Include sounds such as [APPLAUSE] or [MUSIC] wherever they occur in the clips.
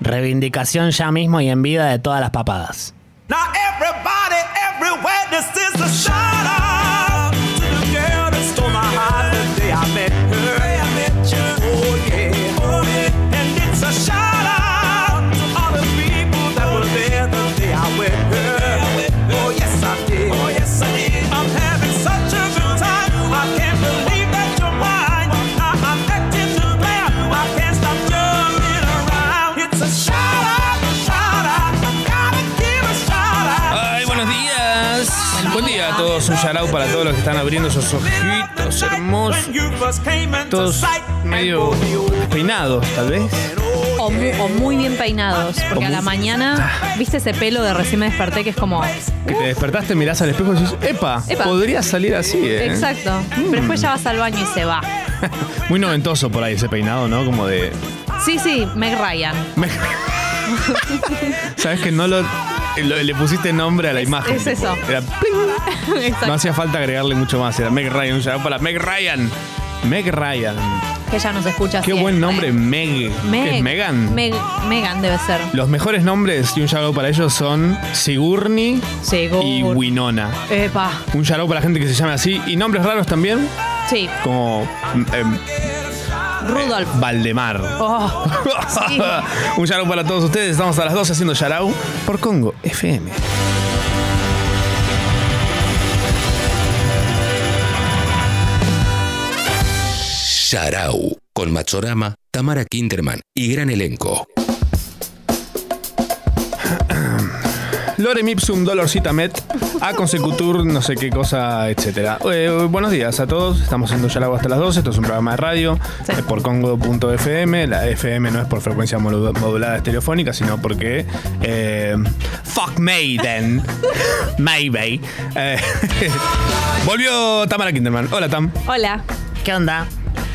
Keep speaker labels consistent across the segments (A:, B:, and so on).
A: reivindicación ya mismo y en vida de todas las papadas.
B: Now everybody, everywhere, this is a shout out to the girl that stole my heart the day I met her. Oh yeah, oh yeah. And it's a shout out to all the people that were there the day I met her. Oh yes I did. Oh yes I did. I'm having such a good time. I can't believe that you're mine. I- I'm acting too bad. I can't stop jumping around. It's a shout out, shout out. I gotta give a shout out.
C: Ay, buenos días. Buen día a todos. Un shout out para todos los que están abriendo esos ojitos hermosos. Todos medio peinados, tal vez.
D: O, mu- o muy bien peinados. Porque a la
C: Ah.
D: mañana, ¿viste ese pelo de recién me desperté que es como.
C: Que te despertaste, mirás al espejo y dices, epa,
D: Epa.
C: podría salir así, ¿eh?
D: Exacto. Pero después ya vas al baño y se va.
C: Muy noventoso por ahí ese peinado, ¿no? Como de... [LAUGHS]
D: Sí, sí, Meg Ryan.
C: Sabes que no lo, lo- Le pusiste nombre a la imagen.
D: es eso.
C: Era pling. No
D: [LAUGHS] Exacto.
C: hacía falta agregarle mucho más. Era Meg Ryan. Un shout out para Meg Ryan. Meg Ryan.
D: Que ya nos escucha
C: Qué
D: siempre.
C: buen nombre, Meg. ¿Qué es
D: Meg.
C: Megan.
D: Meg- Megan debe ser.
C: Los mejores nombres y un shout out para ellos son Sigourney
D: Seguro.
C: y Winona.
D: Epa.
C: Un shout out para la gente que se llama así. Y nombres raros también,
D: Sí.
C: como mm, em,
D: Rudolph.
C: Valdemar.
D: Oh. sí.
C: [LAUGHS] un shout out para todos ustedes. Estamos a las 12 haciendo shout out por Congo FM.
E: Sharau, con Machorama, Tamara Kinderman y gran elenco.
C: Lorem ipsum dolor cita met, a consecutur, no sé qué cosa, etcétera. Eh, buenos días a todos, estamos haciendo Yalago hasta las 12, esto es un programa de radio
D: Sí.
C: eh, por congo.fm, la FM no es por frecuencia modu- modulada estereofónica, sino porque... eh, fuck Maiden, maybe. Eh, [LAUGHS] volvió Tamara Kinderman, hola Tam.
D: Hola.
A: ¿Qué onda?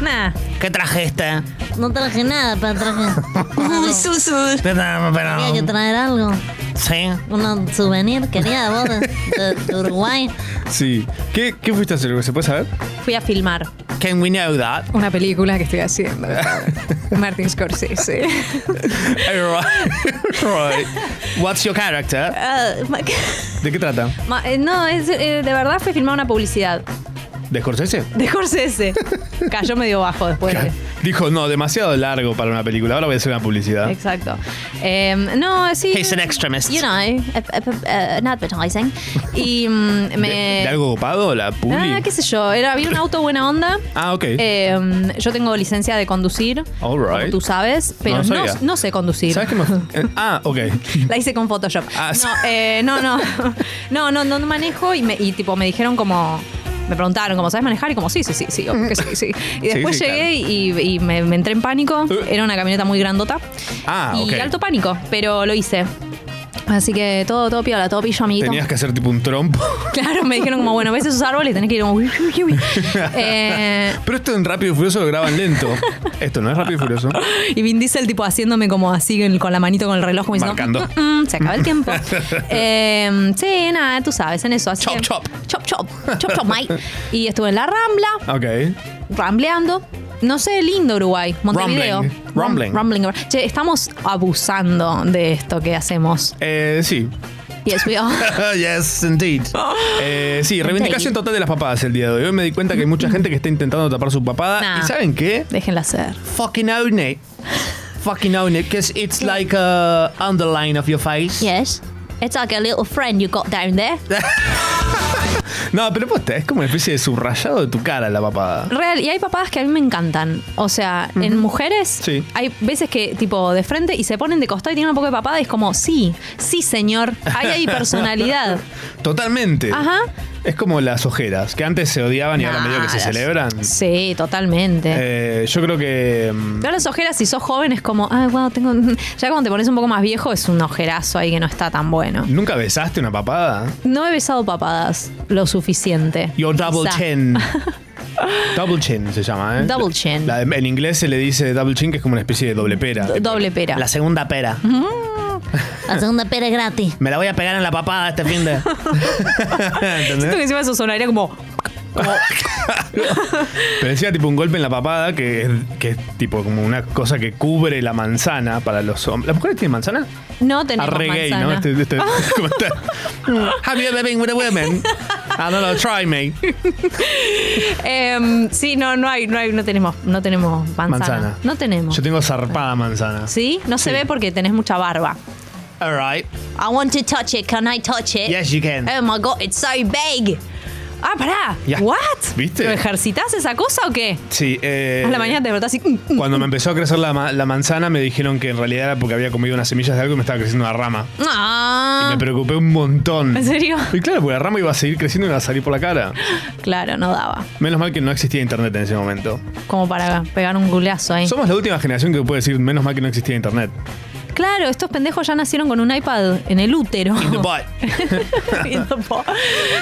D: Nah.
A: ¿Qué este? trajiste?
F: No traje nada para traje. Ay, Susu.
A: ¿Qué tra-
F: Tenía que
A: pero-
F: traer algo.
A: ¿Sí?
F: Un souvenir quería vos de, de- de Uruguay.
C: Sí, ¿qué, qué fuiste a hacer? ¿Se puede saber?
D: Fui a filmar
A: Can we know that?
D: una película que
C: [LAUGHS]
D: estoy haciendo. Martin Scorsese. [LAUGHS]
C: [LAUGHS] Alright, alright. What's your character?
D: Ah, ma-
C: ¿De qué trata?
D: ma- eh, no, es, eh, de verdad fue filmar una publicidad
C: ¿De Scorsese? [LAUGHS]
D: de Scorsese. Cayó medio bajo después. de- este.
C: Dijo, no, demasiado largo para una película. Ahora voy a hacer una publicidad.
D: Exacto. Eh, no, sí.
A: He's an extremist.
D: You know, a- a- a- an advertising. Y mm,
C: ¿De,
D: me.
C: de algo copado? ¿La publi?
D: Ah, qué sé yo. Era, había un auto buena onda.
C: Ah, ok.
D: Eh, yo tengo licencia de conducir.
C: All right.
D: Como tú sabes,
C: No
D: pero no,
C: sabía.
D: no sé conducir.
C: ¿Sabes qué me- eh, ah, ok.
D: La hice con Photoshop.
C: Ah, sí.
D: no, eh, no, no, no, no, no manejo y, me, y tipo me dijeron como... Me preguntaron como, ¿sabes manejar? Y como, sí, sí, sí, sí, obvio que sí, sí". Y
C: [LAUGHS] Sí,
D: después
C: sí, Uh.
D: llegué y, y me, me entré en pánico. Era una camioneta muy grandota.
C: Ah,
D: y
C: ok.
D: alto pánico, pero lo hice. Así que todo, todo piola, todo pillo, amiguito.
C: Tenías que hacer tipo un trompo.
D: [LAUGHS]
C: [LAUGHS]
D: Claro, me dijeron como, bueno, ves esos árboles, tenés que ir como... "Uy, uy, uy". Eh,
C: Pero esto en Rápido y Furioso lo graban lento. Esto no es Rápido y Furioso.
D: Y Vin Diesel, tipo, haciéndome como así en- con la manito con el reloj, como diciendo,
C: Marcando.
D: "Mm, mm, se acaba el tiempo.
C: [LAUGHS]
D: Eh, sí, nada, tú sabes, en eso. Así
C: Chop,
D: que-
C: chop.
D: Chop, chop. Chop, chop, Mike. Y estuve en la Rambla,
C: Ok.
D: rambleando. No sé, lindo Uruguay, Montevideo.
C: Rumbling. Rumbling.
D: Rumbling. Che, estamos abusando de esto que hacemos.
C: Eh, sí.
D: Y es
C: [LAUGHS] Ah, yes, indeed. Eh, sí, reivindicación total de las papadas el día de hoy. Hoy me di cuenta que hay mucha gente que está intentando tapar su papada.
D: Nah.
C: ¿Y saben qué?
D: Déjenla hacer.
A: Fucking own it. Fucking own it, because it's like a underline of your face.
F: Yes. It's like a little friend you got down there.
C: No, pero posta, es como una especie de subrayado de tu cara la papada.
D: Real, y hay papadas que a mí me encantan. O sea, en mujeres
C: Sí.
D: hay veces que tipo de frente y se ponen de costado y tienen un poco de papada y es como, sí, sí señor, ahí
C: [LAUGHS]
D: hay personalidad.
C: Totalmente.
D: Ajá.
C: Es como las ojeras, que antes se odiaban y ahora medio que se
D: Nah, las-
C: celebran.
D: Sí, totalmente.
C: Eh, yo creo que. mm,
D: Pero las ojeras, si sos joven, es como, ah, wow, tengo. Ya cuando te pones un [LAUGHS] poco más viejo, es un ojerazo ahí que no está tan bueno.
C: ¿Nunca besaste una papada?
D: No he besado papadas lo suficiente.
C: Your double
D: Quizá. [LAUGHS]
C: chin. double chin se llama, ¿eh?
D: Double chin.
C: La- en inglés se le dice double chin, que es como una especie de doble pera.
D: Do- Doble pera. [LAUGHS]
A: La segunda pera.
F: La segunda pera es gratis.
C: [LAUGHS]
D: [LAUGHS]
A: Me la voy a pegar en la papada este fin de.
D: Siento que encima eso sonaría como.
C: Pero decía tipo un golpe en la papada, que es, que es tipo como una cosa que cubre la manzana para los hombres. ¿Las mujeres tienen manzana?
D: No tenemos
C: Arre gay, ¿no?
D: manzana.
C: Este, este [LAUGHS] comentario. Have you ever been with a woman? I don't know, try me.
D: Em, sí, no, no hay, no hay, no tenemos, no tenemos manzana.
C: Manzana.
D: No tenemos.
C: Yo tengo zarpada manzana.
D: ¿Sí? No se
C: Sí.
D: ve porque tenés mucha barba.
C: All right.
F: I want to touch it. Can I touch it?
C: Yes, you can.
D: Eh,
F: Oh my god, it's so big.
D: Ah, pará.
C: Ya.
D: ¿What?
C: ¿Viste?
D: ¿Lo ejercitas esa cosa o qué?
C: Sí, eh,
D: A la mañana te despertás así. mm, mm.
C: Cuando me empezó a crecer la, ma- la manzana, me dijeron que en realidad era porque había comido unas semillas de algo y me estaba creciendo una rama. Y
D: Ah.
C: me preocupé un montón.
D: ¿En serio?
C: Y claro, porque la rama iba a seguir creciendo y me iba a salir por la cara.
D: Claro, no daba.
C: Menos mal que no existía internet en ese momento.
D: Como para pegar un gulazo ahí.
C: Somos la última generación que puede decir menos mal que no existía internet.
D: Claro, estos pendejos ya nacieron con un iPad en el
C: [LAUGHS]
D: útero.
C: In the
D: [LAUGHS]
C: butt.
D: In the butt.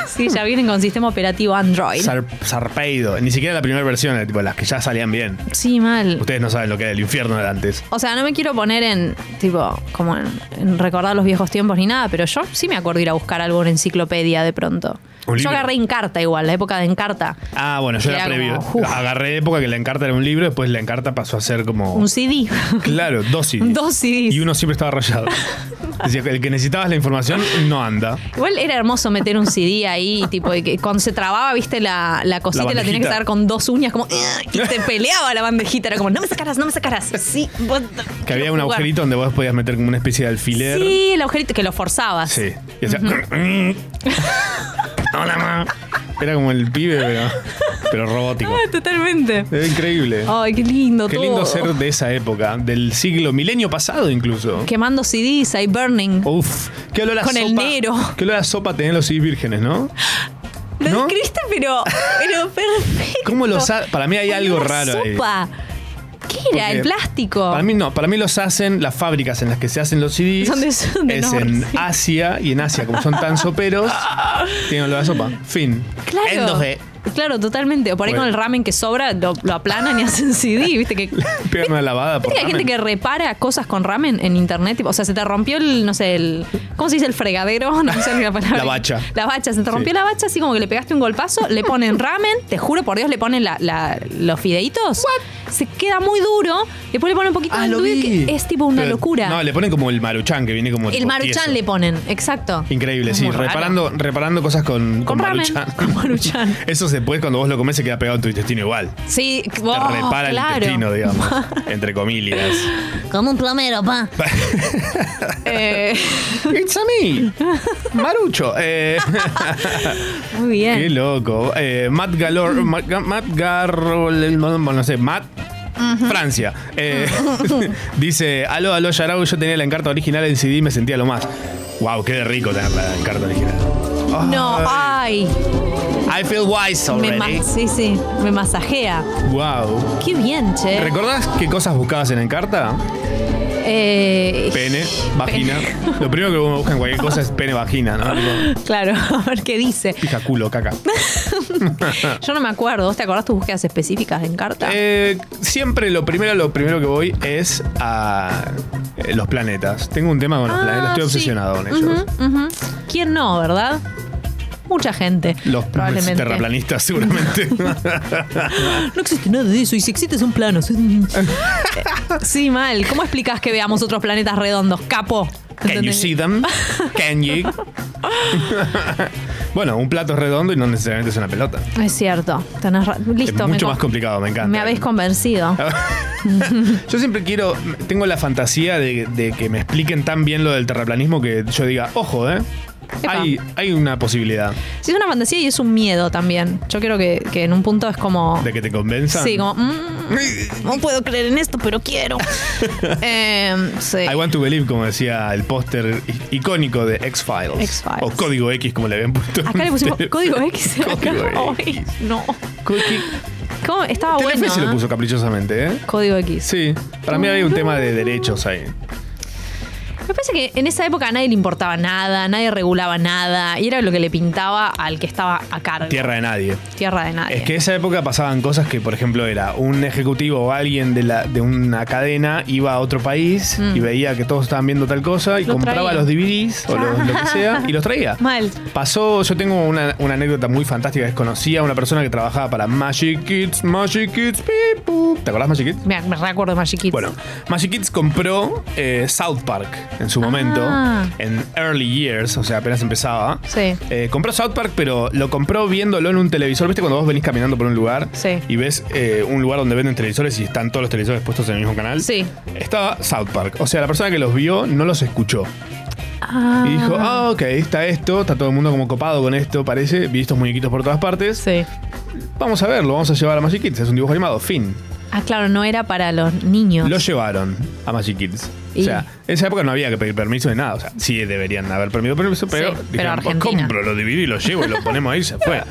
D: sí, ya vienen con sistema operativo Android.
C: Zar- zarpeido. Ni siquiera la primera versión, era tipo las que ya salían bien.
D: Sí, mal.
C: Ustedes no saben lo que era el infierno de antes.
D: O sea, no me quiero poner en, tipo, como en, en recordar los viejos tiempos ni nada, pero yo sí me acuerdo ir a buscar algo en enciclopedia de pronto.
C: ¿Un
D: Yo
C: libro?
D: agarré Encarta igual, la época de Encarta.
C: Ah, bueno, yo era
D: Era
C: previo.
D: como, uf.
C: Agarré época que la encarta era un libro, después la encarta pasó a ser como.
D: Un CD.
C: Claro, dos CDs.
D: [LAUGHS] Dos CDs.
C: Y uno siempre estaba
D: [LAUGHS]
C: rayado. Decía, el que necesitabas la información no anda.
D: Igual era hermoso meter un CD ahí, [LAUGHS] tipo, y que cuando se trababa, viste, la, la cosita
C: La
D: y la tenías que
C: bandejita.
D: sacar con dos uñas, como, "Ugh", y
C: [LAUGHS]
D: te peleaba la bandejita. Era como, no me sacarás, no me sacarás. Sí, vos-
C: Que había
D: quiero
C: un
D: jugar.
C: agujerito donde vos podías meter como una especie de alfiler.
D: Sí, el agujerito, que lo forzabas.
C: Sí. Y hacía, [LAUGHS] Hola, ma. Era como el pibe, pero, pero
D: [LAUGHS]
C: robótico.
D: Ah, totalmente.
C: Era increíble.
D: Ay, qué lindo
C: Qué
D: todo.
C: lindo ser de esa época, del siglo, milenio pasado incluso.
D: Quemando CDs, ahí burning.
C: Uf, qué olor a
D: Con
C: sopa.
D: el Nero.
C: Qué olor a sopa tenían los CDs vírgenes, ¿no?
D: Lo
C: ¿No?
D: describiste,
C: [LAUGHS]
D: pero, pero perfecto.
C: ¿Cómo los ha- Para mí hay algo
D: Una
C: raro ahí.
D: sopa. ¿Qué era? ¿El
C: Porque
D: plástico?
C: Para mí no, para mí los hacen las fábricas en las que se hacen los CDs.
D: ¿Dónde son? De
C: es
D: norte,
C: en
D: sí.
C: Asia y en Asia, como son tan
D: [LAUGHS]
C: soperos, tienen olor a sopa. Fin.
D: Claro.
C: Entonces,
D: Claro, totalmente. O por ahí
C: Bueno.
D: con el ramen que sobra, lo, lo aplanan y hacen [LAUGHS] CD, ¿viste? Que, ¿Viste
C: Pegan una lavada por
D: que hay gente
C: ramen.
D: que repara cosas con ramen en internet? Tipo, O sea, se te rompió el, no sé, el... ¿Cómo se dice? El fregadero, [LAUGHS] no sé ni la palabra.
C: La bacha.
D: La bacha. Se te rompió la bacha, así como que le pegaste un golpazo, le ponen ramen, te juro por Dios, le ponen la- la- los fideitos. Se queda muy duro, después le ponen un poquito
C: Ah,
D: de
C: lo
D: andújar,
C: vi.
D: que es tipo una
C: Pero-
D: locura.
C: No, le ponen como el maruchan, que viene como.
D: El
C: tipo
D: maruchan
C: tieso.
D: le ponen, exacto.
C: Increíble,
D: Es
C: sí,
D: muy raro.
C: reparando, reparando cosas con,
D: Con ramen, [LAUGHS] con maruchan.
C: [LAUGHS] Eso después cuando vos lo comes se queda pegado en tu intestino igual.
D: Sí,
C: Te
D: oh,
C: repara
D: claro.
C: el intestino,
D: [LAUGHS]
C: digamos. entre comillas.
F: Como un plomero, pa.
D: Eh,
C: It's a
D: [LAUGHS]
C: me. Marucho. Eh, [LAUGHS]
D: muy bien.
C: qué loco. Eh, Matt Galor. Matt, Ga- Matt Garrol. No, no sé, Matt. Francia. Eh, [LAUGHS] dice, aló, aló, Yarau, yo tenía la encarta original en CD y me sentía lo más. Wow, qué rico tener la encarta original.
D: no, ay,
C: I feel wise
D: me ma-
C: already.
D: sí, sí, me masajea.
C: Wow.
D: Qué bien, che.
C: ¿Recordás qué cosas buscabas en Encarta?
D: Eh,
C: Pene, vagina. Lo primero que uno busca en cualquier cosa es pene, vagina, ¿no? Tipo,
D: [LAUGHS] Claro, [LAUGHS] a ver qué dice.
C: Pija, culo, caca.
D: Yo no me acuerdo. ¿Vos te acordás tus búsquedas específicas en carta?
C: Eh, siempre lo primero, lo primero que voy es a eh, los planetas. Tengo un tema con los
D: Ah,
C: planetas, estoy
D: sí.
C: obsesionado con ellos.
D: Ujú, ujú. ¿Quién no, verdad? Mucha gente.
C: Los
D: probablemente.
C: terraplanistas
D: [LAUGHS]
C: seguramente.
D: No existe nada de eso y si existe es
C: [LAUGHS]
D: un plano. Eh, Sí, mal. ¿Cómo explicas que veamos otros planetas redondos? Capo.
C: Can you
D: ¿Entendés?
C: see them? Can you?
D: [LAUGHS]
C: bueno, un plato es redondo y no necesariamente es una pelota.
D: Es cierto. Tenés ra- Listo.
C: es mucho
D: me
C: más
D: con-
C: complicado, me encanta.
D: Me habéis convencido.
C: Yo siempre quiero, tengo la fantasía de, de que me expliquen tan bien lo del terraplanismo que yo diga, ojo, ¿eh?
D: Epa.
C: Hay, hay una posibilidad
D: Sí, es una fantasía y es un miedo también. Yo creo que, que en un punto es como.
C: de que te convenzan.
D: Sí, como. mm, no puedo creer en esto,
C: [LAUGHS]
D: pero quiero. Em, sí.
C: I want to believe, como decía el póster i- icónico de X-Files.
D: X-Files.
C: O Código X, como le habían puesto. en
D: Acá
C: [LAUGHS]
D: le pusimos
C: Telefe.
D: código X.
C: Código
D: Acá.
C: X.
D: [LAUGHS] Ay, no.
C: Cookie-
D: ¿Cómo? Estaba
C: Telefe
D: bueno.
C: se lo
D: ¿eh?
C: puso caprichosamente, ¿eh?
D: Código X.
C: Sí, para mí había un tema de derechos ahí.
D: Me parece que en esa época a nadie le importaba nada, nadie regulaba nada, y era lo que le pintaba al que estaba a cargo.
C: Tierra de nadie.
D: Tierra de nadie.
C: Es que esa época pasaban cosas que, por ejemplo, era un ejecutivo o alguien de, la, de una cadena iba a otro país y veía que todos estaban viendo tal cosa y
D: Lo
C: compraba
D: traía.
C: Mm. los DVDs o lo, lo que sea y los traía.
D: Mal.
C: Pasó, yo tengo una, una anécdota muy fantástica. que Conocí a una persona que trabajaba para Magic Kids, Magic Kids, pip, pup. ¿Te acordás Magic Kids?
D: Me, me recuerdo de Magic Kids.
C: Bueno, Magic Kids compró eh, South Park en su momento, en early years, o sea, apenas empezaba.
D: Sí.
C: Eh, compró South Park, pero lo compró viéndolo en un televisor. ¿Viste cuando vos venís caminando por un lugar
D: Sí.
C: y ves eh, un lugar donde venden televisores y están todos los televisores puestos en el mismo canal?
D: Sí.
C: Estaba South Park. O sea, la persona que los vio no los escuchó.
D: Ah,
C: Y dijo, ah, ok, está esto, está todo el mundo como copado con esto, parece. Vi estos muñequitos por todas partes.
D: sí.
C: Vamos a verlo, vamos a llevar a Magic Kids. Es un dibujo animado, fin.
D: Ah, claro, no era para los niños.
C: Lo llevaron a Magic Kids. O
D: Y-
C: sea, en esa época no había que pedir permiso de nada. O sea, sí deberían haber permitido permiso, pero,
D: pero
C: dijeron, "Pues
D: Argentina".
C: compro, lo dividí, lo llevo y lo ponemos ahí y se
D: [LAUGHS]
C: fue.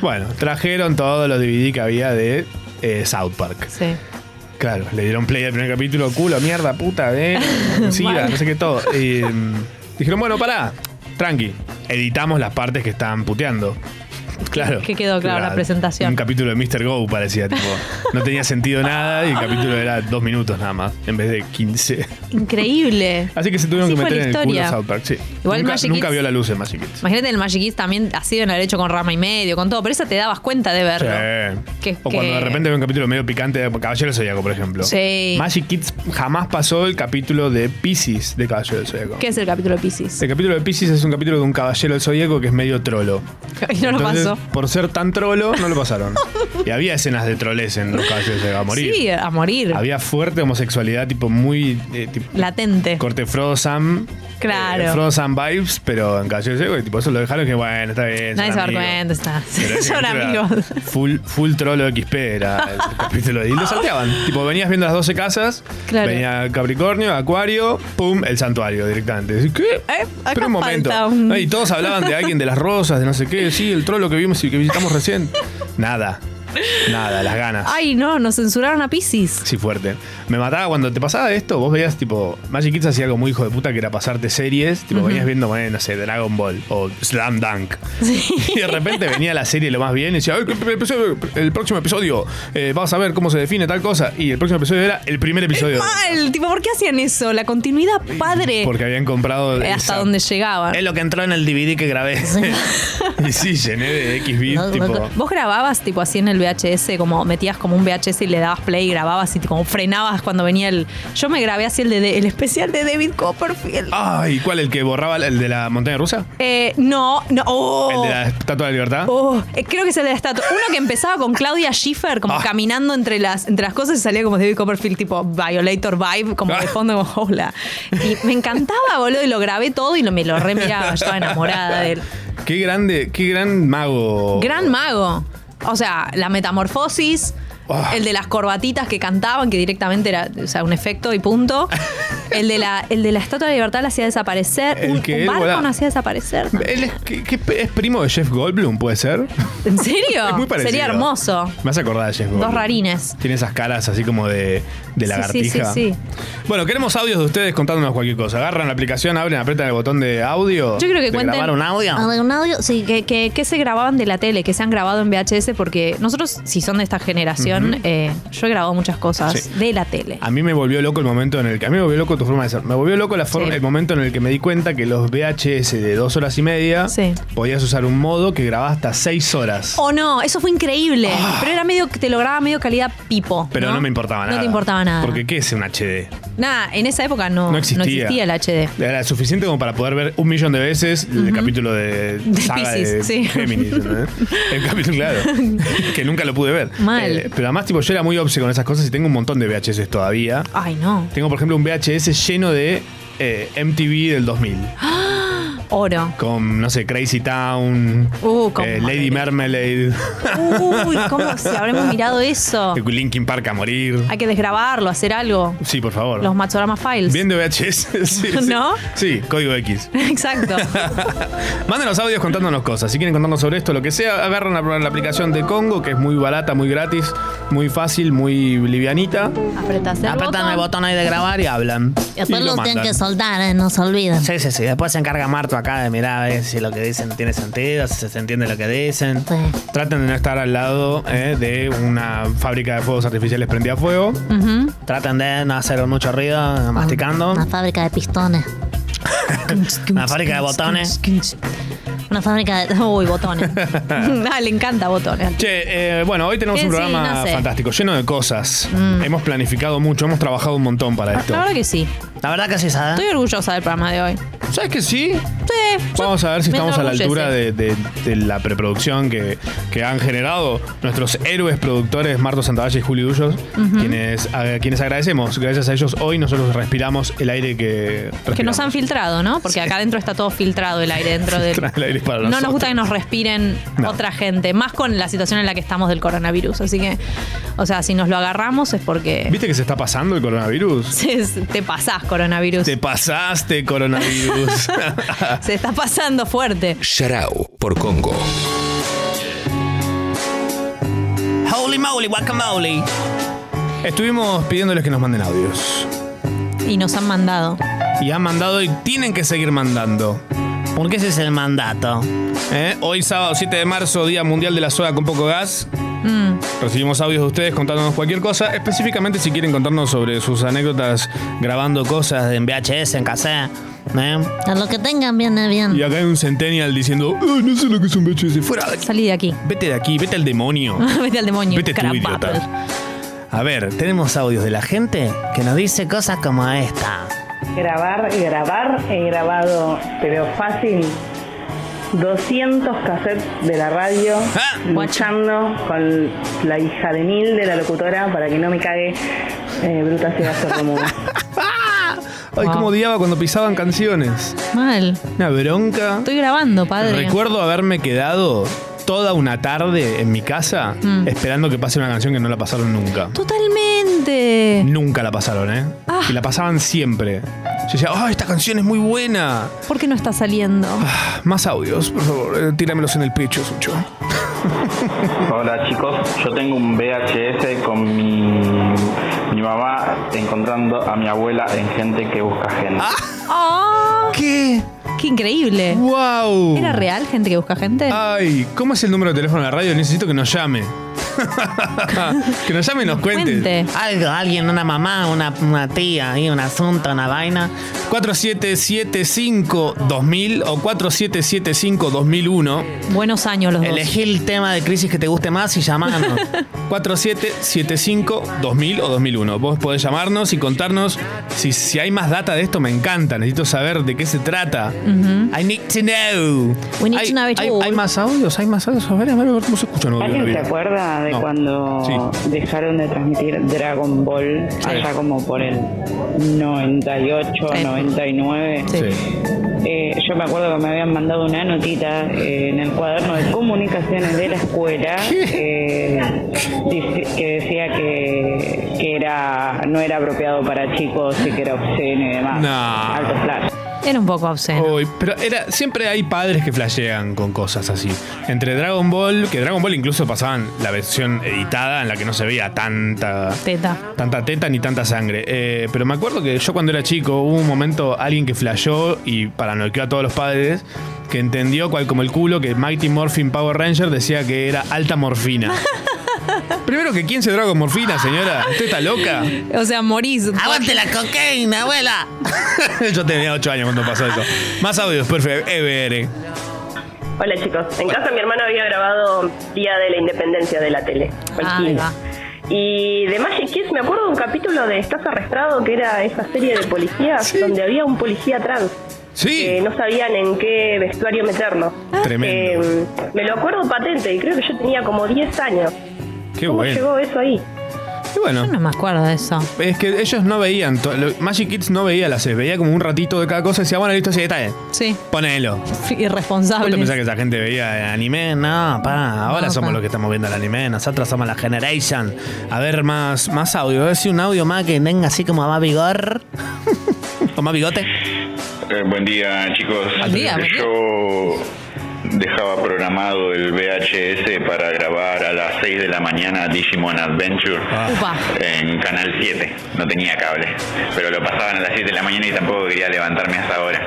C: Bueno, trajeron todos los DVD que había de eh, South Park.
D: Sí.
C: Claro, le dieron play al primer capítulo, culo, mierda, puta,
D: [LAUGHS]
C: eh, sida, no sé qué todo. Y, mm, dijeron, bueno, pará, tranqui, editamos las partes que estaban puteando. Claro.
D: Que quedó, claro,
C: Era
D: la presentación.
C: Un capítulo de Mr. Go parecía, tipo. No tenía sentido nada y el capítulo era dos minutos nada más, en vez de 15.
D: Increíble.
C: Así que se tuvieron
D: Así
C: que
D: fue
C: meter
D: la
C: en el culo
D: historia.
C: South Park, sí.
D: Igual
C: nunca,
D: Magic
C: nunca
D: Kids-
C: vio la luz en Magic Kids.
D: Imagínate el Magic Kids también así en haber hecho con Rama y medio, con todo, pero esa te dabas cuenta de verlo.
C: Sí.
D: Que-
C: o cuando
D: que-
C: de repente ve un capítulo medio picante de Caballero del Zodíaco, por ejemplo.
D: Sí.
C: Magic Kids jamás pasó el capítulo de Pisces de Caballero del Zodíaco.
D: ¿Qué es el capítulo de Pisces?
C: El capítulo de Pisces es un capítulo de un caballero del zodíaco que es medio trolo.
D: [LAUGHS] Y no lo
C: Entonces,
D: pasó.
C: Por ser tan trolo, no lo
D: [LAUGHS]
C: pasaron. y había escenas de troles en los caballeros del Zodíaco a morir.
D: Sí, a morir.
C: Había fuerte homosexualidad, tipo muy. eh, tipo,
D: Latente.
C: corte Frozam.
D: Claro.
C: eh, Frozam vibes, pero en Caballero del Zodíaco, y tipo, eso lo dejaron que bueno, está bien. son
D: Nadie se va a dar
C: amigos.
D: cuenta. está.
C: Pero
D: [LAUGHS]
C: ese
D: Son
C: capítulo era
D: amigos.
C: Full, full trolo XP era
D: [LAUGHS]
C: el capítulo. de- Y lo salteaban. tipo, venías viendo las 12 casas,
D: Claro.
C: venía Capricornio, Acuario, pum, el santuario directamente. Decís, ¿Qué?
D: Eh, acá
C: Pero un momento.
D: falta un-
C: No, Y todos hablaban de alguien de las rosas, de no sé qué. Sí, el trolo que vimos y que visitamos recién. Nada. Nada, las ganas.
D: Ay, no, nos censuraron a Pisces.
C: Sí, fuerte. Me mataba cuando te pasaba esto. Vos veías, tipo, Magic Kids hacía algo muy hijo de puta que era pasarte series. Tipo, venías viendo, bueno, no sé, Dragon Ball o Slam Dunk. Y de repente venía la serie lo más bien y decía, "Ay, el, episodio- el próximo episodio, eh, vamos a ver cómo se define tal cosa. Y el próximo episodio era el primer episodio.
D: Mal, tipo, ¿por qué hacían eso? La continuidad padre.
C: Porque habían comprado.
D: Eh,
C: esa-
D: hasta donde llegaban.
C: Es lo que entró en el DVD que grabé. [LAUGHS] y sí, llené de X
F: No,
C: bits,
F: no,
C: tipo.
F: no.
D: Vos grababas tipo así en el VHS, como metías como un VHS y le dabas play y grababas y te- como frenabas cuando venía el. Yo me grabé así el de el especial de David Copperfield.
C: Ay, ¿cuál? ¿El que borraba el de la montaña rusa?
D: Eh, no, no. oh.
C: ¿El de la estatua de la libertad?
D: Oh, eh, creo que es el de la estatua. Uno que empezaba con Claudia Schiffer, como
C: Ah.
D: caminando entre las, entre las cosas y salía como David Copperfield, tipo Violator Vibe, como de
C: Ah.
D: fondo, como hola. Y me encantaba, boludo, y lo grabé todo y lo, me lo remiraba. Yo estaba enamorada de él.
C: Qué grande, qué gran mago.
D: Gran mago. O sea, la metamorfosis.
C: Ah.
D: El de las corbatitas que cantaban, que directamente era o sea, un efecto y punto. El de la, el de la Estatua de la Libertad la hacía desaparecer.
C: El
D: un,
C: que
D: un
C: él
D: barco
C: volaba.
D: no hacía desaparecer. ¿no?
C: Él es, que- que es primo de Jeff Goldblum, ¿puede ser?
D: ¿En
C: [LAUGHS]
D: serio?
C: Es muy parecido.
D: Sería hermoso.
C: Me vas a acordar de Jeff Goldblum.
D: Dos rarines.
C: Tiene esas caras así como de, de
D: Sí,
C: lagartija.
D: sí, sí, sí.
C: Bueno, queremos audios de ustedes contándonos cualquier cosa. Agarran la aplicación, abren, apretan el botón de audio.
D: Yo creo que
C: de
D: cuenten- Ah,
C: grabar un audio.
F: A ver, un audio. Sí,
D: Sí, que, que- que se grababan de la tele, que se han grabado en VHS, porque nosotros, si son de esta generación, eh, yo he grabado muchas cosas
C: Sí.
D: de la tele.
C: A mí me volvió loco el momento en el que. A mí me volvió loco tu forma de ser. Me volvió loco la forma,
D: Sí.
C: el momento en el que me di cuenta que los VHS de dos horas y media
D: Sí. Oh,
C: podías usar un modo que grababa hasta seis horas.
D: O no, eso fue increíble. Pero era medio que te lo grababa medio calidad pipo.
C: Ah. Pero no, me importaba nada.
D: No te importaba nada.
C: Porque ¿qué es un HD?
D: Nada, en esa época no,
C: No existía.
D: el HD.
C: Era suficiente como para poder ver un millón de veces el capítulo de
D: De
C: saga de
D: Piscis, sí.
C: Géminis.
D: [LAUGHS]
C: ¿entendés? El capítulo, claro. que nunca lo pude ver. Eh,
D: Mal.
C: pero además, tipo, yo era muy obse con esas cosas y tengo un montón de VHS todavía.
D: Ay, no.
C: Tengo, por ejemplo, un VHS lleno de eh, MTV del 2000.
D: Oro.
C: Con, no sé, Crazy Town,
D: Uh, cómo
C: eh, Lady
D: me
C: Marmalade,
D: Uy, ¿cómo se habremos
C: [LAUGHS]
D: mirado eso?
C: Linkin Park a morir.
D: Hay que desgrabarlo, hacer algo.
C: Sí, por favor.
D: Los Machorama Files.
C: Bien de VHS. sí, sí.
D: ¿No?
C: Sí, código X.
D: [LAUGHS]
C: [LAUGHS]
D: Exacto.
C: Mándenos audios contándonos cosas. Si quieren contarnos sobre esto, lo que sea, agarran la, la aplicación de Congo, que es muy barata, muy gratis, muy fácil, muy livianita.
D: Apretás el
G: Apretan
D: botón.
G: el botón ahí de grabar y hablan.
F: Y después
C: Y lo
F: los tienen
C: mandan.
F: que soldar, eh, no se olviden.
G: Sí, sí, sí. Después se encarga Marto acá de mirar a ver si lo que dicen tiene sentido, si se entiende lo que dicen.
F: Sí.
C: Traten de no estar al lado eh, de una fábrica de fuegos artificiales prendida a fuego.
D: Ujú.
G: Traten de no hacer mucho ruido eh, masticando.
F: Una fábrica de pistones.
G: Una fábrica de botones.
F: Una fábrica de.
C: [LAUGHS]
D: Uy, botones. [LAUGHS] ah, le encanta botones.
C: Che, eh, bueno, hoy tenemos
D: Sí,
C: un
D: sí,
C: programa
D: no sé. Mm.
C: fantástico, lleno de cosas. Hemos planificado mucho, hemos trabajado un montón para esto.
D: La verdad que sí.
C: Ah.
G: La verdad que sí, ¿sabes?
D: Estoy orgullosa del programa de hoy.
C: ¿Sabes que sí?
D: Sí. yo
C: Vamos a ver si
D: me
C: estamos a la
D: enorgullece.
C: altura de, de- de la preproducción que, que han generado nuestros héroes productores Marto Santavalle y Julio Dullos, quienes, a quienes agradecemos. Gracias a ellos hoy nosotros respiramos el aire que
D: Que
C: respiramos.
D: nos han filtrado, ¿no? Porque acá adentro está todo filtrado el aire dentro del.
C: Filtrado el aire para
D: no nos
C: nosotros.
D: gusta que nos respiren
C: No.
D: otra gente, más con la situación en la que estamos del coronavirus. Así que, o sea, si nos lo agarramos es porque
C: ¿Viste que se está pasando el coronavirus?
D: se- te pasás coronavirus.
C: Te pasaste
D: [LAUGHS]
C: coronavirus.
D: Se está pasando fuerte.
H: Sharau por Congo.
G: Holy moly, guacamole.
C: Estuvimos pidiéndoles que nos manden audios.
D: Y nos han mandado.
C: Y han mandado y tienen que seguir mandando.
G: Porque ese es el mandato.
C: ¿Eh? Hoy sábado 7 de marzo, Día Mundial de la Soda con Poco Gas.
G: Mm.
C: Recibimos audios de ustedes contándonos cualquier cosa, específicamente si quieren contarnos sobre sus anécdotas grabando cosas
G: En VHS, en cassette. ¿eh?
F: A lo que tengan viene bien.
C: Y acá hay un centennial diciendo, "Ah, no sé lo que es un VHS, fuera de aquí.
D: Salí de aquí. [LAUGHS]
C: Vete de aquí, vete al demonio.
G: [LAUGHS]
D: Vete al demonio.
C: Vete tú,
D: carapapa.
C: idiota.
G: A ver, tenemos audios de la gente que nos dice cosas como esta.
I: Grabar, grabar, he grabado, pero fácil, 200 cassettes de la radio,
G: Ah,
I: luchando con la hija de Mil, de la locutora, para que no me cague eh, Bruta Ciudad Sordomuda.
C: ¡Ah! Ay,
D: Wow.
C: cómo odiaba cuando pisaban canciones.
D: Mal.
C: Una bronca.
D: Estoy grabando, padre.
C: Recuerdo haberme quedado toda una tarde en mi casa
D: Mm.
C: esperando que pase una canción que no la pasaron nunca.
D: Totalmente.
C: Nunca la pasaron, ¿eh?
D: Ah.
C: Y la pasaban siempre. Yo decía, ¡ah, esta canción es muy buena!
D: ¿Por qué no está saliendo?
C: Ah, Más audios, por favor, eh, tíramelos en el pecho, Sucho.
J: [LAUGHS] Hola chicos, yo tengo un VHS con mi, mi mamá encontrando a mi abuela en gente que busca gente.
D: ¡Ah!
C: ¿Qué?
D: ¡Qué increíble!
C: ¡Wow!
D: ¿Era real gente que busca gente?
C: Ay, ¿cómo es el número de teléfono de la radio? Necesito que nos llame. que nos llame y nos cuente.
D: Cuente.
G: Algo, alguien, una mamá, una, una tía, ahí, un asunto, una vaina.
C: [LAUGHS]
G: Eh, eh, Ah,
C: Eh, [LAUGHS] Eh, Y bueno.
D: Oh. Eh, Yo no me acuerdo de eso.
G: Eh,
C: Es que ellos no veían, to- lo- Magic Kids no veía las series, veía como un ratito de cada cosa y decía, bueno, listo, sí, está bien,
D: Sí.
C: ponelo. ¿Vos te
D: Irresponsable.
C: pensás que esa gente veía anime? No, pa, ahora
D: No,
C: somos
D: pa.
C: los que estamos viendo el anime, nosotros somos la generation. A ver, más, más audio, a ver si un audio más que tenga así como más vigor. [LAUGHS] o más bigote.
I: Eh, buen día, chicos.
D: Buen día, buen día.
I: Yo dejaba programado el VHS para grabar a las 6 de la mañana Digimon Adventure
D: Upa.
I: en Canal 7. No tenía cable, pero lo pasaban a las 7 de la mañana y tampoco quería levantarme
D: [LAUGHS]
I: hasta ahora.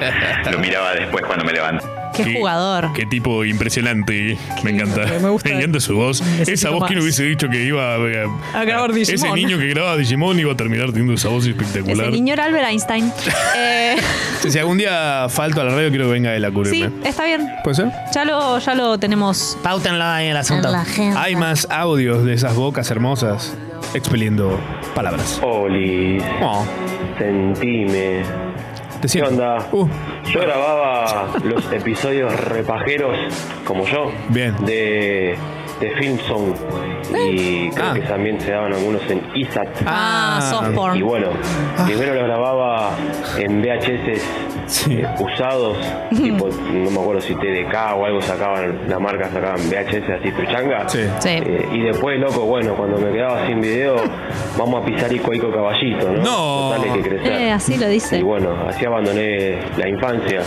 I: Lo miraba después cuando me levanto.
D: Qué jugador.
K: Qué tipo impresionante. Me encanta.
D: me gusta.
K: encanta su voz.
D: Necesito
K: esa voz, ¿quién
D: más.
K: hubiese dicho que iba a,
D: A grabar
K: Ese
D: Digimon.
K: niño que grababa Digimon iba a terminar teniendo esa voz espectacular.
D: Ese niño era Albert
C: [LAUGHS]
D: Einstein. Eh,
C: Si, si algún día falto a la radio, quiero que venga él a
D: sí,
C: cubrirme.
D: está bien.
C: ¿Puede ser?
D: Ya lo, ya lo tenemos.
A: Páutenlo ahí el asunto.
F: En la agenda.
C: Hay más audios de esas bocas hermosas expeliendo palabras.
L: Oli,
C: Oh,
L: sentime.
C: te
L: ¿Qué
C: siento.
L: onda?
C: Uh,
L: Yo grababa los episodios repajeros, como yo,
C: Bien.
L: de, de Filmsong. Y creo
C: Ah.
L: que también se daban algunos en ISAT.
D: Ah,
C: Ah.
D: soft
L: Y
D: porn.
L: bueno, primero lo grababa en VHS
C: Sí.
D: [LAUGHS]
L: usados, tipo, no me acuerdo si TDK o algo sacaban, la marca sacaban VHS así truchanga.
C: Sí.
D: Sí.
L: Eh, y después, loco, bueno, cuando me quedaba sin video,
D: [LAUGHS]
L: vamos a pisar Ico Ico Caballito, ¿no?
C: No.
L: Total, hay que crecer.
D: Eh, así lo dice.
L: Y bueno, así abandoné la infancia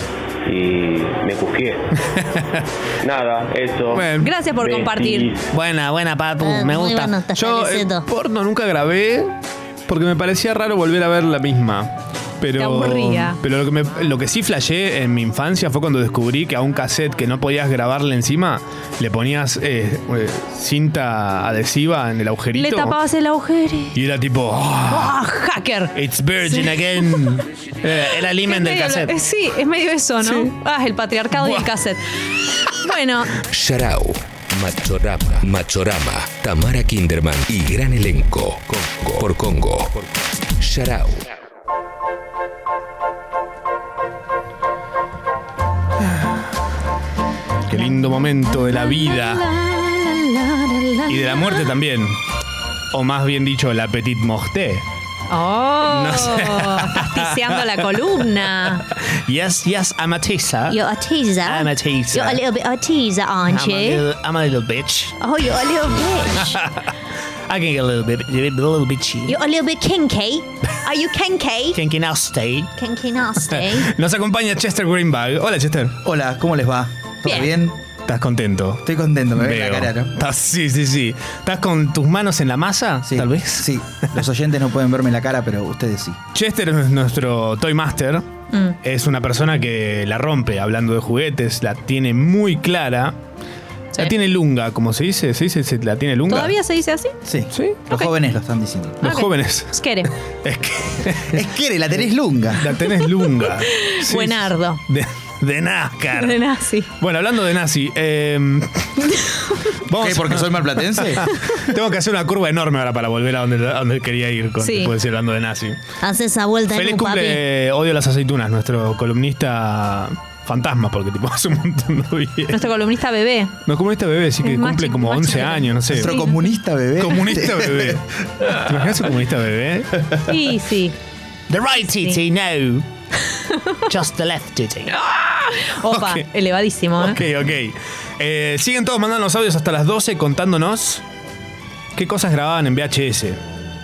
L: y me
C: [LAUGHS]
L: cusqué. Nada, eso.
C: Bueno.
D: Gracias por
L: Besis.
D: compartir.
A: Buena, buena, Papu.
F: Ah,
A: me
F: muy
A: gusta.
F: bueno, está
C: Yo eh,
F: establecido.
C: porno nunca grabé porque me parecía raro volver a ver la misma. Pero,
D: Te aburría.
C: pero lo, que me- lo que sí flashé en mi infancia fue cuando descubrí que a un cassette que no podías grabarle encima, le ponías eh, eh, cinta adhesiva en el agujerito.
D: Le tapabas el agujero.
C: y era tipo, "Ah,
D: ¡Ah, hacker!
C: it's virgin
D: [LAUGHS]
C: again. Eh, era el
D: Es
C: imen del
D: medio lo- eh,
C: cassette.
D: sí, es medio eso, ¿no? Ah, el patriarcado y el cassette. Bueno,
E: Sharau, Machorama, Machorama, Tamara Kinderman y gran elenco por Congo. Sharau.
C: Qué lindo momento de la vida y de la muerte también. O más bien dicho, la petit morte.
D: ¡Oh!
C: No sé.
D: Estás tiseando la columna.
C: Yes, yes, I'm a teaser.
F: You're a teaser.
C: I'm a teaser.
F: You're a little bit of a teaser, aren't
C: I'm a
F: you?
A: little- I'm a little bitch.
F: Oh, you're a little bitch.
A: I can get a little bit, a little bitchy.
F: You're a little bit kinky. Are you kinky?
C: [LAUGHS]
A: Can can I stay?
F: Kinky nasty.
C: Nos acompaña Chester Greenbag. Hola, Chester.
H: Hola, ¿cómo les va? ¿Todo
D: Bien.
H: bien?
C: ¿Estás contento?
H: Estoy contento, me ve la
C: Veo.
H: cara, ¿no?
C: Estás- sí, sí, sí. ¿Estás con tus manos en la masa?
H: Sí,
C: Tal vez.
H: Sí, los oyentes no pueden verme la cara, pero ustedes sí.
C: Chester es nuestro Toy Master.
D: Mm.
C: Es una persona que la rompe hablando de juguetes, la tiene muy clara.
D: Sí.
C: La tiene lunga, como se dice. ¿Se dice? se- ¿La tiene lunga?
D: ¿Todavía se dice así?
H: Sí.
C: Sí.
H: Los
D: Ok.
H: jóvenes lo están [LAUGHS] diciendo.
C: Los
D: Ok.
C: jóvenes.
D: Esquere.
C: Es que [LAUGHS]
H: Es que la tenés lunga.
C: la tenés lunga. Sí,
D: Buenardo.
C: sí. De, de NASCAR.
D: [LAUGHS] De nazi.
C: Bueno, hablando de nazi,
D: [LAUGHS]
C: em, vamos
H: ¿Qué? ¿Porque soy [LAUGHS] malplatense?
C: Tengo que hacer una curva enorme ahora para volver a donde, a donde quería ir con
D: Sí.
C: después de hablando de nazi.
F: Haces esa vuelta en
C: Feliz
F: un papi.
C: cumple, eh, odio las aceitunas, nuestro columnista fantasma, porque tipo [LAUGHS] hace un montón de bien.
D: Nuestro columnista bebé.
C: No, comunista bebé, sí que
D: Es más
C: cumple
D: chico,
C: como
D: más
C: 11
D: chico.
C: años, no sé.
H: Nuestro
D: Sí.
H: comunista
C: [LAUGHS]
H: bebé.
C: Comunista bebé. ¿Te imaginas un comunista bebé?
D: Sí, sí.
A: The right titty,
D: [LAUGHS]
A: no. Just the left titty.
D: Ah. Opa,
C: Ok.
D: elevadísimo, ¿eh?
C: Ok, ok. Eh, siguen todos mandando los audios hasta las 12 contándonos qué cosas grababan en VHS.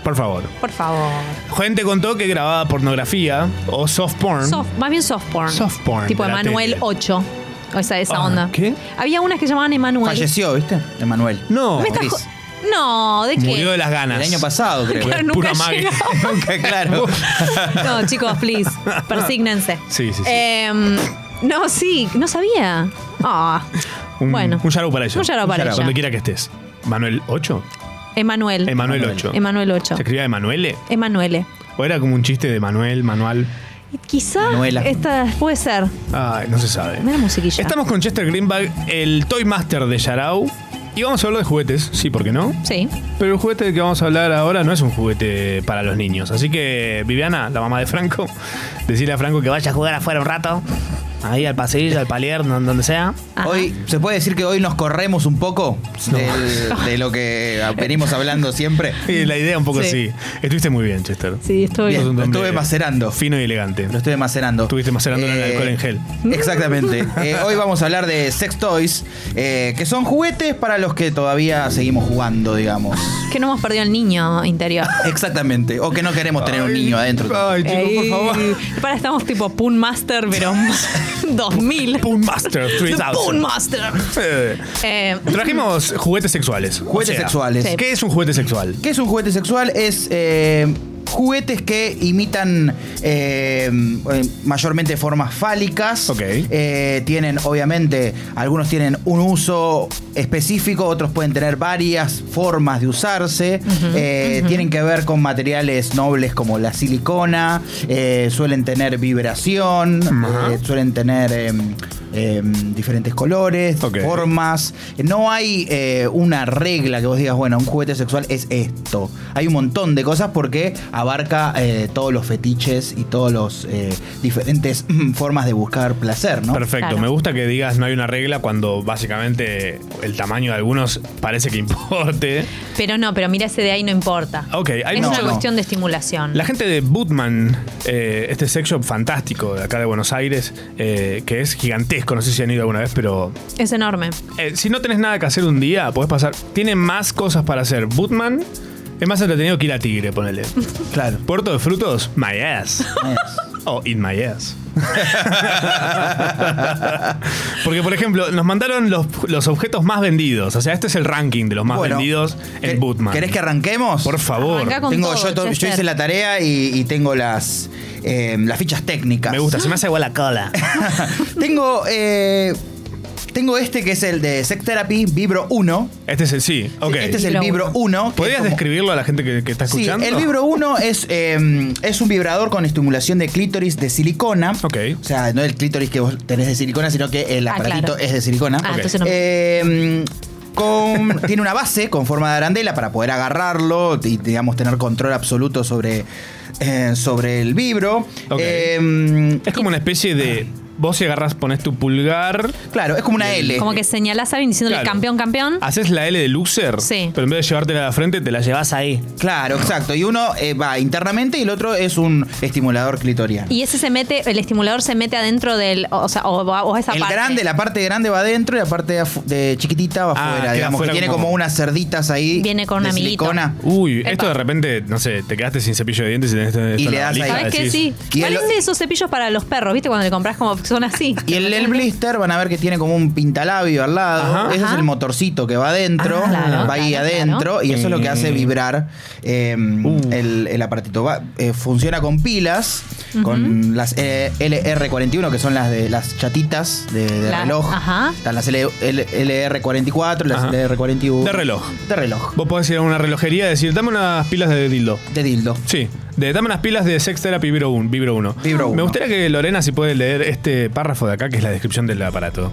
C: Por favor.
D: Por favor.
C: Gente contó que grababa pornografía o soft porn.
D: Soft, más bien soft porn.
C: Mm. Soft porn
D: Tipo
C: de la
D: Emanuel
C: tele.
D: 8. O esa, esa
C: Ah,
D: onda.
C: ¿qué?
D: Había unas que llamaban Emanuel.
H: Falleció, ¿viste? Emanuel.
C: No,
D: Me estás
H: Gris.
D: jo- No, ¿de qué?
C: murió de las ganas.
H: El año pasado, creo.
D: Claro,
C: Pura
D: nunca
C: mague.
D: llegó.
H: [LAUGHS] Nunca, claro.
D: [LAUGHS] No, chicos, please. Persígnense.
C: Sí, sí, sí.
D: Em, no, sí, no sabía. Ah.
C: Un,
D: bueno.
C: un shout-out para ellos.
D: Un shout-out para
C: Donde
D: ella.
C: quiera que estés. Manuel 8.
D: Emanuel.
C: Emanuel
H: Emanuel.
C: 8.
D: Emanuel 8.
C: ¿Se escribía Emanuele?
D: Emanuele.
C: ¿O era como un chiste de Manuel, Manual?
D: Y Quizá
H: Manuela.
D: esta puede ser.
C: Ay, no se sabe.
D: Mira la musiquilla.
C: Estamos con Chester Greenbag, el Toy Master de Yarao. Y vamos a hablar de juguetes, sí, ¿por qué no?
D: Sí.
C: Pero el juguete del que vamos a hablar ahora no es un juguete para los [LAUGHS] niños. Así que, Viviana, la mamá de Franco, decirle a Franco que vaya a jugar afuera un rato
A: Ahí al pasillo, al palier, don- donde sea.
H: Hoy, ¿se puede decir que hoy nos corremos un poco del- de lo que venimos hablando siempre?
C: Sí, la idea un poco
H: Sí.
C: sí. Estuviste muy bien, Chester.
D: Sí, estoy
H: Bien,
C: Sos un
H: lo
C: hombre
H: estuve macerando.
C: Fino y elegante. Lo
H: estuve macerando.
C: Estuviste macerando el
H: Eh,
C: alcohol en gel. [LAUGHS]
H: Exactamente. Eh, hoy vamos a hablar de sex toys, eh, que son juguetes para los que todavía seguimos jugando, digamos.
D: Que no hemos perdido el niño
H: [LAUGHS]
D: interior.
H: Exactamente. O que no queremos tener un niño adentro.
D: Ey, Para estamos tipo Pun Master,
H: [LAUGHS]
D: pero 2000.
C: Pun Master,
D: 3000.
C: 3000.
D: Pun Master.
C: Eh,
D: Eh,
C: Trajimos juguetes sexuales.
H: Juguetes sexuales. Sí.
C: ¿Qué es un juguete sexual?
H: ¿Qué es un juguete sexual? Es eh, juguetes que imitan eh, eh, mayormente formas fálicas. Eh, tienen, obviamente, algunos tienen un uso específico, otros pueden tener varias formas de usarse. Eh, Tienen que ver con materiales nobles como la silicona, eh, suelen tener vibración, eh, suelen tener... em, em, diferentes colores, formas. No hay eh, una regla que vos digas, bueno, un juguete sexual es esto. Hay un montón de cosas porque abarca eh, todos los fetiches y todos los eh, diferentes [CLEARS THROAT] mm, formas de buscar placer, ¿no?
C: Perfecto, me gusta que digas no hay una regla cuando básicamente el tamaño de algunos parece que [LAUGHS] importe.
D: pero no, pero mira ese de ahí no importa.
C: Ok, hay
D: es
C: mucho-
D: una cuestión de estimulación.
C: La gente de Bootman, eh, este sex shop fantástico de acá de Buenos Aires, eh, que es gigantesco, no sé si han ido alguna vez, pero
D: Es enorme.
C: eh, si no tenés nada que hacer un día, podés pasar. Tiene más cosas para hacer. Bootman es más entretenido que ir a Tigre, [LAUGHS] ponele.
H: Claro.
C: Puerto de Frutos, my ass. o in my ass. Porque, por ejemplo, nos mandaron los, los objetos más vendidos. O sea, este es el ranking de los más
H: Bueno,
C: vendidos en Bootman.
H: ¿Querés que arranquemos?
C: Por favor.
D: Arrancá con
H: Tengo,
D: todo,
H: yo, to- yo
D: Chester.
H: hice la tarea y, y tengo las, eh, las fichas técnicas.
C: Me gusta, se me hace agua la cola.
H: tengo, eh, tengo este que es el de Sex Therapy Vibro 1.
C: Este es el sí. Ok.
H: Este es el Vibro 1. que
C: ¿Podrías
H: es como-
C: describirlo a la gente que, que está
H: Sí,
C: escuchando?
H: el Vibro 1 es, eh, es un vibrador con estimulación de clítoris de silicona.
C: Ok.
H: O sea, no el clítoris que vos tenés de silicona, sino que el
D: Ah,
H: aparatito
D: claro.
H: es de silicona.
D: Ah, Ok. entonces no.
H: Eh, con- [LAUGHS] tiene una base con forma de arandela para poder agarrarlo y, digamos, tener control absoluto sobre, eh, sobre el vibro. Eh,
C: Es como una especie de. Vos si agarras, pones tu pulgar.
H: Claro, es como una L.
D: Como que señalás a alguien diciéndole
C: Claro.
D: campeón, campeón.
H: Ah.
C: Haces la L de loser.
D: Sí.
C: Pero en vez de llevártela a la frente, te la llevas ahí.
H: Claro, exacto. Y uno eh, va internamente y el otro es un estimulador clitoriano.
D: Y ese se mete, el estimulador se mete adentro del. O sea, o, o esa
H: el
D: parte.
H: grande, la parte grande va adentro y la parte de, afu- de chiquitita va
C: Ah,
H: afuera.
C: queda
H: Digamos
C: afuera
H: que tiene
C: como-
H: como... unas cerditas ahí.
D: Viene con un
H: de
D: amiguito.
H: silicona.
C: Uy,
D: Epa.
C: esto de repente, no sé, te quedaste sin cepillo de dientes y tenés tenés
H: Y
C: toda
H: le
C: la
H: das
C: valija,
D: ¿Sabes qué?
C: decís,
D: Sí.
H: Y el-
D: Parece esos cepillos para los perros, ¿viste? Cuando le compras como son así.
H: Y el, el blister van a ver que tiene como un pintalabio al lado.
C: Ajá.
H: Ese es el motorcito que va adentro,
D: Ah, claro,
H: va ahí
D: claro,
H: adentro y eso es lo que hace vibrar eh,
C: Uh.
H: el, el aparatito. Va- eh, funciona con pilas, con las eh, LR41 que son las de las chatitas de, de
D: La-
H: reloj.
D: Ajá.
H: Están las L- L- LR44, las
C: Ajá.
H: LR41.
C: De reloj.
H: De reloj.
C: Vos podés ir a una relojería y decir, dame unas pilas de dildo.
H: De dildo.
C: Sí. De, dame unas pilas de Sex Therapy Vibro 1. Vibro 1.
H: Vibro
C: Me
H: uno.
C: gustaría que Lorena, si puede leer este párrafo de acá, que es la descripción del aparato.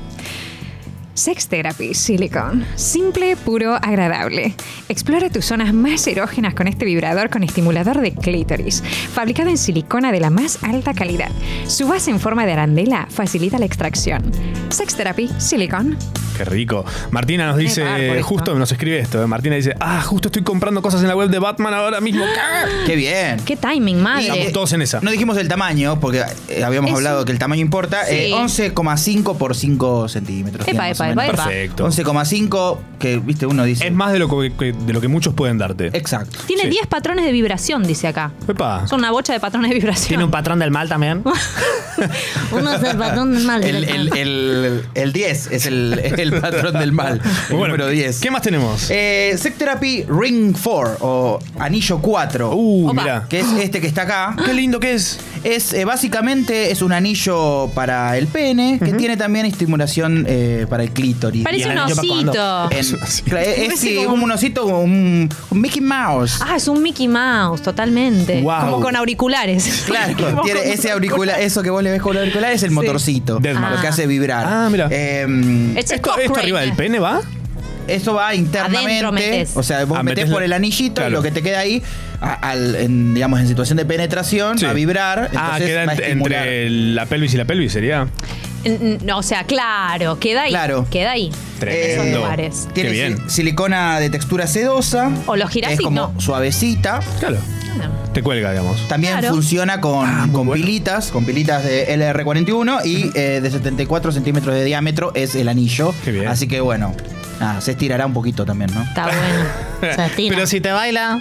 M: Sex Therapy Silicon. Simple, puro, agradable. Explora tus zonas más erógenas con este vibrador con estimulador de clítoris. Fabricado en silicona de la más alta calidad. Su base en forma de arandela facilita la extracción. Sex Therapy Silicon.
C: Qué rico. Martina nos
M: bárbaro
C: dice,
M: esto.
C: justo nos escribe esto. eh. Martina dice, ah, justo estoy comprando cosas en la web de Batman ahora
D: [GASPS]
C: mismo.
H: Qué bien.
D: Qué timing, madre.
C: Estamos todos en esa.
H: No dijimos el tamaño, porque eh, habíamos
D: Es
H: hablado
D: un-
H: que el tamaño importa.
D: Sí.
H: Eh, 11,5 por 5 centímetros.
D: Epa,
H: tiene más
D: epa,
H: o
D: epa,
H: menos.
D: epa.
C: Perfecto.
H: 11,5, que viste, uno dice.
C: Es más de lo que, que- de lo que muchos pueden darte.
H: Exacto.
D: Tiene
C: Sí.
D: 10 patrones de vibración, dice acá.
C: Epa.
D: Son una bocha de patrones de vibración.
A: ¿Tiene un patrón del mal
C: [LAUGHS]
A: también?
M: [LAUGHS]
F: Uno es el patrón del mal.
H: El, el, el, el 10 es el, [LAUGHS] el patrón del mal. El
C: Bueno,
H: número 10.
C: ¿Qué más tenemos?
H: Eh, Sex Therapy Ring 4 o Anillo 4.
C: Uh, mira.
H: Que es este que está acá.
C: Qué lindo que es.
H: Es eh, básicamente es un anillo para el pene que tiene también estimulación eh, para el clítoris.
D: Parece un osito.
H: En- cla- es,
D: Parece
H: sí,
D: como-
H: como un osito, un, un Mickey Mouse.
D: Ah, es un Mickey Mouse, totalmente.
C: Guau.
D: Como con auriculares.
H: [LAUGHS] Claro,
D: Como con
H: tiene ese auricular, eso que vos le ves con el auricular es el motorcito,
C: Deadman.
H: lo que hace vibrar.
C: Ah, mira.
H: Eh,
D: It's a
C: ¿Esto,
D: cock
C: esto
D: ring.
C: arriba del pene va?
H: eso va
D: Adentro
H: internamente,
D: metés.
H: o sea, vos
C: Ah,
H: metés
C: metés
H: por
C: la-
H: el anillito
C: claro.
H: y lo que te queda ahí, a- al- en, digamos, en situación de penetración,
C: Sí.
H: a vibrar.
C: Ah,
H: entonces
C: queda
H: va a
C: ent-
H: estimular.
C: entre la pelvis y la pelvis, sería.
D: N- n- O sea, claro, queda ahí.
H: Claro.
D: Queda ahí. En esos lugares.
H: Tiene si- silicona de textura sedosa.
D: O lo girás
H: Es
D: y
H: como
D: no.
H: suavecita. Claro.
C: Te cuelga, digamos.
H: También
D: Claro.
H: funciona con, con pilitas, con pilitas de LR41 y eh, de 74 centímetros de diámetro es el anillo. Así que bueno, nada, se estirará un poquito también, ¿no?
D: Está
H: [LAUGHS]
D: bueno.
H: eh,
A: Pero si te baila.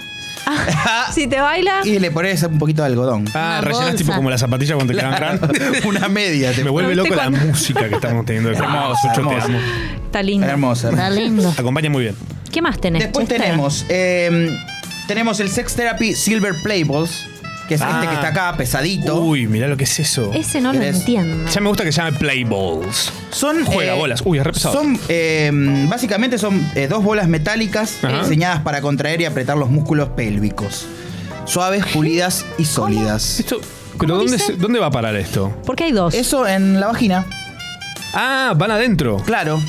D: si te baila.
H: Ah. Y le pones un poquito de algodón.
C: Ah, rellenas tipo como las zapatillas cuando te quedan [LAUGHS] grandes.
H: [LAUGHS] Una media.
C: Me vuelve
D: ¿Viste
C: loco la
D: cuando-
C: música que estamos [LAUGHS] teniendo. de fondo.
H: Hermosa,
C: Sucho, te
H: hermosa.
C: amo.
D: Está lindo.
H: Hermosa.
D: lindo.
C: Acompaña muy bien.
D: ¿Qué más tenés?
H: Después
D: Chester?
H: tenemos eh, tenemos el Sex Therapy Silver Playballs, que es
C: Ah. Uh,
H: este que está acá, pesadito.
C: Uy, mirá lo que es eso.
D: Ese no lo
H: ¿Querés?
D: entiendo.
C: Ya me gusta que se llame Play Balls.
H: Son eh,
C: Juega bolas. Uy, es re pesado.
H: Son eh, básicamente son eh, dos bolas metálicas
C: Ajá.
H: diseñadas para contraer y apretar los músculos pélvicos. Suaves, pulidas y sólidas.
C: ¿Pero dónde,
H: dice?
C: se- dónde va a parar esto?
D: Porque hay dos.
H: Eso en la vagina.
C: Ah, van adentro.
H: Claro.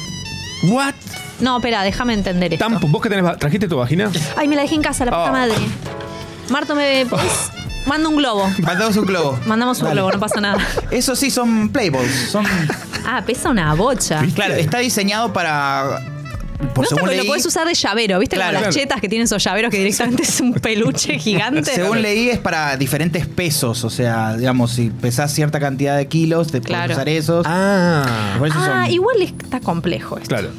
C: What?
D: No, espera, déjame entender esto.
C: ¿Vos que tenés, va- trajiste tu vagina?
D: Ay, me la dejé en casa, la puta
H: Ah.
C: Oh.
D: madre. Marto, ¿me podés? Manda un globo.
H: Mandamos un globo.
D: Mandamos un
H: Ah. Dale.
D: globo, no pasa nada.
H: [LAUGHS] Eso sí, son playballs. [LAUGHS] Son,
D: Ah, pesa una bocha.
H: claro, está diseñado para.
D: Me
H: Por
D: gusta
H: según
D: porque
H: leí,
D: lo podés usar de llavero, ¿viste?
H: Claro.
D: Como las
H: Claro.
D: chetas que tienen esos llaveros que directamente es
H: [LAUGHS]
D: un peluche gigante.
H: Según leí, es para diferentes pesos. O sea, digamos, si pesás cierta cantidad de kilos, te puedes
D: Claro.
H: usar esos.
C: Ah.
H: Por eso
D: Ah,
H: son-
D: igual está complejo esto.
C: Claro.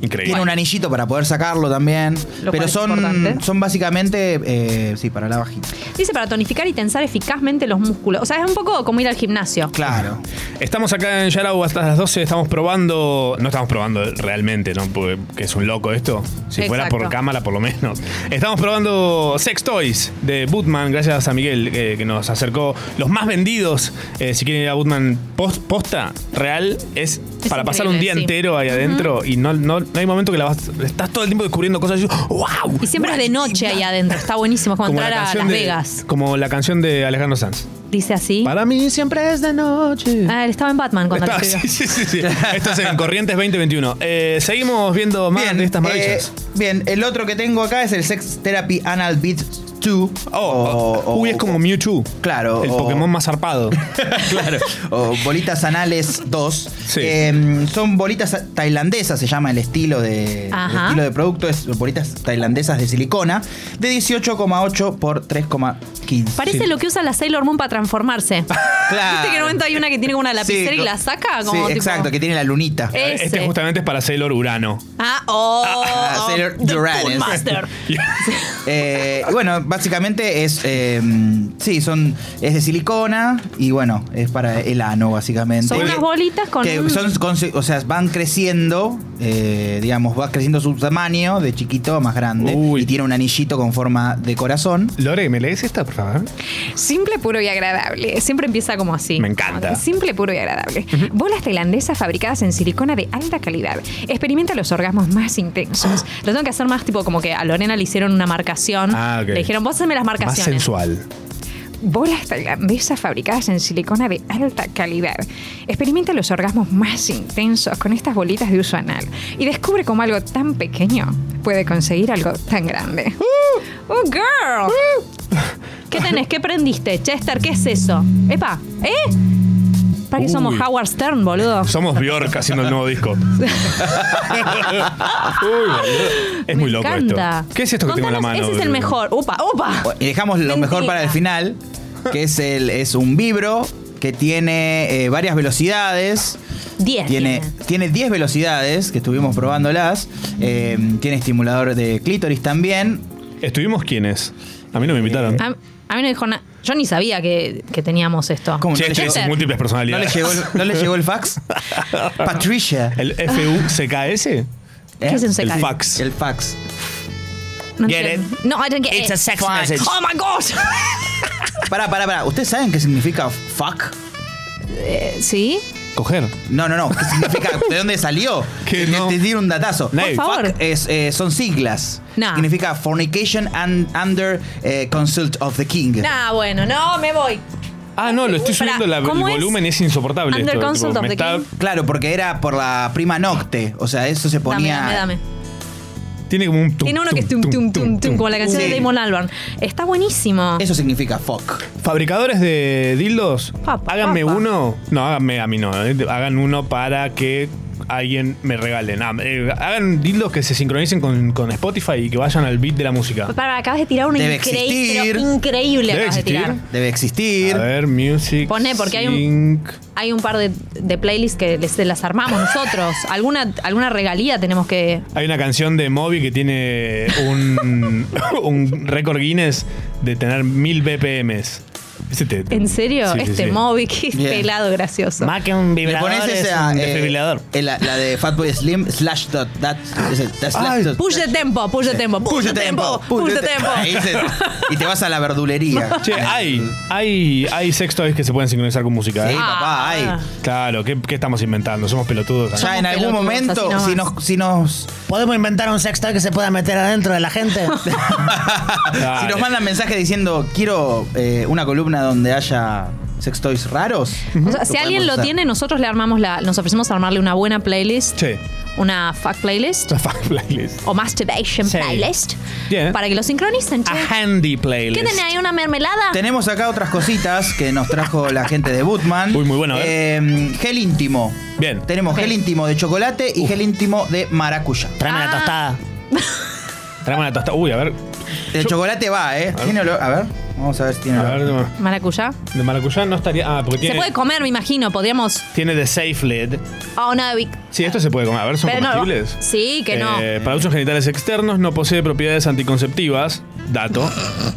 C: Increíble.
H: Tiene un anillito para poder sacarlo también.
D: Lo cual
H: pero
D: es
H: son,
D: importante.
H: son básicamente, eh, sí, para la vagina.
D: Dice para tonificar y tensar eficazmente los músculos. O sea, es un poco como ir al gimnasio.
H: Claro.
C: Estamos acá en Yarau hasta las 12, estamos probando, no estamos probando realmente, ¿no? Porque que es un loco esto, si fuera por
D: Exacto.
C: cámara por lo menos. Estamos probando Sex Toys de Bootman, gracias a Miguel eh, que nos acercó los más vendidos, eh, si quieren ir a Bootman pos- posta, real, es,
K: Es
C: para pasar un día
K: increíble, sí.
C: entero ahí adentro y no, no, no hay momento que la vas, estás todo el tiempo descubriendo cosas y yo, wow.
D: Y siempre es de noche ahí adentro. Está buenísimo. Es como,
C: Como la,
D: entrar a
C: canción
D: Las
C: de,
D: Vegas.
C: como la canción de Alejandro Sanz.
D: Dice así.
C: Para mí siempre es de noche.
D: Ah, él estaba en Batman cuando lo
C: Está-
D: escribió.
C: sí, sí, sí, sí. Esto es en Corrientes 2021. Eh, seguimos viendo más de estas maravillas.
H: Eh, bien, el otro que tengo acá es el Sex Therapy Anal Beat 2. Oh,
C: uy, es como Mewtwo.
H: Claro.
C: El Pokémon más zarpado.
H: [LAUGHS] claro. O bolitas anales 2. Eh, son bolitas tailandesas, se llama el estilo de, el
D: Ajá.
H: estilo de producto. Es bolitas tailandesas de silicona de 18,8 por 3,15.
D: Parece lo que usa la Sailor Moon para
H: [LAUGHS]
D: transformarse.
H: Claro.
D: ¿Viste que en un momento hay una que tiene como una lapicera y la saca? Como
H: sí,
D: tipo-
H: exacto, que tiene la lunita.
D: Ese.
C: Este justamente es para Sailor Urano.
D: Ah, oh.
H: Ah, Sailor
D: the
H: Uranus.
D: Tool Master.
H: Eh, y bueno, básicamente es. eh, sí, son. Es de silicona y bueno, es para el ano, básicamente.
D: Son unas bolitas con.
H: Que
D: un-
H: son conse- o sea, van creciendo, eh, digamos, va creciendo su tamaño de chiquito a más grande. Y tiene un anillito con forma de corazón.
C: Lore, ¿me lees esta, por favor?
M: Simple, puro y agradable. Siempre empieza como así.
C: Me encanta.
M: Simple, puro y agradable. Bolas tailandesas fabricadas en silicona de alta calidad. Experimenta los orgasmos más intensos. Lo tengo que hacer más tipo como que a Lorena le hicieron una marcación.
C: Ah, ok.
M: Le dijeron, vos haceme las
C: Más
M: marcaciones.
C: sensual.
M: Bolas tailandesas fabricadas en silicona de alta calidad. Experimenta los orgasmos más intensos con estas bolitas de uso anal y descubre cómo algo tan pequeño puede conseguir algo tan grande.
D: Oh, girl. ¿Qué tenés? ¿Qué prendiste? Chester, ¿qué es eso? Epa, ¿eh? ¿Para qué somos
C: Uy.
D: Howard Stern, boludo?
C: Somos Bjork haciendo el nuevo
D: [LAUGHS]
C: disco. Uy, boludo. es muy loco
D: encanta.
C: esto. ¿Qué es esto que tengo en la mano?
D: Ese es el mejor. Upa, upa.
H: Y dejamos lo mejor para el final, que es, el, es un vibro que tiene eh, varias velocidades.
D: 10.
H: Tiene, tiene 10 velocidades que estuvimos probándolas. Eh, tiene estimulador de clítoris también.
C: ¿Estuvimos quiénes? A mí no me invitaron.
D: A, a mí no dijo nada. Yo ni sabía que, que teníamos esto.
H: ¿Cómo no
C: Che,
H: le
C: este
H: llegó?
C: es múltiples [LAUGHS]
H: ¿No le
C: personalidades.
H: llegó el, no le llegó el fax? Patricia.
C: ¿El FUCKS?
D: ¿Qué es un
C: El
D: CKS?
C: fax.
H: El fax.
D: No
H: Get
D: entiendo. No, I don't get
H: It's
D: it.
H: a sex
D: Fuck.
H: message.
D: Oh my gosh.
H: Pará, pará, pará. ¿Ustedes saben qué significa fuck?
D: Eh, ¿Sí?
C: Coger.
H: No, no, no. ¿Qué
A: [LAUGHS]
H: significa? ¿De dónde salió? Que te, te dieron un datazo.
D: Por favor.
H: Fuck es, eh, son siglas.
A: Ah.
D: Nah.
H: Significa fornication and under eh, consult of the king.
D: Nah, bueno, no, me voy.
C: Ah, no, lo estoy
D: Pará,
C: subiendo la- el
D: ¿cómo es?
C: volumen y es insoportable.
D: Under
C: esto,
D: consult
C: tipo,
D: of
C: me
D: the
C: está-
D: king.
H: Claro, porque era por la prima nocte. O sea, eso se ponía.
D: Dame, dame, dame.
C: Tiene como un tum,
D: Tiene uno que es tum, tum, tum, tum, como la canción de
C: Sí.
D: Damon Albarn. Está buenísimo.
H: Eso significa fuck.
C: Fabricadores de dildos, háganme uno. No, háganme a mí no. eh, Hagan uno para que alguien me regalen. Ah, eh, hagan dildos que se sincronicen con, con Spotify y que vayan al beat de la música.
D: Para, acabas de tirar una
C: Debe
D: increíble, pero
C: existir.
D: increíble
C: Debe
D: acabas de
C: existir.
D: tirar.
H: Debe existir.
C: A ver, music.
D: Poné, porque hay un, hay un par de, de playlists que les, las armamos nosotros. Alguna, alguna regalía tenemos que.
C: Hay una canción de Moby que tiene un, [LAUGHS] un récord Guinness de tener mil BPMs. Ese te-
D: ¿En serio?
C: Sí, sí,
D: este
C: sí.
D: móvil, qué
H: Bien.
D: pelado gracioso.
A: Más que un vibrador
H: Le pones
A: es
H: esa,
A: un
H: eh,
A: desfibrilador.
H: eh, la, la de Fatboy Slim, slash dot, that, ese, that slash dot.
D: Push the tempo, push the tempo, push the tempo, push the tempo.
H: Ahí se- y te vas a la verdulería.
C: Che, hay, hay, hay sex toys que se pueden sincronizar con música.
H: Sí,
C: ¿eh?
H: papá, hay.
D: Ah.
C: Claro, ¿qué, qué estamos inventando? Somos pelotudos.
H: Ya en algún momento, si nos, si nos
A: ¿Podemos inventar un sexto que se pueda meter adentro de la
H: [LAUGHS]
A: gente?
H: Si nos mandan mensaje diciendo quiero eh, una columna donde haya sex toys raros.
D: O sea, si
H: podemos
D: alguien lo
H: usar.
D: tiene, nosotros le armamos la. Nos ofrecemos armarle una buena playlist.
C: Sí.
D: Una fuck playlist.
C: Una fuck [LAUGHS] playlist.
D: O masturbation playlist.
C: Bien.
D: Para que lo sincronicen, che.
C: Handy playlist.
D: ¿Qué tenés ahí? ¿Una mermelada?
H: Tenemos acá otras cositas que nos trajo la gente de Bootman. Uy, muy bueno. Eh, gel íntimo.
C: ¿eh? Bien.
H: Tenemos gel íntimo de chocolate y gel íntimo de maracuya.
A: Tráeme
D: Ah.
A: la
D: [LAUGHS]
A: tostada.
C: Tráeme una tostada. Uy, a ver.
H: El chocolate va, ¿eh? Tiene olor- A ver, vamos a ver si tiene olor.
D: Maracuyá.
C: De maracuyá no estaría. Ah, porque
D: Se
C: tiene,
D: puede comer, me imagino. Podríamos.
C: tiene de safe lid.
D: Oh, no, Vic.
C: Sí, esto se puede comer. A ver, son
D: Pero no,
C: comestibles.
D: sí, que no.
C: Eh, para usos genitales externos no posee propiedades anticonceptivas. Dato.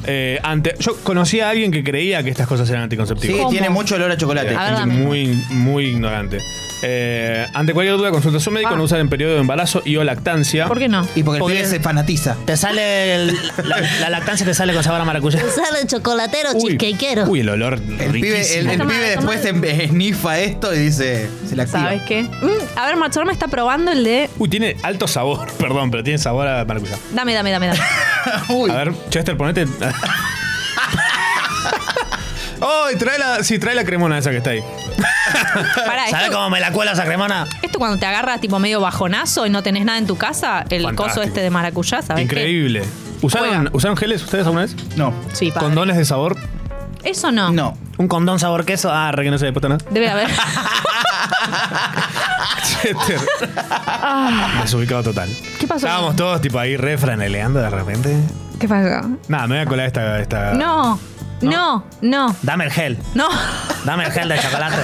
C: Eh, ante, yo conocí a alguien que creía que estas cosas eran anticonceptivas.
H: Sí, ¿Cómo? tiene mucho olor a chocolate.
C: Eh,
H: A ver,
C: gente
H: dame.
C: muy, muy ignorante. Eh, ante cualquier duda, consulta a su médico, no usar en periodo de embarazo y o lactancia. ¿Por
D: Ah. qué no?
H: Y porque el pibe se fanatiza.
A: Te sale el- la, la lactancia te sale con sabor a maracuyá.
F: Te sale chocolatero
A: Uy.
F: chisquequero.
C: Uy, el olor
H: El pibe, el- el
D: Tomá,
H: pibe
D: tomá.
H: después te esnifa esto y dice. Se la activa.
D: ¿Sabes qué? Mm, a ver, Machor me está probando el de.
C: Uy, tiene alto sabor, [LAUGHS] perdón, pero tiene sabor a maracuyá.
D: Dame, dame,
H: [LAUGHS]
D: dame, dame.
C: A ver, Chester,
D: [LAUGHS]
C: ponete. ¡Oh! y trae la, sí, trae la cremona esa que está ahí.
D: Pará,
A: ¿Sabes
D: Ah, esto,
A: cómo me la cuela esa cremona?
D: esto cuando te agarra tipo medio bajonazo y no tenés nada en tu casa, el
C: Fantástico.
D: coso este de maracuyá, ¿sabes? qué?
C: Increíble. ¿Usaron, ¿Usaron geles ustedes alguna vez?
H: No.
D: Sí, padre.
C: ¿Condones de sabor?
D: Eso no.
H: No.
A: ¿Un condón sabor queso? Ah, re que no se le
D: [LAUGHS]
A: puta nada.
D: Debe
H: [LAUGHS]
D: haber.
C: Chester. Desubicado total.
D: Ah. ¿Qué pasó?
C: Estábamos todos tipo ahí re franeleando de repente.
M: ¿Qué pasó?
C: Nada, me voy a colar esta. esta...
D: No, no, no,
A: Dame el gel.
D: no.
A: Dame el gel de
D: [LAUGHS]
A: chocolate.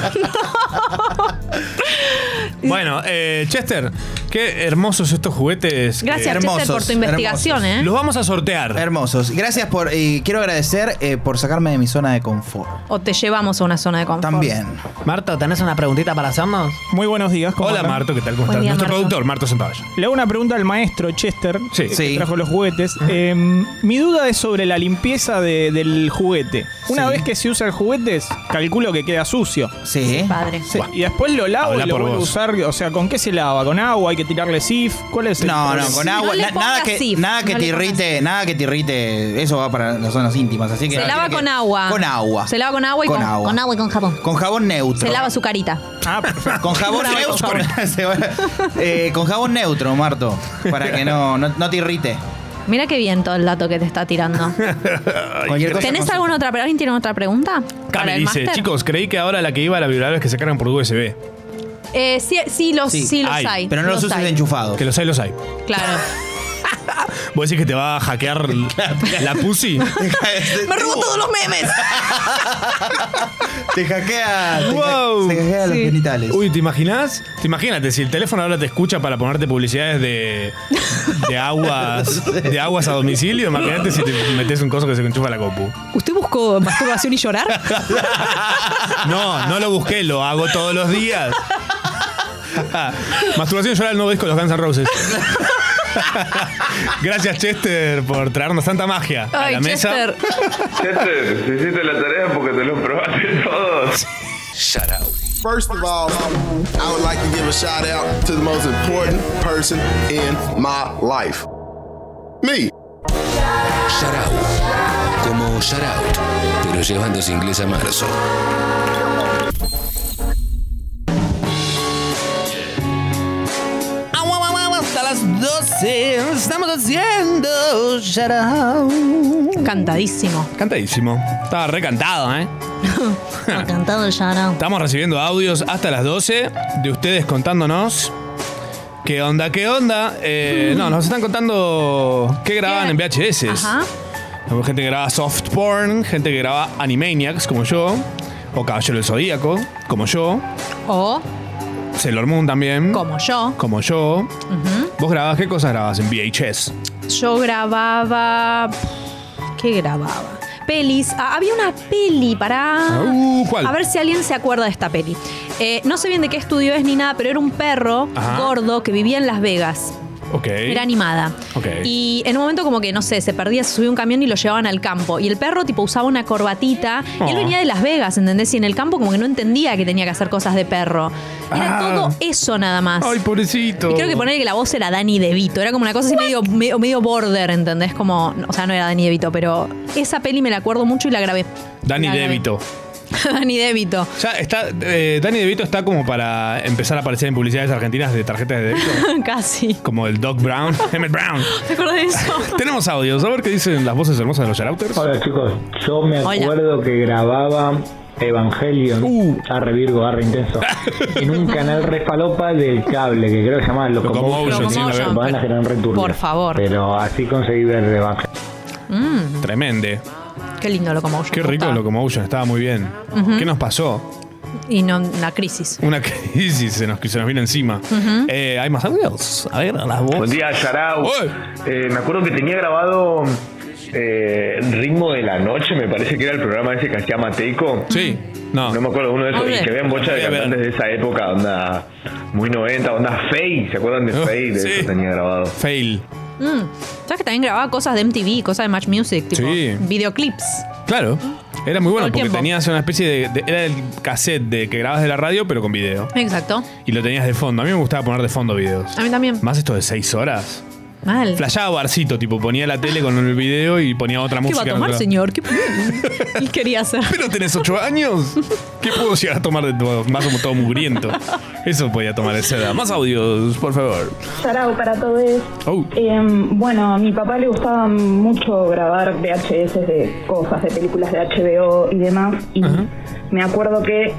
C: Bueno, eh, Chester, qué hermosos estos juguetes.
D: Gracias, Chester, por tu
H: hermosos,
D: investigación, ¿eh?
C: Los vamos a sortear.
H: Hermosos. Gracias por. Y quiero agradecer eh, por sacarme de mi zona de confort.
D: O te llevamos a una zona de confort.
H: También.
A: Marto, ¿tenés una preguntita para hacernos?
N: Muy buenos días. ¿cómo
C: Hola,
N: andan?
C: Marto, ¿qué tal? ¿Cómo
N: Buen
C: estás?
N: día,
C: Nuestro
N: Marto.
C: productor, Marto Sentavalla.
N: Le hago una pregunta al maestro Chester, eh, que
C: Sí.
N: trajo los juguetes. Eh, mi duda es sobre la limpieza de- del juguete. Una
H: Sí.
N: vez que se usa el juguete, calculo que queda sucio.
H: Sí.
D: Padre.
N: Sí. Y después lo lavo
C: Habla
N: y Ah, lo
C: por
N: vuelvo a
C: vos.
N: usar. O sea, ¿con qué se lava? ¿Con agua? ¿Hay que tirarle sif? ¿Cuál es el
H: No, no,
N: problema?
H: con agua. na- nada que, nada que
D: no
H: te
D: le pongas
H: irrite, nada que te irrite. Eso va para las zonas íntimas. Así que
D: Se
H: no,
D: lava
H: tiene
D: con
H: que-
D: agua.
H: Con agua.
D: Se lava con agua y
H: Con
D: con,
H: agua.
D: con agua y con jabón.
H: Con jabón neutro.
D: Se lava su carita.
N: Ah,
H: Con jabón
D: Se lava
H: neutro. [LAUGHS] Se va- eh, con jabón neutro, Marto. Para que no, no, no te irrite.
D: Mira qué bien todo el dato que te está
H: [LAUGHS]
D: tirando.
H: Cualquier cosa
D: ¿Tenés
H: con-
D: alguna otra pre- ¿Alguien tiene otra pregunta?
C: Cami
D: para el
C: dice,
D: máster?
C: chicos, creí que ahora la que iba a la vibradora es que se cargan por USB.
D: Eh, sí, sí, los, sí. los hay. hay.
C: enchufados. Que los hay, los hay.
H: [LAUGHS]
D: Claro.
C: ¿Vos decís que te va
A: [LAUGHS]
C: a hackear la pussy?
D: ¡Me robó todos los memes!
H: [LAUGHS] Te hackea. te
C: ¡Wow!
H: ha- Te hackea los
C: Sí.
H: genitales.
C: Uy, ¿te imaginas? Te imagínate, si el teléfono ahora te escucha para ponerte publicidades de, de aguas de aguas a domicilio, imagínate si te metes un coso que se enchufa a la copu.
D: ¿Usted buscó masturbación y llorar?
C: No, no lo busqué, lo hago todos los días. [LAUGHS] Masturbación llorar el nuevo disco de los Guns N' Roses. [LAUGHS] Gracias, Chester, por traernos tanta magia a
D: [LAUGHS] Ay,
C: la mesa.
D: Chester.
I: Chester, si hiciste la tarea Eh, porque te lo probaste todos.
E: Shut up.
O: First of all, I would like to give a shout out to the most important person in my life. Me.
E: Shout out. Como shout out, pero llevándose inglés a marzo.
P: Agua, agua, agua, hasta las 12
A: Sí, estamos haciendo shout out.
D: Cantadísimo.
C: Cantadísimo. Estaba recantado, ¿eh?
F: Cantado shout out.
C: Estamos recibiendo audios hasta las 12 de ustedes contándonos qué onda, qué onda. Eh, no, nos están contando qué grababan en VHS.
D: Ajá.
C: Hubo gente que graba soft porn, gente que graba Animaniacs, como yo, o Caballero del Zodíaco, como yo,
D: O
C: Sailor Moon también,
D: como yo.
C: como yo.
D: Ujú.
C: ¿Vos grababas qué cosas grababas en VHS?
D: Yo grababa. ¿Qué grababa? Pelis. Ah, había una peli para.
C: Uh, ¿cuál?
D: A ver si alguien se acuerda de esta peli. Eh, no sé bien de qué estudio es ni nada, pero era un perro
C: Ajá.
D: gordo que vivía en Las Vegas.
C: Ok.
D: Era animada.
C: Ok.
D: Y en un momento como que, no sé, se perdía, se subía un camión y lo llevaban al campo. Y el perro tipo usaba una corbatita. Y él
F: Oh.
D: venía de Las Vegas, ¿entendés? Y en el campo como que no entendía que tenía que hacer cosas de perro. Era todo eso nada más.
C: Ah. Ay, pobrecito.
D: Y creo que poner que la voz era Dani DeVito. Era como una cosa así medio, medio, medio border, ¿entendés? Como, o sea, no era Dani DeVito, pero esa peli me la acuerdo mucho y la grabé.
C: Danny
D: La grabé.
C: DeVito.
D: [LAUGHS] Dani DeVito. [LAUGHS]
C: Ya está, eh, Danny DeVito está como para empezar a aparecer en publicidades argentinas de tarjetas de débito,
D: Casi.
C: como el Doc Brown, [LAUGHS] Emmett Brown.
D: ¿Te acuerdas de eso?
C: Tenemos audios, a ver qué dicen las voces hermosas de los shoutouters.
P: Hola chicos, yo me acuerdo que grababa Evangelion,
O: Uh.
P: arre Virgo,
O: [LAUGHS]
P: arre intenso, en un canal refalopa del cable, que creo que se llamaba Locomotion,
D: Locomotion, sí, la veo.
P: Bandas que eran re turbias.
D: Por favor.
P: Pero así conseguí ver Evangelion.
D: Mm,
C: Tremende.
D: qué lindo lo como
C: Qué rico Locomotion, estaba muy bien.
D: Ujú.
C: ¿Qué nos pasó?
D: Y no, la crisis.
C: Una [LAUGHS] crisis se nos, se nos vino encima.
D: Ujú.
C: Eh, Hay más audios. A ver, las voces.
Q: Buen día, Yarao. Eh, me acuerdo que tenía grabado eh, Ritmo de la Noche, me parece que era el programa ese que hacía Mateco.
C: Sí, no.
Q: No me acuerdo uno de esos.
C: Hombre.
Q: Y que vean bocha de
C: Voy a ver.
Q: cantantes de esa época, onda muy 90, onda Fey. ¿Se acuerdan de
C: Ah,
Q: Fey? De
C: sí.
Q: eso tenía grabado.
C: Fail.
D: Mm, ¿Sabes que también grababa cosas de MTV, cosas de Match Music? Tipo,
C: Sí.
D: Videoclips.
C: Claro. Era muy bueno
D: el
C: porque
D: tiempo.
C: tenías una especie de, de- Era el cassette de que grabas de la radio, pero con video.
D: Exacto.
C: Y lo tenías de fondo. A mí me gustaba poner de fondo videos.
D: A mí también.
C: Más esto de seis horas.
D: Mal.
C: Flashaba barcito, tipo, ponía la tele con el video y ponía otra
D: ¿Qué
C: música.
D: va a
C: en
D: tomar,
C: otro- [LAUGHS]
D: señor? ¿Qué él quería hacer?
C: Pero tenés ocho años. ¿Qué puedo llegar a tomar de todo? Más como todo mugriento. Eso podía tomar de seda. Más audios, por favor.
G: Sarau para todos.
C: Oh.
G: bueno, a mi papá le gustaba mucho grabar VHS de cosas, de películas de HBO y demás. Y me acuerdo que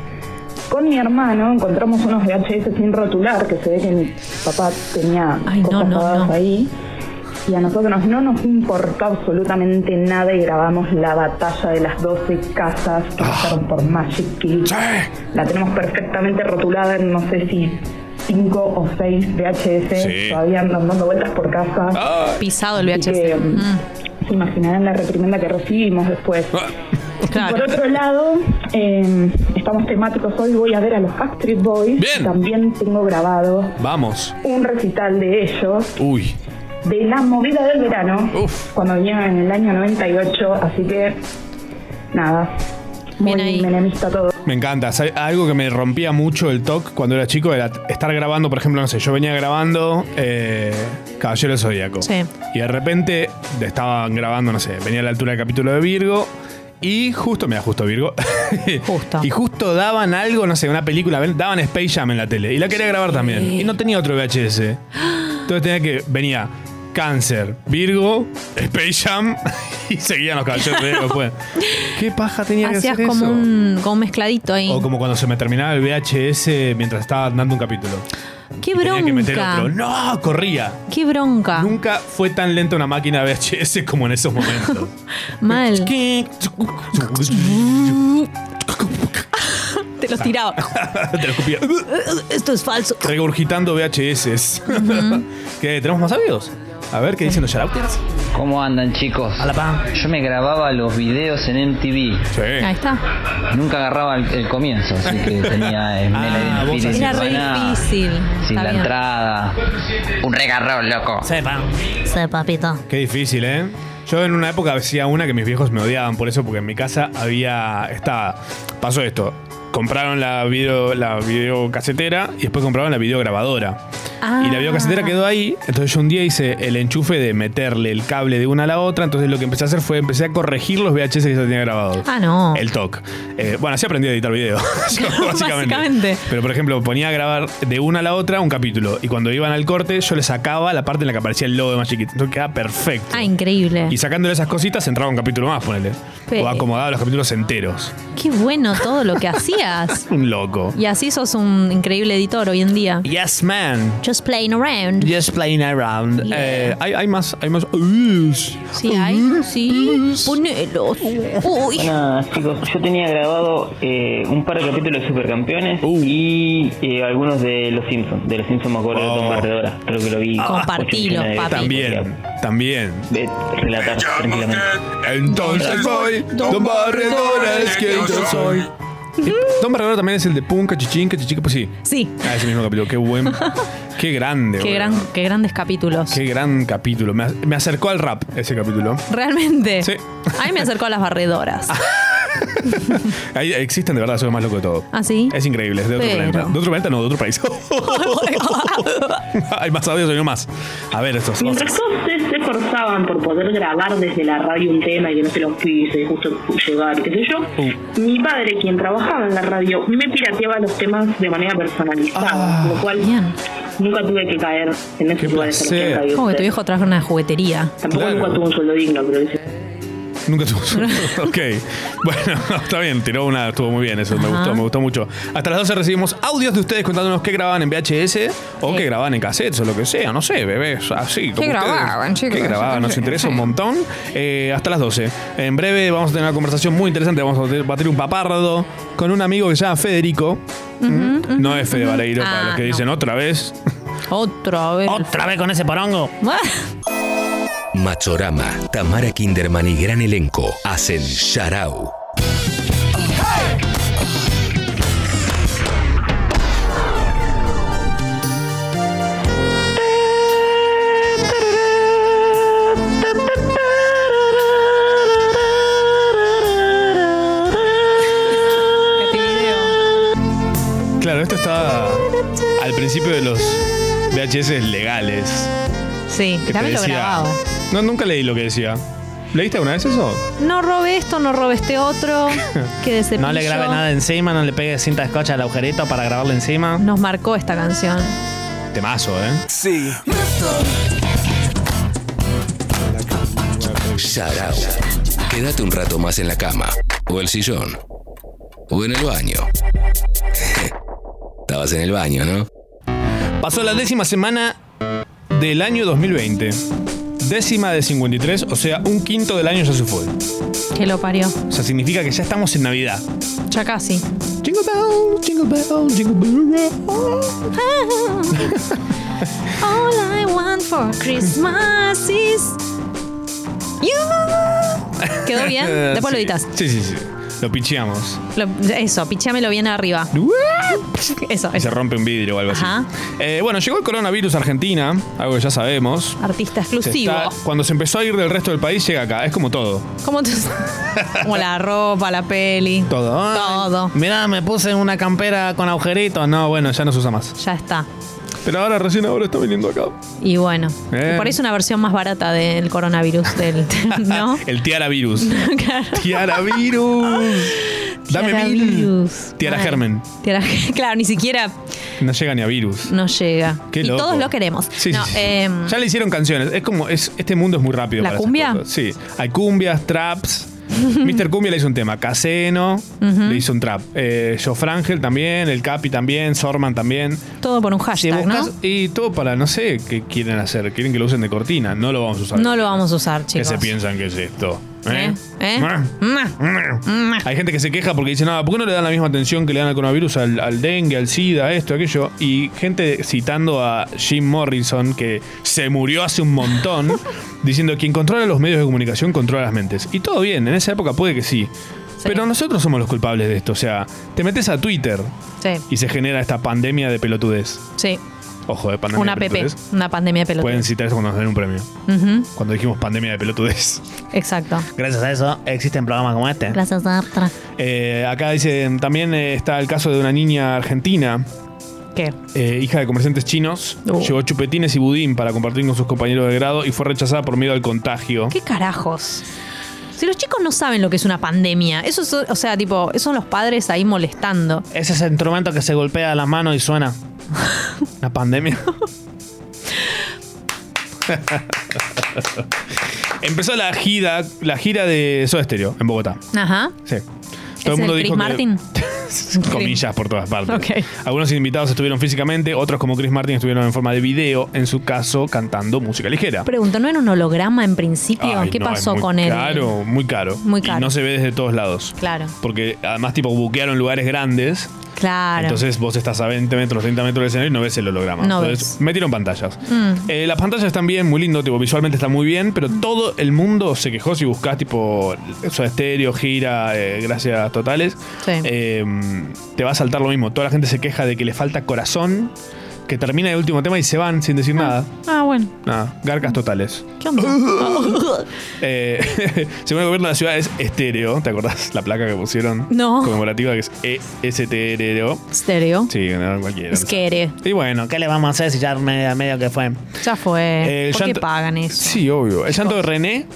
G: con mi hermano encontramos unos VHS sin rotular, que se ve que mi papá tenía cosas grabadas ahí. Y a nosotros no nos importó absolutamente nada y grabamos la batalla de las 12 casas que pasaron por Magic Key. La tenemos perfectamente rotulada en no sé si 5 o 6 VHS.
D: Sí.
G: Todavía andan dando vueltas por casa. mm,
D: Pisado el VHS.
G: Eh, Se imaginarán la reprimenda que recibimos después.
D: Y
G: Por otro lado, eh, estamos temáticos hoy. Voy a ver a los Backstreet Boys. También tengo grabado
C: Vamos.
G: un recital de ellos
C: Uy.
G: de la movida del verano cuando vinieron en el año 98 así que nada muy menemista todo
C: Me encanta. Sa- Algo que me rompía mucho el TOC cuando era chico era estar grabando, por ejemplo, no sé, yo venía grabando eh, Caballero del Zodíaco.
D: Sí.
C: Y de repente estaban grabando, no sé, venía a la altura del capítulo de Virgo. Y justo, mira, justo Virgo. [LAUGHS] Justo. y justo daban algo, no sé, una película, ven- daban Space Jam en la tele. Y la quería grabar también. Y no tenía otro VHS. Entonces tenía que. Venía Cáncer, Virgo, Space Jam. [LAUGHS] Y seguían los caballeros de Zodíaco
D: [LAUGHS]
C: después. ¿Qué paja tenía que
D: Hacías
C: hacer
D: como,
C: eso?
D: Un, como un mezcladito ahí.
C: O como cuando se me terminaba el VHS mientras estaba dando un capítulo.
D: ¡Qué
C: Tenía que meter
D: bronca! Ah.
C: otro. ¡No! Corría.
D: ¡Qué bronca!
C: Nunca fue tan lenta una máquina VHS como en esos
D: [LAUGHS]
C: momentos.
D: Mal.
C: [LAUGHS]
D: Te los
C: [LAUGHS]
D: tiraba.
C: Te lo escupía.
D: Esto es falso.
C: Regurgitando VHS. ¿Qué? ¿Tenemos más audios? A ver qué dicen los shoutouters.
R: ¿Cómo andan chicos? Yo me grababa los videos en MTV.
D: Ahí está.
R: Nunca agarraba el, el comienzo, así que tenía eh, Melody in the Spirit,
D: Era re
R: Nirvana,
D: difícil.
R: Sin
D: Está
R: la
D: bien.
R: entrada. Un regarrón, loco.
C: Sepa.
F: Sí, papito.
C: Qué difícil, ¿eh? Yo en una época hacía una que mis viejos me odiaban por eso, porque en mi casa había. Estaba. Pasó esto. Compraron la video, la videocasetera y después compraron la videograbadora.
D: Ah.
C: Y la videocasetera quedó ahí. Entonces yo un día hice el enchufe de meterle el cable de una a la otra. Entonces lo que empecé a hacer fue empecé a corregir los VHS que yo tenía grabados.
D: Ah, no.
C: El TOC. Eh, bueno, así aprendí a editar video. [LAUGHS] básicamente.
D: [LAUGHS] Básicamente.
C: Pero por ejemplo, ponía a grabar de una a la otra un capítulo. Y cuando iban al corte, yo le sacaba la parte en la que aparecía el logo de más chiquito. Entonces quedaba perfecto.
D: Ah, increíble.
C: Y sacándole esas cositas entraba un capítulo más, ponele.
D: Pe-
C: O acomodaba los capítulos enteros.
D: Qué bueno todo lo que hacías.
C: Un loco.
D: Y así sos un increíble editor hoy en día.
C: Yes, man.
D: Just playing around.
C: Just playing around. Eh, hay, hay más, hay más. Ush.
D: Sí, hay. Sí. Ponelos. Uy.
C: Ah,
S: Nada, chicos, yo tenía grabado eh, un par de capítulos de Supercampeones y eh, algunos de Los Simpsons. De Los Simpsons me acuerdo de Tom Barredora. Creo que lo vi.
D: Compartilo,
S: ocho
D: papi.
C: También, también.
S: De relatar tranquilamente.
C: Entonces soy Don Barredora, es que yo soy. Sí, Don Barredora también es el de Pum, Cachichín, Cachichica, pues sí.
D: Sí.
C: Ah, ese mismo capítulo. Qué
D: [LAUGHS]
C: buen. Qué grande,
D: Qué,
C: boludo.
D: gran, qué grandes capítulos.
C: Qué gran capítulo. Me, ac- me acercó al rap ese capítulo.
D: Realmente. A mí me acercó a
C: [LAUGHS]
D: las barredoras.
C: Ahí existen de verdad, eso es lo más loco de todo.
D: ¿Ah, sí?
C: Es increíble, es de otro
D: Pero.
C: planeta. De otro planeta, no, de otro
D: [LAUGHS]
C: país. [LAUGHS] Hay más audios, hay uno más. A ver, estos.
T: Mientras todos ustedes se esforzaban por poder grabar desde la radio un tema y que no se los pise, justo llegar, qué sé yo, mi padre, quien trabajaba en la radio, me pirateaba los temas de manera personalizada, lo cual nunca tuve que caer en esos lugares en los que han caído
D: Como que tu
T: ustedes.
D: viejo trajo una juguetería.
T: Tampoco nunca tuvo un sueldo digno, pero dice.
C: Nunca tuvo su- Ok. Bueno, [LAUGHS] está bien, tiró una, estuvo muy bien eso, me
T: Ajá.
C: gustó, me gustó mucho. Hasta las 12 recibimos audios de ustedes contándonos qué grababan en VHS o qué grababan en cassettes o lo que sea, no sé, bebés, así. como ustedes.
B: grababan, chicos?
C: ¿Qué grababan? Nos interesa un montón. Eh, hasta las 12. En breve vamos a tener una conversación muy interesante, vamos a batir- batir un papardo con un amigo que se llama Federico. ¿Mm?
D: Ujú, ujú.
C: No es Fede Vareiro,
D: Ah,
C: para los que dicen otra vez.
D: Otra vez.
C: Otra vez con ese porongo.
D: Ah.
E: Machorama, Tamara Kinderman y gran elenco hacen Sharau.
C: Claro, esto está al principio de los VHS legales.
D: Sí,
C: que te
D: también lo
C: decía-
D: grababa.
C: No, nunca leí lo que decía. ¿Leíste alguna vez eso?
D: No robé esto, no robé
C: [LAUGHS]
D: este otro. Que de cepillo.
A: No le grabe nada encima, no le pegue cinta de scotch al agujerito para grabarle encima.
D: Nos marcó esta canción.
C: Temazo, ¿eh?
E: Sí. Sharau. Quédate un rato más en la cama, o el sillón, o en el baño. Estabas en el baño, ¿no?
C: Pasó la décima semana del año 2020. Décima de 53, o sea, un quinto del año ya se fue.
D: Que lo parió.
C: O sea, significa que ya estamos en Navidad.
D: Ya casi.
C: Jingle bell, jingle bell, jingle
D: All I want for Christmas is you.
C: [LAUGHS]
D: ¿Quedó bien? Después lo
C: Eh, Sí.
D: editas.
C: Sí, sí, sí. Lo picheamos.
D: Lo- eso, pichámelo bien arriba. [LAUGHS] Eso,
C: Y se
D: eso.
C: rompe un vidrio o algo
D: Ajá.
C: así. Eh, bueno, llegó el coronavirus a Argentina, algo que ya sabemos.
D: Artista
C: Se
D: exclusivo.
C: está- cuando se empezó a ir del resto del país, llega acá. Es como todo. [LAUGHS]
D: ¿Cómo te- Como la ropa, la peli.
A: Todo. Ay,
D: Todo.
A: Mirá, me puse una campera con agujeritos. No, bueno, ya no se usa más.
D: Ya está.
C: Pero ahora, recién ahora está viniendo acá.
D: Y bueno.
C: Eh.
D: Y por ahí es una versión más barata del coronavirus. Del, [LAUGHS] ¿No?
C: El tiara virus.
D: [LAUGHS] Claro.
C: tiara virus.
D: [LAUGHS]
C: Dame
D: Tiara
C: mil.
D: virus.
C: Tiara
D: Mal.
C: germen.
D: Tiara- [LAUGHS] claro, ni siquiera
C: No llega ni a virus.
D: nos llega.
C: Qué
D: y
C: loco.
D: todos lo queremos.
C: Sí,
D: No,
C: sí, sí.
D: em,
C: Ya le hicieron canciones. Es como, es, este mundo es muy rápido.
D: ¿La
C: para esas
D: cumbia?
C: cosas. Sí. Hay cumbias,
D: [LAUGHS]
C: traps. Mr. Cumbia le hizo un tema. Caseno
D: Ujú.
C: le hizo un trap. Eh, Frangel también, el Capi también, Sorman también.
D: todo por un hashtag,
C: Buscas- Y todo para, no sé, qué quieren hacer. Quieren que lo usen de cortina. No lo vamos a
D: ¿no?
C: usar.
D: No lo vamos a usar,
C: ¿Qué
D: chicos.
C: se piensan que es esto? ¿Eh?
D: ¿Eh? ¿Eh?
C: Ah.
D: Mm.
C: Hay gente que se queja porque dice, nada, ¿por qué no le dan la misma atención que le dan al coronavirus, al, al dengue, al SIDA, esto, aquello? Y gente citando a Jim Morrison, que se murió hace un
D: [LAUGHS]
C: montón, diciendo, quien controla los medios de comunicación controla las mentes. Y todo bien, en esa época puede que sí. Pero nosotros somos los culpables de esto. O sea, te metes a Twitter
D: Sí,
C: y se genera esta pandemia de pelotudez.
D: sí.
C: Ojo, de pandemia
D: Una
C: de
D: PP,
C: pelotudez.
D: una pandemia de pelota.
C: Pueden citar eso cuando nos den un premio.
D: Ujú,
C: Cuando dijimos pandemia de pelotudez.
D: Exacto.
A: Gracias a eso existen programas como este.
D: Gracias, Aptra.
C: Eh, acá dicen, también eh, está el caso de una niña argentina
D: ¿Qué?
C: Eh, hija de comerciantes chinos,
D: Uh.
C: llevó chupetines y budín para compartir con sus compañeros de grado y fue rechazada por miedo al contagio.
D: ¿Qué carajos? Si los chicos no saben lo que es una pandemia, eso es, o sea, tipo, esos son los padres ahí molestando.
A: Ese es el instrumento que se golpea las manos y
D: [LAUGHS]
A: suena.
C: La pandemia. [LAUGHS] Empezó la gira, la gira de Soda Stereo en Bogotá.
D: Ajá.
C: Sí.
D: ¿Es el Chris
C: que-
D: Martin? [LAUGHS]
C: [LAUGHS] comillas por todas partes.
D: Ok.
C: Algunos invitados estuvieron físicamente, otros como Chris Martin estuvieron en forma de video, en su caso cantando música ligera.
D: Pregunto, ¿no era un holograma en principio?
C: Ay,
D: ¿Qué
C: no, es
D: pasó
C: muy
D: con él?
C: Caro, muy caro.
D: Muy caro.
C: Y no se ve desde todos lados.
D: Claro,
C: Porque además, tipo, buquearon lugares grandes.
D: claro.
C: Entonces vos estás a 20 metros, 30 metros del escenario y no ves el holograma.
D: No
C: Entonces metieron pantallas.
D: Mm.
C: Eh, las pantallas están bien, muy lindo, tipo, visualmente está muy bien, pero todo el mundo se quejó si buscás tipo eso estéreo, gira, eh, gracias totales.
D: Sí.
C: Eh, te va a saltar lo mismo. Toda la gente se queja de que le falta corazón, que termina el último tema y se van sin decir nada.
D: Ah, bueno.
C: Nada, garcas totales.
D: ¿Qué onda?
C: [LAUGHS] Eh, según el gobierno de la ciudad es estéreo, ¿te acordás la placa que pusieron?
D: No.
C: Conmemorativa que es E E-S-T-R-O.
D: Estéreo.
C: E Sí, no, cualquiera.
D: Esquere.
C: Y bueno, ¿qué le vamos a hacer si ya medio, medio que fue?
D: Ya fue.
C: Eh,
D: ¿Por qué
C: llanto-
D: pagan eso?
C: Sí, obvio. El llanto de René,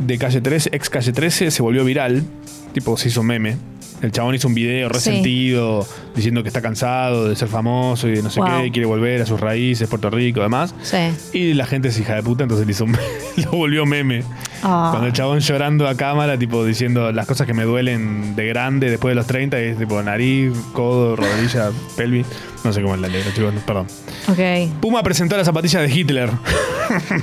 C: de calle 13, ex calle 13, se volvió viral. Tipo, se hizo meme. El chabón hizo un video
D: Sí.
C: resentido, diciendo que está cansado de ser famoso y de no sé
D: Wow.
C: qué, y quiere volver a sus raíces, Puerto Rico, además.
D: Sí.
C: Y la gente es hija de puta, entonces le hizo un meme, [LAUGHS] lo volvió meme.
D: Ah.
C: Cuando el chabón llorando a cámara, tipo diciendo las cosas que me duelen de grande después de los 30, y es tipo nariz, codo, rodilla, [LAUGHS] pelvis. No sé cómo es la letra, chicos, perdón.
D: Ok.
C: Puma presentó las zapatillas de Hitler.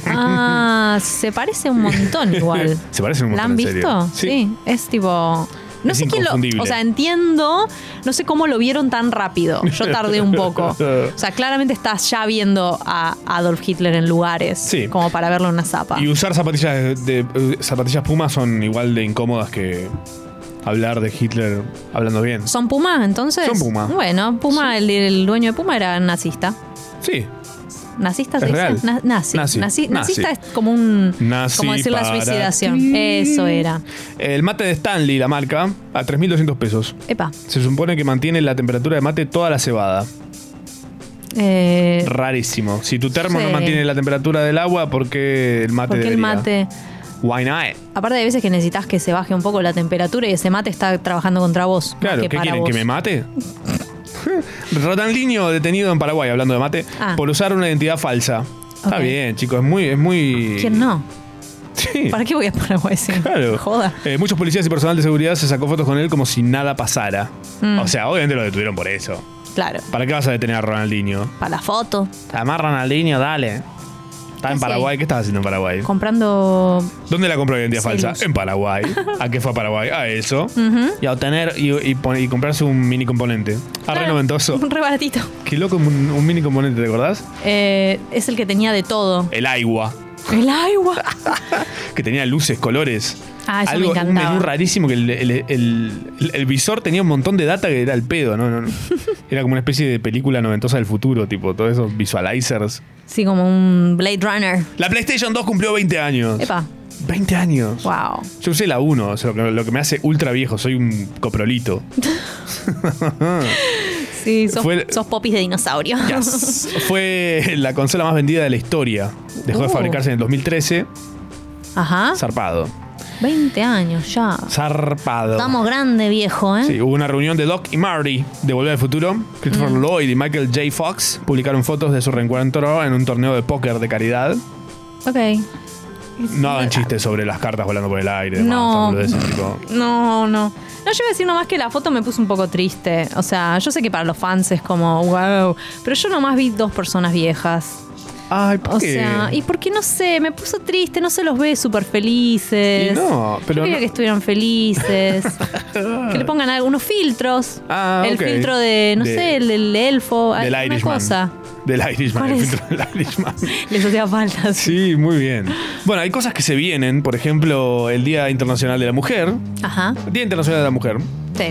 D: Ah, se parece
C: [LAUGHS]
D: un montón igual.
C: Se parecen un montón,
D: ¿La han
C: en serio.
D: visto? Sí. Es tipo. No
C: Es
D: sé quién lo.
C: inconfundible.
D: O sea, entiendo. No sé cómo lo vieron tan rápido. Yo tardé un
C: [LAUGHS]
D: poco. O sea, claramente estás ya viendo a Adolf Hitler en lugares. Como para verlo en una zapa.
C: Y usar zapatillas de, de- eh, zapatillas Puma son igual de incómodas que hablar de Hitler hablando bien.
D: ¿Son Puma entonces?
C: Son Puma.
D: Bueno, Puma, el, el dueño de Puma era nazista.
C: Sí.
D: ¿Nazista se
C: Es
D: dice?
C: real.
D: Na- nazi.
C: Nazi. Nazi.
D: Nazi- Nazista es como un.
C: Nazi
D: como decir la
C: para
D: suicidación.
C: ti.
D: Eso era.
C: El mate de Stanley, la marca, a 3.200 pesos.
D: Epa.
C: Se supone que mantiene la temperatura de mate toda la cebada.
D: Eh,
C: Rarísimo. Si tu termo no
D: Sí.
C: mantiene la temperatura del agua, ¿por qué el mate
D: porque el
C: debería?
D: mate.
C: Why not?
D: Aparte de veces que necesitas que se baje un poco la temperatura y ese mate está trabajando contra vos.
C: Claro,
D: más que
C: ¿qué
D: para
C: quieren?
D: vos.
C: ¿Que me
D: [LAUGHS]
C: mate? Rotanlinio detenido en Paraguay, hablando de mate,
D: Ah.
C: por usar una identidad falsa. Está
D: Ok.
C: bien, chicos, es muy, es muy.
D: ¿Quién no?
C: [LAUGHS] Sí.
D: ¿Para qué voy a Paraguay? Sí.
C: Claro.
D: Joda.
C: Eh, muchos policías y personal de seguridad se sacó fotos con él como si nada pasara.
D: Mm.
C: O sea, obviamente lo detuvieron por eso.
D: Claro.
C: ¿Para qué vas a detener a Ronaldinho?
D: Para la foto.
C: Además, Ronaldinho, dale. Está en
D: hace
C: Paraguay,
D: ahí?
C: ¿qué estás haciendo en Paraguay?
D: Comprando.
C: ¿Dónde la compró la identidad
D: Celus.
C: falsa? En Paraguay. ¿A qué fue a Paraguay? A eso.
D: Ujú.
C: Y a obtener y, y pon- y comprarse un mini componente. Ah, re noventoso.
D: [LAUGHS] Un rebaratito.
C: Qué loco un, un mini componente, ¿te acordás?
D: Eh, es el que tenía de todo.
C: El agua,
D: El agua.
C: que tenía luces, colores.
D: Ah, eso me
C: Algo, un
D: encantaba.
C: menú rarísimo que el, el- el- el- el visor tenía un montón de data que era el pedo, ¿no?
D: [LAUGHS]
C: no, no. Era como una especie de película noventosa del futuro, tipo, todos esos visualizers.
D: Sí, como un Blade Runner.
C: La PlayStation 2 cumplió 20 años.
D: Epa.
C: 20 años.
D: Wow.
C: Yo usé la 1, o sea, lo, que, lo que me hace ultra viejo, soy un
D: [LAUGHS]
C: coprolito.
D: Sí, sos,
C: Fue el-
D: sos popis de dinosaurio.
C: Yes. Fue la consola más vendida de la historia. Dejó de
D: Uh. Ah.
C: fabricarse en el 2013.
D: [LAUGHS] Ajá.
C: Zarpado.
D: 20 años ya.
C: Zarpado.
D: Estamos grande, viejo, ¿eh?
C: Sí, hubo una reunión de Doc y Marty de Volver al Futuro. Christopher
D: Mm.
C: Lloyd y Michael J. Fox publicaron fotos de su reencuentro en un torneo de póker de caridad.
D: Ok.
C: No hagan chistes sobre las cartas volando por el aire. demás,
D: No.
C: esas boludeces, tipo.
D: No, no. No, yo iba a decir nomás que la foto me puso un poco triste. O sea, yo sé que para los fans es como, wow. Pero yo nomás vi dos personas viejas.
C: Ay, ¿por
D: O
C: qué?
D: sea, y porque no sé, me puso triste, no se los ve súper felices.
C: Y no, pero
D: Yo quería
C: no-
D: que
C: [LAUGHS]
D: estuvieran felices. que le pongan algunos filtros.
C: Ah,
D: el
C: ok.
D: filtro de, no
C: De-
D: sé, el del elfo,
C: del
D: alguna
C: Irishman.
D: cosa.
C: Del Irishman,
D: ¿Cuál
C: el
D: es?
C: filtro
D: [LAUGHS]
C: del Irishman.
D: Les hacía falta. sí.
C: Sí, muy bien. Bueno, hay cosas que se vienen. Por ejemplo, el Día Internacional de la Mujer.
D: Ajá.
C: Día Internacional de la Mujer.
D: Sí.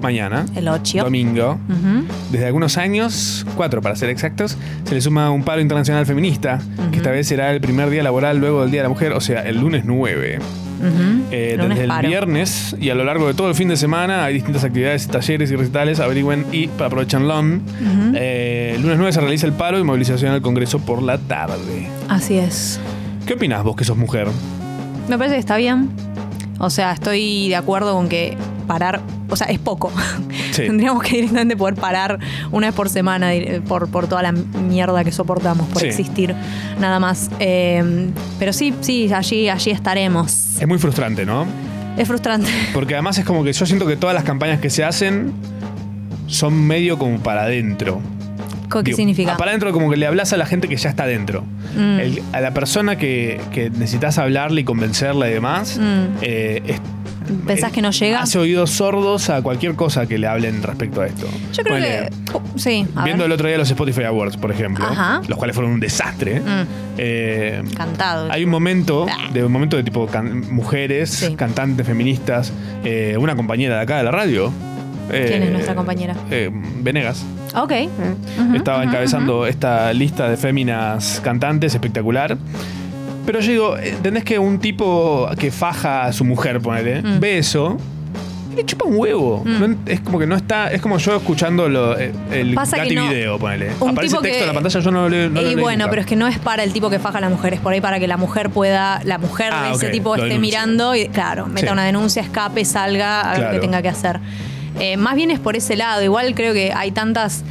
C: mañana,
D: El 8.
C: domingo,
D: Ujú.
C: desde algunos años, cuatro para ser exactos, se le suma un paro internacional feminista, que esta vez será el primer día laboral luego del Día de la Mujer, o sea, el lunes 9.
D: Ujú.
C: Eh,
D: Lunes
C: desde el
D: paro.
C: viernes y a lo largo de todo el fin de semana hay distintas actividades, talleres y recitales. Averigüen y aprovechanlo. Eh, el lunes 9 se realiza el paro y movilización al Congreso por la tarde.
D: Así es.
C: ¿Qué opinás vos que sos mujer?
D: Me parece que está bien. O sea, estoy de acuerdo con que parar, o sea, es poco.
C: Sí.
D: [LAUGHS] Tendríamos que directamente poder parar una vez por semana eh, por, por toda la mierda que soportamos por
C: Sí.
D: existir, nada más. Eh, pero sí, sí, allí, allí estaremos.
C: Es muy frustrante, ¿no?
D: Es frustrante.
C: Porque además es como que yo siento que todas las campañas que se hacen son medio como para adentro.
D: ¿Qué
C: Digo, ah,
D: significa?
C: a Para adentro como que le hablas a la gente que ya está adentro.
D: Mm.
C: El- a la persona que, que necesitas hablarle y convencerla y demás,
D: Mm.
C: eh, es-
D: ¿Pensás que no llega?
C: hace oídos sordos a cualquier cosa que le hablen respecto a esto.
D: Yo creo
C: Ponele,
D: que. oh, sí, a
C: Viendo
D: ver.
C: el otro día los Spotify Awards, por ejemplo,
D: Ajá.
C: los cuales fueron un desastre.
D: Mm.
C: eh,
D: Cantado.
C: hay un momento, de un momento de tipo can- mujeres, cantantes, feministas, eh, una compañera de acá de la radio.
D: ¿Quién es
C: eh,
D: nuestra compañera?
C: eh, Venegas.
D: Ok.
C: Estaba encabezando esta lista de féminas cantantes espectacular. Pero yo digo, ¿entendés que un tipo que faja a su mujer, ponele,
D: Mm.
C: ve eso? y Le chupa un huevo. No en- es como que no está. Es como yo escuchando lo- eh, el
D: Pasa que
C: Gati
D: no-
C: video, ponele.
D: un
C: Aparece
D: tipo
C: texto
D: que-
C: en la pantalla, yo no lo leo. no lo leí
D: y bueno,
C: nunca.
D: pero es que no es para el tipo que faja a la mujer, es por ahí para que la mujer pueda, la mujer
C: Ah,
D: de ese
C: ok,
D: tipo
C: lo
D: esté
C: denuncia.
D: mirando y, claro, meta
C: Sí.
D: una denuncia, escape, salga, a ver lo que
C: Claro.
D: tenga que hacer. Eh, más bien es por ese lado, igual creo que hay tantas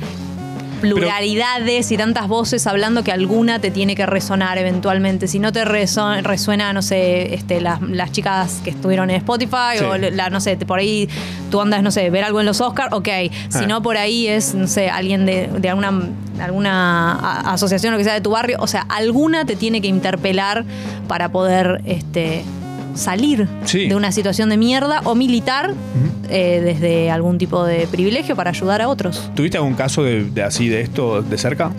D: pluralidades y tantas voces hablando que alguna te tiene que resonar eventualmente. Si no te reso- resuena, no sé, este, las, las chicas que estuvieron en Spotify
F: Sí.
D: o la, no sé, te- por ahí tú andas, no sé, ver algo en los Oscars, ok. Si
F: Ah.
D: no, por ahí es, no sé, alguien de, de alguna, alguna a- asociación o que sea de tu barrio. O sea, alguna te tiene que interpelar para poder este, salir
F: Sí.
D: de una situación de mierda o militar eh, desde algún tipo de privilegio para ayudar a otros.
C: ¿Tuviste algún caso de, de así, de esto, de cerca?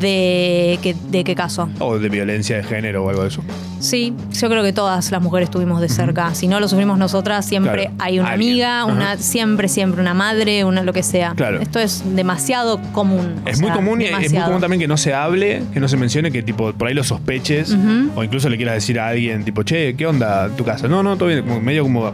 D: ¿De qué, de qué caso?
C: ¿O de violencia de género o algo de eso?
D: Sí, yo creo que todas las mujeres tuvimos de cerca. Si no lo sufrimos nosotras, siempre
C: Claro.
D: hay una
C: Alguien.
D: amiga,
C: Ajá.
D: una siempre, siempre una madre, una lo que sea.
C: Claro.
D: Esto es demasiado común. o
C: Es muy
D: sea,
C: común y es muy
D: demasiado.
C: común también que no se hable, que no se mencione, que tipo por ahí lo sospeches
D: Ujú.
C: o incluso le quieras decir a alguien tipo, che, ¿qué onda en tu casa? No, no, todo bien, como medio como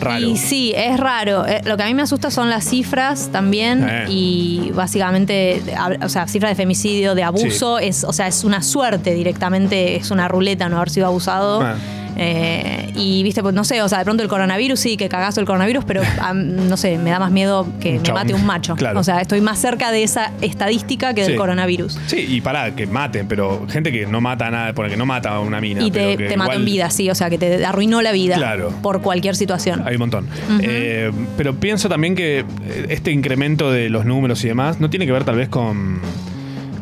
C: raro.
D: Y sí, es raro. Eh, Lo que a mí me asusta son las cifras también
C: Eh.
D: y básicamente, de- hab- o sea, cifras de femicidio, de abuso, es, o sea, es una suerte directamente, es una ruleta no haber sido abusado.
F: Ah.
D: Eh, y viste, pues no sé, o sea, de pronto el coronavirus, sí, que cagazo el coronavirus, pero am, no sé, me da más miedo que me
C: Chabón.
D: mate un macho.
C: Claro.
D: O sea, estoy más cerca de esa estadística que del
C: Sí.
D: coronavirus.
C: Sí, y pará, que maten, pero gente que no mata a nada, porque no mata a una mina.
D: y te,
C: pero que
D: te mató en
C: igual-
D: vida, sí, o sea, que te arruinó la vida
C: Claro.
D: por cualquier situación.
C: Hay un montón. Eh, pero pienso también que eh, este incremento de los números y demás no tiene que ver tal vez con,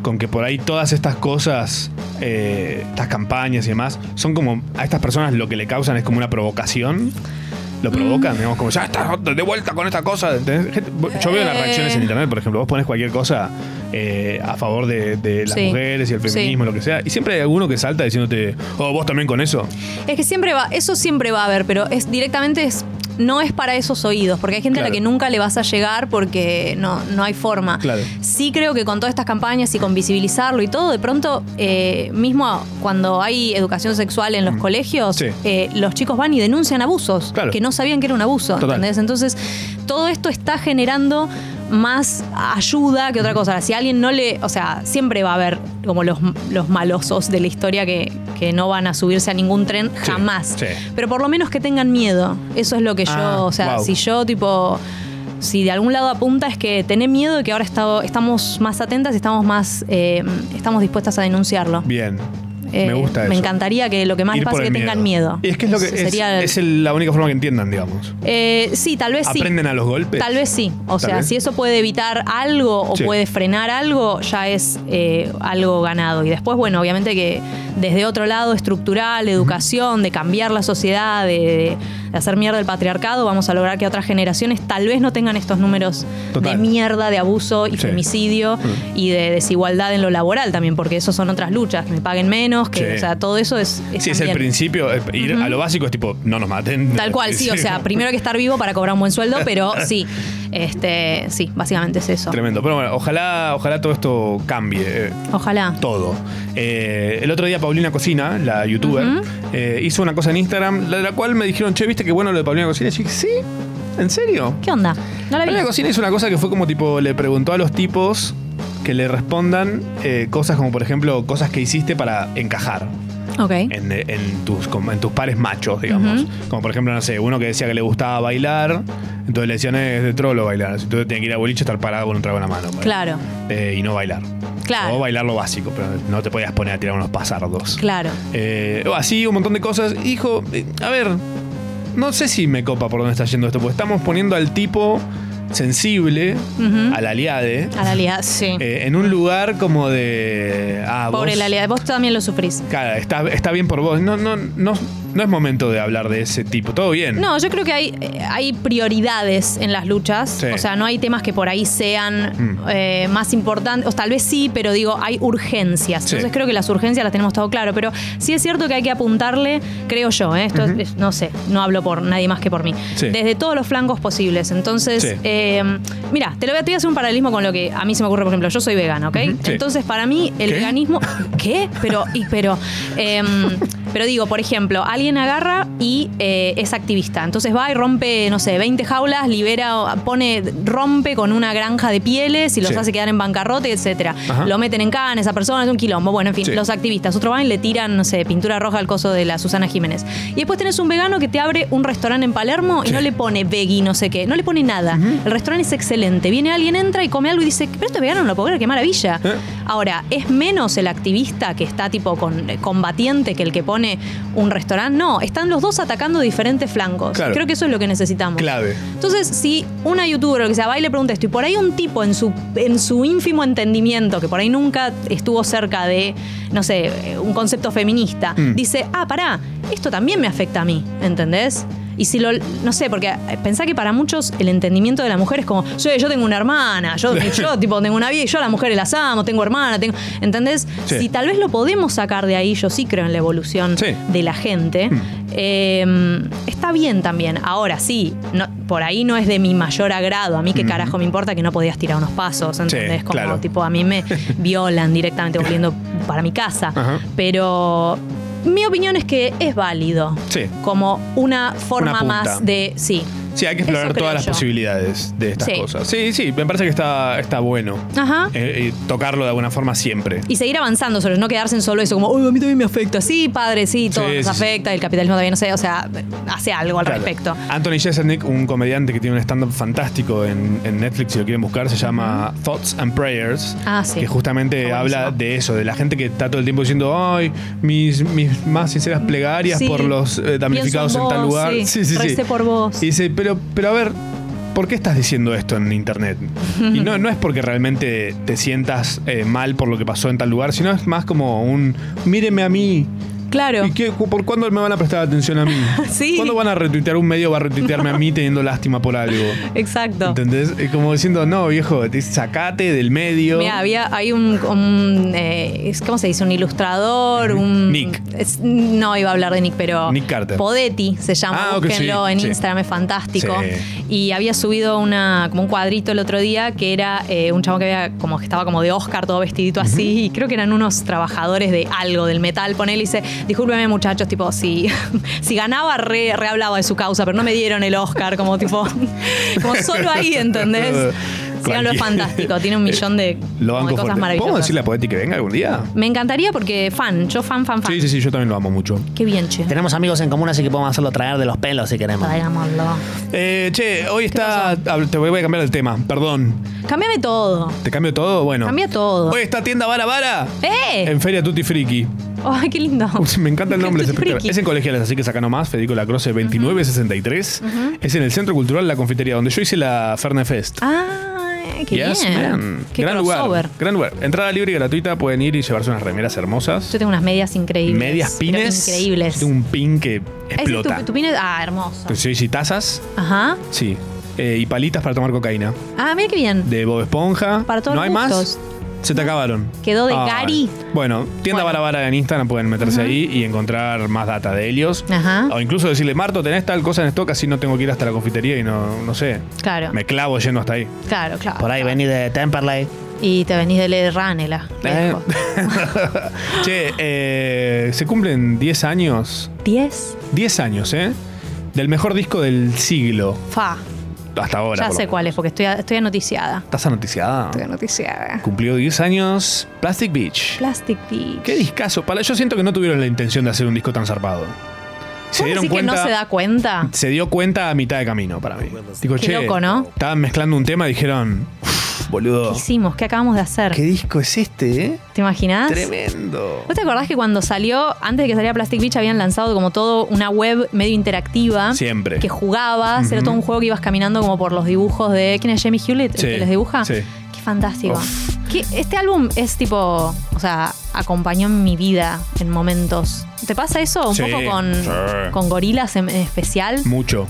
C: con que por ahí todas estas cosas, eh, estas campañas y demás, son como a estas personas lo que le causan es como una provocación. Lo
D: Mm.
C: provocan, digamos, como ya está de vuelta con esta cosa. ¿entendés? Gente- Yo veo las
D: Eh.
C: reacciones en internet, por ejemplo, vos pones cualquier cosa eh, a favor de, de las
D: Sí.
C: mujeres y el feminismo, lo que sea, y siempre hay alguno que salta diciéndote, oh, vos también con eso.
D: Es que siempre va, eso siempre va a haber, pero es directamente es, no es para esos oídos, porque hay gente a la
C: Claro.
D: que nunca le vas a llegar porque no, no hay forma.
F: Claro.
D: Sí creo que con todas estas campañas y con visibilizarlo y todo, de pronto, eh, mismo cuando hay educación sexual en los colegios, eh, los chicos van y denuncian abusos, que no sabían que era un abuso,
F: Total.
D: ¿entendés? Entonces, todo esto está generando más ayuda que otra cosa. Si a alguien no le, o sea, siempre va a haber como los, los malosos de la historia que, que no van a subirse a ningún tren jamás. Pero por lo menos que tengan miedo. Eso es lo que yo,
F: Ah,
D: o sea,
F: wow.
D: si yo tipo, si de algún lado apunta es que tener miedo y que ahora está- estamos más atentas y estamos más, eh, estamos dispuestas a denunciarlo.
C: Bien.
D: Eh,
C: me gusta eso.
D: Me encantaría que lo que más les
C: Ir
D: pase
C: por
D: es que
C: el
D: tengan miedo.
C: Y es que es lo que
D: Eso
C: es,
D: sería-
C: es el- la única forma que entiendan, digamos.
D: Eh, sí, tal vez sí.
C: Aprenden a los golpes.
D: Tal vez sí. O
C: Tal
D: sea,
C: vez.
D: si eso puede evitar algo o
C: Sí.
D: puede frenar algo, ya es eh, algo ganado. Y después, bueno, obviamente que desde otro lado estructural, de educación, de cambiar la sociedad, de, de hacer mierda el patriarcado, vamos a lograr que otras generaciones tal vez no tengan estos números
M: Total.
D: de mierda, de abuso y
M: Sí.
D: femicidio
M: Mm.
D: y de desigualdad en lo laboral también, porque eso son otras luchas, que me paguen menos, que,
C: Sí.
D: o sea, todo eso es... es
C: Sí, es el
D: también-
C: principio. eh, Ir a lo básico es tipo, no nos maten. [LAUGHS]
D: Tal cual, sí, o sea, primero hay que estar vivo para cobrar un buen sueldo, pero sí, este, sí, básicamente es eso.
C: Tremendo. Pero bueno, ojalá, ojalá todo esto cambie. eh,
D: Ojalá.
C: Todo. Eh, el otro día Paulina Cocina, la youtuber, eh, hizo una cosa en Instagram, la, la cual me dijeron, che, ¿viste qué bueno lo de Paulina Cocina? Y yo dije, sí, ¿en serio?
D: ¿Qué onda? No la vi.
C: Paulina Cocina hizo una cosa que fue como tipo, le preguntó a los tipos que le respondan eh, cosas como, por ejemplo, cosas que hiciste para encajar
D: Ok.
C: en, en tus, como en tus pares machos, digamos. Como por ejemplo, no sé, uno que decía que le gustaba bailar, entonces le decían, "Eh, es de trolo bailar, así tú tienes que ir a boliche y estar parado con un trago en la mano. por
D: Claro,
C: ejemplo, eh, y no bailar.
D: Claro.
C: O bailar lo básico, pero no te podías poner a tirar unos pasardos.
D: claro.
C: Eh, así, un montón de cosas. Hijo, eh, a ver, no sé si me copa por dónde está yendo esto, porque estamos poniendo al tipo sensible,
D: Ujú.
C: al aliade,
D: A la aliada, sí.
C: eh, en un lugar como de... Ah,
D: Pobre
C: vos-
D: la aliada, vos también lo sufrís.
C: Cara, está, está bien por vos. No, no, no, no es momento de hablar de ese tipo. Todo bien.
D: No, yo creo que hay, eh, hay prioridades en las luchas.
C: Sí.
D: O sea, no hay temas que por ahí sean
C: Mm.
D: eh, más importantes. O tal vez sí, pero digo, hay urgencias.
M: Sí.
D: Entonces creo que las urgencias las tenemos todo claro. Pero sí es cierto que hay que apuntarle, creo yo, ¿eh? esto es- es- no sé, no hablo por nadie más que por mí.
M: Sí.
D: Desde todos los flancos posibles. Entonces,
M: Sí.
D: eh, mira, te lo voy a, te voy a hacer un paralelismo con lo que a mí se me ocurre, por ejemplo, yo soy vegana, ¿ok?
M: Ujú. Sí.
D: Entonces, para mí, el
M: ¿Qué? [LAUGHS]
D: veganismo. ¿Qué? Pero, y, pero, em, pero digo, por ejemplo, alguien agarra y eh, es activista. Entonces va y rompe, no sé, 20 jaulas, libera, pone, rompe con una granja de pieles y los
M: Sí.
D: hace quedar en bancarrota, etcétera.
M: Ajá.
D: Lo meten en can, esa persona es un quilombo. Bueno, en fin,
M: Sí.
D: los activistas. Otro van y le tiran, no sé, pintura roja al coso de la Susana Jiménez. Y después tenés un vegano que te abre un restaurante en Palermo y no le pone veggie, no sé qué, no le pone nada. El restaurante es excelente. Viene alguien, entra y come algo y dice, pero esto es vegano, no lo puedo creer, qué maravilla. Ahora, ¿es menos el activista que está tipo con combatiente que el que pone un restaurante? No, están los dos atacando diferentes flancos.
C: Claro.
D: Creo que eso es lo que necesitamos.
C: Clave.
D: Entonces, si una youtuber o lo que sea va y le pregunta esto, y por ahí un tipo en su, en su ínfimo entendimiento, que por ahí nunca estuvo cerca de, no sé, eh, un concepto feminista,
M: Mm.
D: dice, ah, pará, esto también me afecta a mí, ¿entendés? Y si lo, no sé, porque eh, pensá que para muchos el entendimiento de la mujer es como, "Sí, yo tengo una
M: [LAUGHS]
D: hermana, yo, yo tipo, tengo una vida y yo a las mujeres las amo, tengo hermana, tengo. ¿Entendés?
M: Sí.
D: Si tal vez lo podemos sacar de ahí, yo sí creo en la evolución de la gente.
C: Hmm.
D: Eh, está bien también. Ahora sí, no- por ahí no es de mi mayor agrado. A mí
C: Hmm.
D: qué carajo me importa que no podías tirar unos pasos, ¿entendés? Como
M: claro.
D: tipo, a mí
C: [LAUGHS]
D: me violan directamente volviendo para mi casa. Pero mi opinión es que es válido.
C: Sí.
D: Como una forma
C: punta.
D: más de. Sí.
C: Sí, hay que
D: Eso
C: explorar
D: creo
C: todas las
D: yo.
C: posibilidades de estas
D: Sí.
C: cosas. Sí, sí, me parece que está, está bueno.
D: Ajá.
C: Eh, eh, tocarlo de alguna forma siempre.
D: Y seguir avanzando sobre no quedarse en solo eso, como, uy, a mí también me afecta. Sí, padre, sí, todo
C: Sí,
D: nos
C: sí, sí.
D: afecta, el capitalismo también, no sé, o sea, hace algo al
C: Claro.
D: respecto.
C: Anthony Jeselnik, un comediante que tiene un stand-up fantástico en, en Netflix, si lo quieren buscar, se llama Thoughts and Prayers.
D: Ah, sí.
C: Que justamente habla de eso, de la gente que está todo el tiempo diciendo, ay, mis, mis más sinceras plegarias
D: Sí.
C: por los eh, damnificados en,
D: Pienso en
C: tal
D: vos,
C: lugar.
D: sí. Recé por vos.
C: Y dice, pero, pero a ver, ¿por qué estás diciendo esto en internet? Y no, no es porque realmente te sientas eh, mal por lo que pasó en tal lugar, sino es más como un, míreme a mí.
D: Claro.
C: ¿Y qué, cu- por cuándo me van a prestar atención a mí?
D: [LAUGHS] Sí.
C: ¿Cuándo van a retuitear un medio va a retuitearme a mí teniendo lástima por algo?
D: Exacto.
C: ¿Entendés? Eh, Como diciendo, no, viejo, te- sacate del medio.
D: Mira, había, hay un, un, eh, es- ¿cómo se dice? Un ilustrador, un...
C: Nick.
D: es- no iba a hablar de Nick, pero...
C: Nick Carter.
D: Podetti se llama,
C: Ah, ok,
D: búsquenlo
C: sí,
D: en
C: sí.
D: Instagram, es fantástico.
C: Sí.
D: Y había subido una, como un cuadrito el otro día que era eh, un chavo que había como que estaba como de Oscar, todo vestidito así, y creo que eran unos trabajadores de algo, del metal, ponele, y dice, discúlpeme muchachos, tipo, si, [LAUGHS] si ganaba re, rehablaba de su causa, pero no me dieron el Oscar, como tipo, [LAUGHS] como solo
C: [LAUGHS]
D: ahí, ¿entendés? Síganlo,
C: Cualquier-
D: es fantástico, tiene un millón de
C: Eh, Lo banco
D: como de cosas
C: fuerte. ¿Podemos
D: maravillosas.
C: decirle a Poetti que venga algún día?
D: Me encantaría porque fan, yo fan, fan, fan.
C: Sí, sí, sí, yo también lo amo mucho.
D: Qué bien, che.
A: Tenemos amigos en común, así que podemos hacerlo traer de los pelos si queremos.
D: Traigámoslo.
C: Eh, che, hoy está. hab- Te voy voy a cambiar el tema, perdón.
D: Cambiame todo.
C: ¿Te cambio todo? Bueno.
D: Cambia todo.
C: Hoy está tienda Vara Vara.
D: ¡Eh!
C: En Feria Tutti Friki.
D: ¡Ay,
C: [LAUGHS]
D: qué lindo!
C: Me encanta
D: [LAUGHS]
C: el nombre, es
D: Tutti
C: espectacular.
D: Friki.
C: Es en colegiales, así que saca nomás, Federico Lacroce 2963.
D: Ujú.
C: Es en el Centro Cultural La Confitería, donde yo hice la Ferne Fest.
D: Ay, Ay, qué bien. Qué
C: gran
D: crossover.
C: lugar, gran lugar. Entrada libre y gratuita, pueden ir y llevarse unas remeras hermosas.
D: Yo tengo unas medias increíbles.
C: Medias
D: pero
C: pines.
D: Increíbles.
C: Tengo un pin que
D: Ay, sí,
C: explota.
D: tu, tu pin es- Ah, hermoso.
C: Sí, sí, tazas.
D: Ajá.
C: Sí. Eh, y palitas para tomar cocaína.
D: Ah, mira qué bien.
C: De Bob Esponja.
D: Para todos
C: ¿No hay más?
D: gustos.
C: Se te acabaron.
D: Quedó de
C: Ay.
D: Gary.
C: Bueno, tienda Vara Vara en Instagram pueden meterse ahí y encontrar más data de Helios.
D: Ajá.
C: O incluso decirle, Marto, tenés tal cosa en stock, así no tengo que ir hasta la confitería y no, no sé.
D: Claro.
C: Me clavo yendo hasta ahí.
D: Claro, claro.
C: ahí vení de Temperley.
D: Y te venís de leer Ranela.
C: Eh.
D: lejos.
C: [LAUGHS] che, eh, se cumplen 10 años.
D: ¿10?
C: 10 años, ¿eh? Del mejor disco del siglo.
D: Fa.
C: Hasta ahora.
D: ya
C: por lo
D: sé
C: menos.
D: cuál es, porque estoy, estoy anoticiada.
C: ¿Estás anoticiada?
D: Estoy anoticiada.
C: Cumplió 10 años Plastic Beach.
D: Plastic Beach.
C: Qué discazo. Para, yo siento que no tuvieron la intención de hacer un disco tan zarpado. Se dieron
D: Así que
C: cuenta.
D: no se da cuenta.
C: se dio cuenta a mitad de camino para mí. Digo,
D: Qué
C: che,
D: loco, ¿no?
C: Estaban mezclando un tema y dijeron, "Uf, boludo.
D: ¿Qué hicimos? ¿Qué acabamos de hacer?
C: ¿Qué disco es este, eh?
D: ¿Te imaginas?
C: Tremendo.
D: ¿Vos te acordás que cuando salió, antes de que saliera Plastic Beach, habían lanzado como todo una web medio interactiva?
C: Siempre.
D: Que jugabas, era
C: Ujú.
D: todo un juego que ibas caminando como por los dibujos de. ¿Quién es Jamie Hewlett?
C: Sí,
D: ¿El que les dibuja?
C: sí.
D: Qué fantástico.
C: Uf.
D: Que este álbum es tipo. O sea, acompañó en mi vida en momentos. ¿Te pasa eso? Un
C: Sí,
D: poco con,
C: sí.
D: con gorilas en, en especial.
C: Mucho.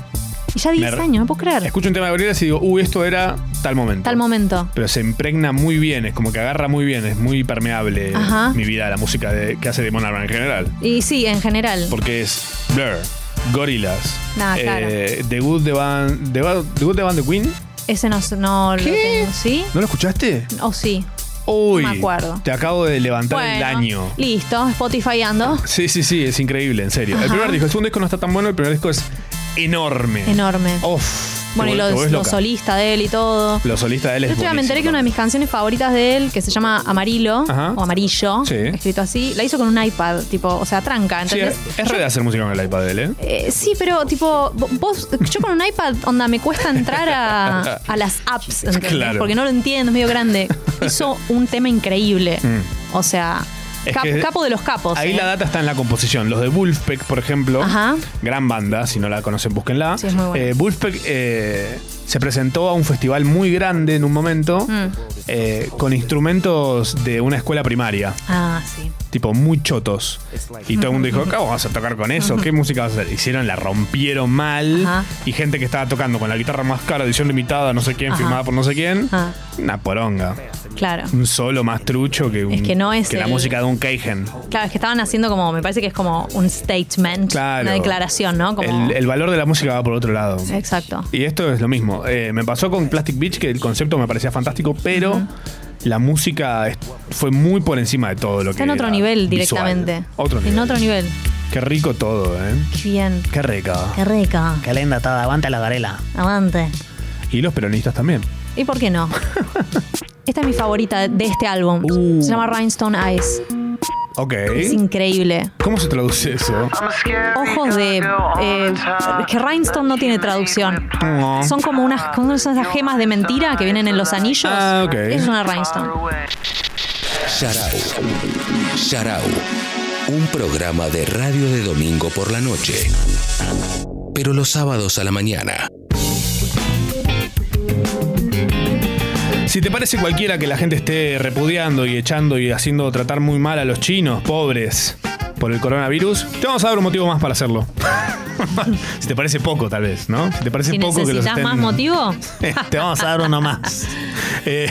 D: Y ya 10
C: Me-
D: años, no puedo creer.
C: Escucho un tema de gorilas y digo, uy, esto era tal momento.
D: Tal momento.
C: Pero se impregna muy bien, es como que agarra muy bien, es muy permeable
D: Ajá.
C: mi vida, la música de- que hace Demon Albarn en general.
D: Y sí, en general.
C: Porque es Blur, Gorillaz,
D: Nah,
C: eh,
D: claro.
C: The Good The Band, The, Bad- The Good The Band The Queen.
D: Ese no, no lo tengo. ¿Sí?
C: ¿No lo escuchaste?
D: ¿O sí?
C: Uy,
D: No me acuerdo.
C: te acabo de levantar el
D: Bueno,
C: año.
D: Listo, Spotify ando.
C: Sí, sí, sí, es increíble, en serio. El
D: Ajá.
C: primer disco, el segundo disco no está tan bueno, el primer disco es enorme.
D: Enorme.
C: Uf,
D: Bueno, y
C: te vol- te
D: los,
C: volvés
D: los
C: loca.
D: solistas de él y todo.
C: Los solistas de él
D: Yo
C: es
D: estoy- me enteré
C: buenísimo.
D: que una de mis canciones favoritas de él, que se llama Amarillo,
C: Ajá.
D: o Amarillo,
C: Sí.
D: escrito así, la hizo con un iPad, tipo, o sea, tranca,
C: Sí, eh.
D: ¿entendés?
C: es, es re de hacer música con el iPad de él, ¿eh?
D: Eh, sí, pero tipo, vo- vos, yo con un iPad, onda, me cuesta entrar a, a las apps, ¿entendés?
C: Claro.
D: Porque no lo entiendo, es medio
C: [LAUGHS]
D: grande. Hizo un tema increíble.
C: Mm.
D: O sea,
C: Es
D: cap-
C: que
D: capo de los capos.
C: Ahí
D: ¿eh?
C: la data está en la composición. Los de Wolfpack, por ejemplo,
D: Ajá.
C: gran banda, si no la conocen, búsquenla.
D: Sí, es muy buena.
C: Eh, Wolfpack eh, se presentó a un festival muy grande en un momento
D: Mm.
C: eh, con instrumentos de una escuela primaria,
D: Ah, sí.
C: tipo muy chotos. Y todo el mundo dijo, ¿qué vas a tocar con eso? ¿Qué música vas a hacer? Hicieron, la rompieron mal.
D: Ajá.
C: Y gente que estaba tocando con la guitarra más cara, edición limitada, no sé quién,
D: Ajá.
C: firmada por no sé quién.
D: Ah,
C: Una poronga.
D: claro.
C: Un solo más trucho que, un-
D: Es que no es
C: la
D: el-
C: música de un Keigen.
D: Claro, es que estaban haciendo como, me parece que es como un statement, una declaración, ¿no? Como,
C: El, el valor de la música va por otro lado.
D: Exacto.
C: Y esto es lo mismo. Eh, me pasó con Plastic Beach, que el concepto me parecía fantástico, pero la música es- fue muy por encima de todo lo que.
D: Está en otro
C: era
D: nivel
C: visual.
D: directamente.
C: Otro nivel.
D: En otro nivel.
C: Qué rico todo, ¿eh?
D: Qué bien.
C: Qué rico.
D: Qué rica.
C: Qué linda toda. Aguanta la garela.
D: Avante.
C: Y los peronistas también.
D: ¿Y por
C: [LAUGHS]
D: qué no? Esta es mi favorita de este álbum.
C: Uh.
D: Se llama Rhinestone Eyes.
C: Ok.
D: Es increíble.
C: ¿Cómo se traduce eso?
D: Ojos de. eh, es que Rhinestone no tiene traducción.
C: No.
D: Son como unas, como son esas gemas de mentira que vienen en los anillos.
E: Ah, ok.
D: Es una Rhinestone.
E: Sharau. Sharau. Un programa de radio de domingo por la noche. Pero los sábados a la mañana.
C: Si te parece cualquiera que la gente esté repudiando y echando y haciendo tratar muy mal a los chinos, pobres, por el coronavirus, te vamos a dar un motivo más para hacerlo. [LAUGHS] si te parece poco, tal vez, ¿no? Si te parece
D: Si
C: poco que los
D: necesitas
C: estén...
D: más motivo,
C: [LAUGHS] te vamos a dar uno más. Eh,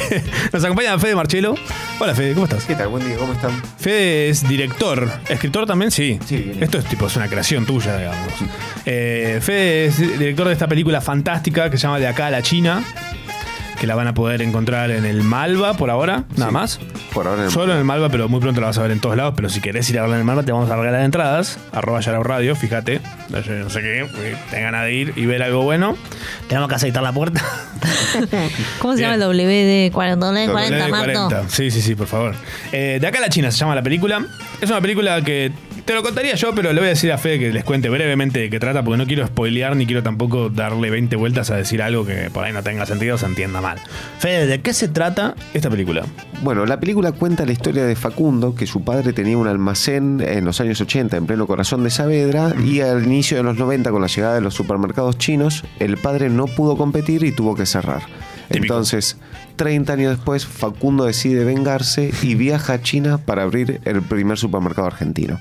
C: nos acompaña Fede Marchelo. Hola Fede, ¿cómo estás?
U: ¿Qué tal? Buen día, ¿cómo están?
C: Fede es director, escritor también, sí. Esto es tipo, es una creación tuya, digamos. Eh, Fede es director de esta película fantástica que se llama De acá a la China, que la van a poder encontrar en el Malva por ahora, nada más.
U: Por ahora en el
C: Solo en el Malva, pero muy pronto la vas a ver en todos lados. Pero si querés ir a verla en el Malva, te vamos a regalar entradas. Arroba Yarao Radio, fíjate. No sé no sé qué, porque tenés ganas de ir y ver algo bueno. Tenemos que aceitar la puerta. [LAUGHS]
D: ¿cómo se
C: Bien.
D: llama el WD 40? WD 40,
C: Doble de
D: Marto.
C: 40. Sí, sí, sí, por favor. Eh, de acá a la China se llama la película. Es una película que te lo contaría yo, pero le voy a decir a Fede que les cuente brevemente de qué trata, porque no quiero spoilear ni quiero tampoco darle 20 vueltas a decir algo que por ahí no tenga sentido o se entienda mal. Fede, ¿de qué se trata esta película?
U: Bueno, la película cuenta la historia de Facundo, que su padre tenía un almacén en los años 80 en pleno corazón de Saavedra y al inicio de los 90 con la llegada de los supermercados chinos, el padre no pudo competir y tuvo que cerrar. Entonces, 30 años después, Facundo decide vengarse
C: [LAUGHS]
U: y viaja a China para abrir el primer supermercado argentino.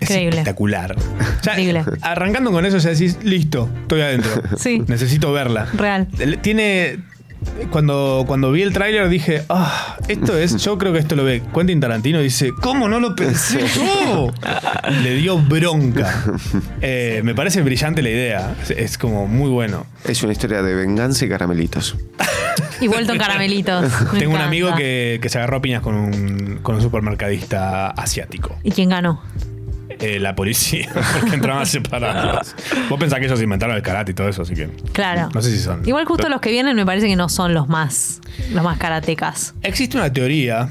D: Increíble.
C: espectacular. [LAUGHS] Ya, Arrancando con eso, ya decís, listo, estoy adentro.
D: [LAUGHS] Sí.
C: Necesito verla.
D: Real.
C: Tiene. Cuando, cuando vi el tráiler dije, ah, esto es. Yo creo que esto lo ve. Quentin Tarantino dice, ¿cómo no lo pensé yo? Le dio bronca. Eh, me parece brillante la idea. Es, es como muy bueno.
U: Es una historia de venganza y caramelitos.
D: Y vuelto
C: [LAUGHS]
D: en caramelitos. Me
C: Tengo un
D: encanta.
C: amigo que, que se agarró a piñas con un, con un supermercadista asiático.
D: ¿Y quién ganó?
C: Eh, la policía, [LAUGHS] porque entraban separados. Vos pensás que ellos inventaron el karate y todo eso, así que.
D: Claro.
C: No sé si son.
D: Igual justo los que vienen me parece que no son los más los más karatecas.
C: Existe una teoría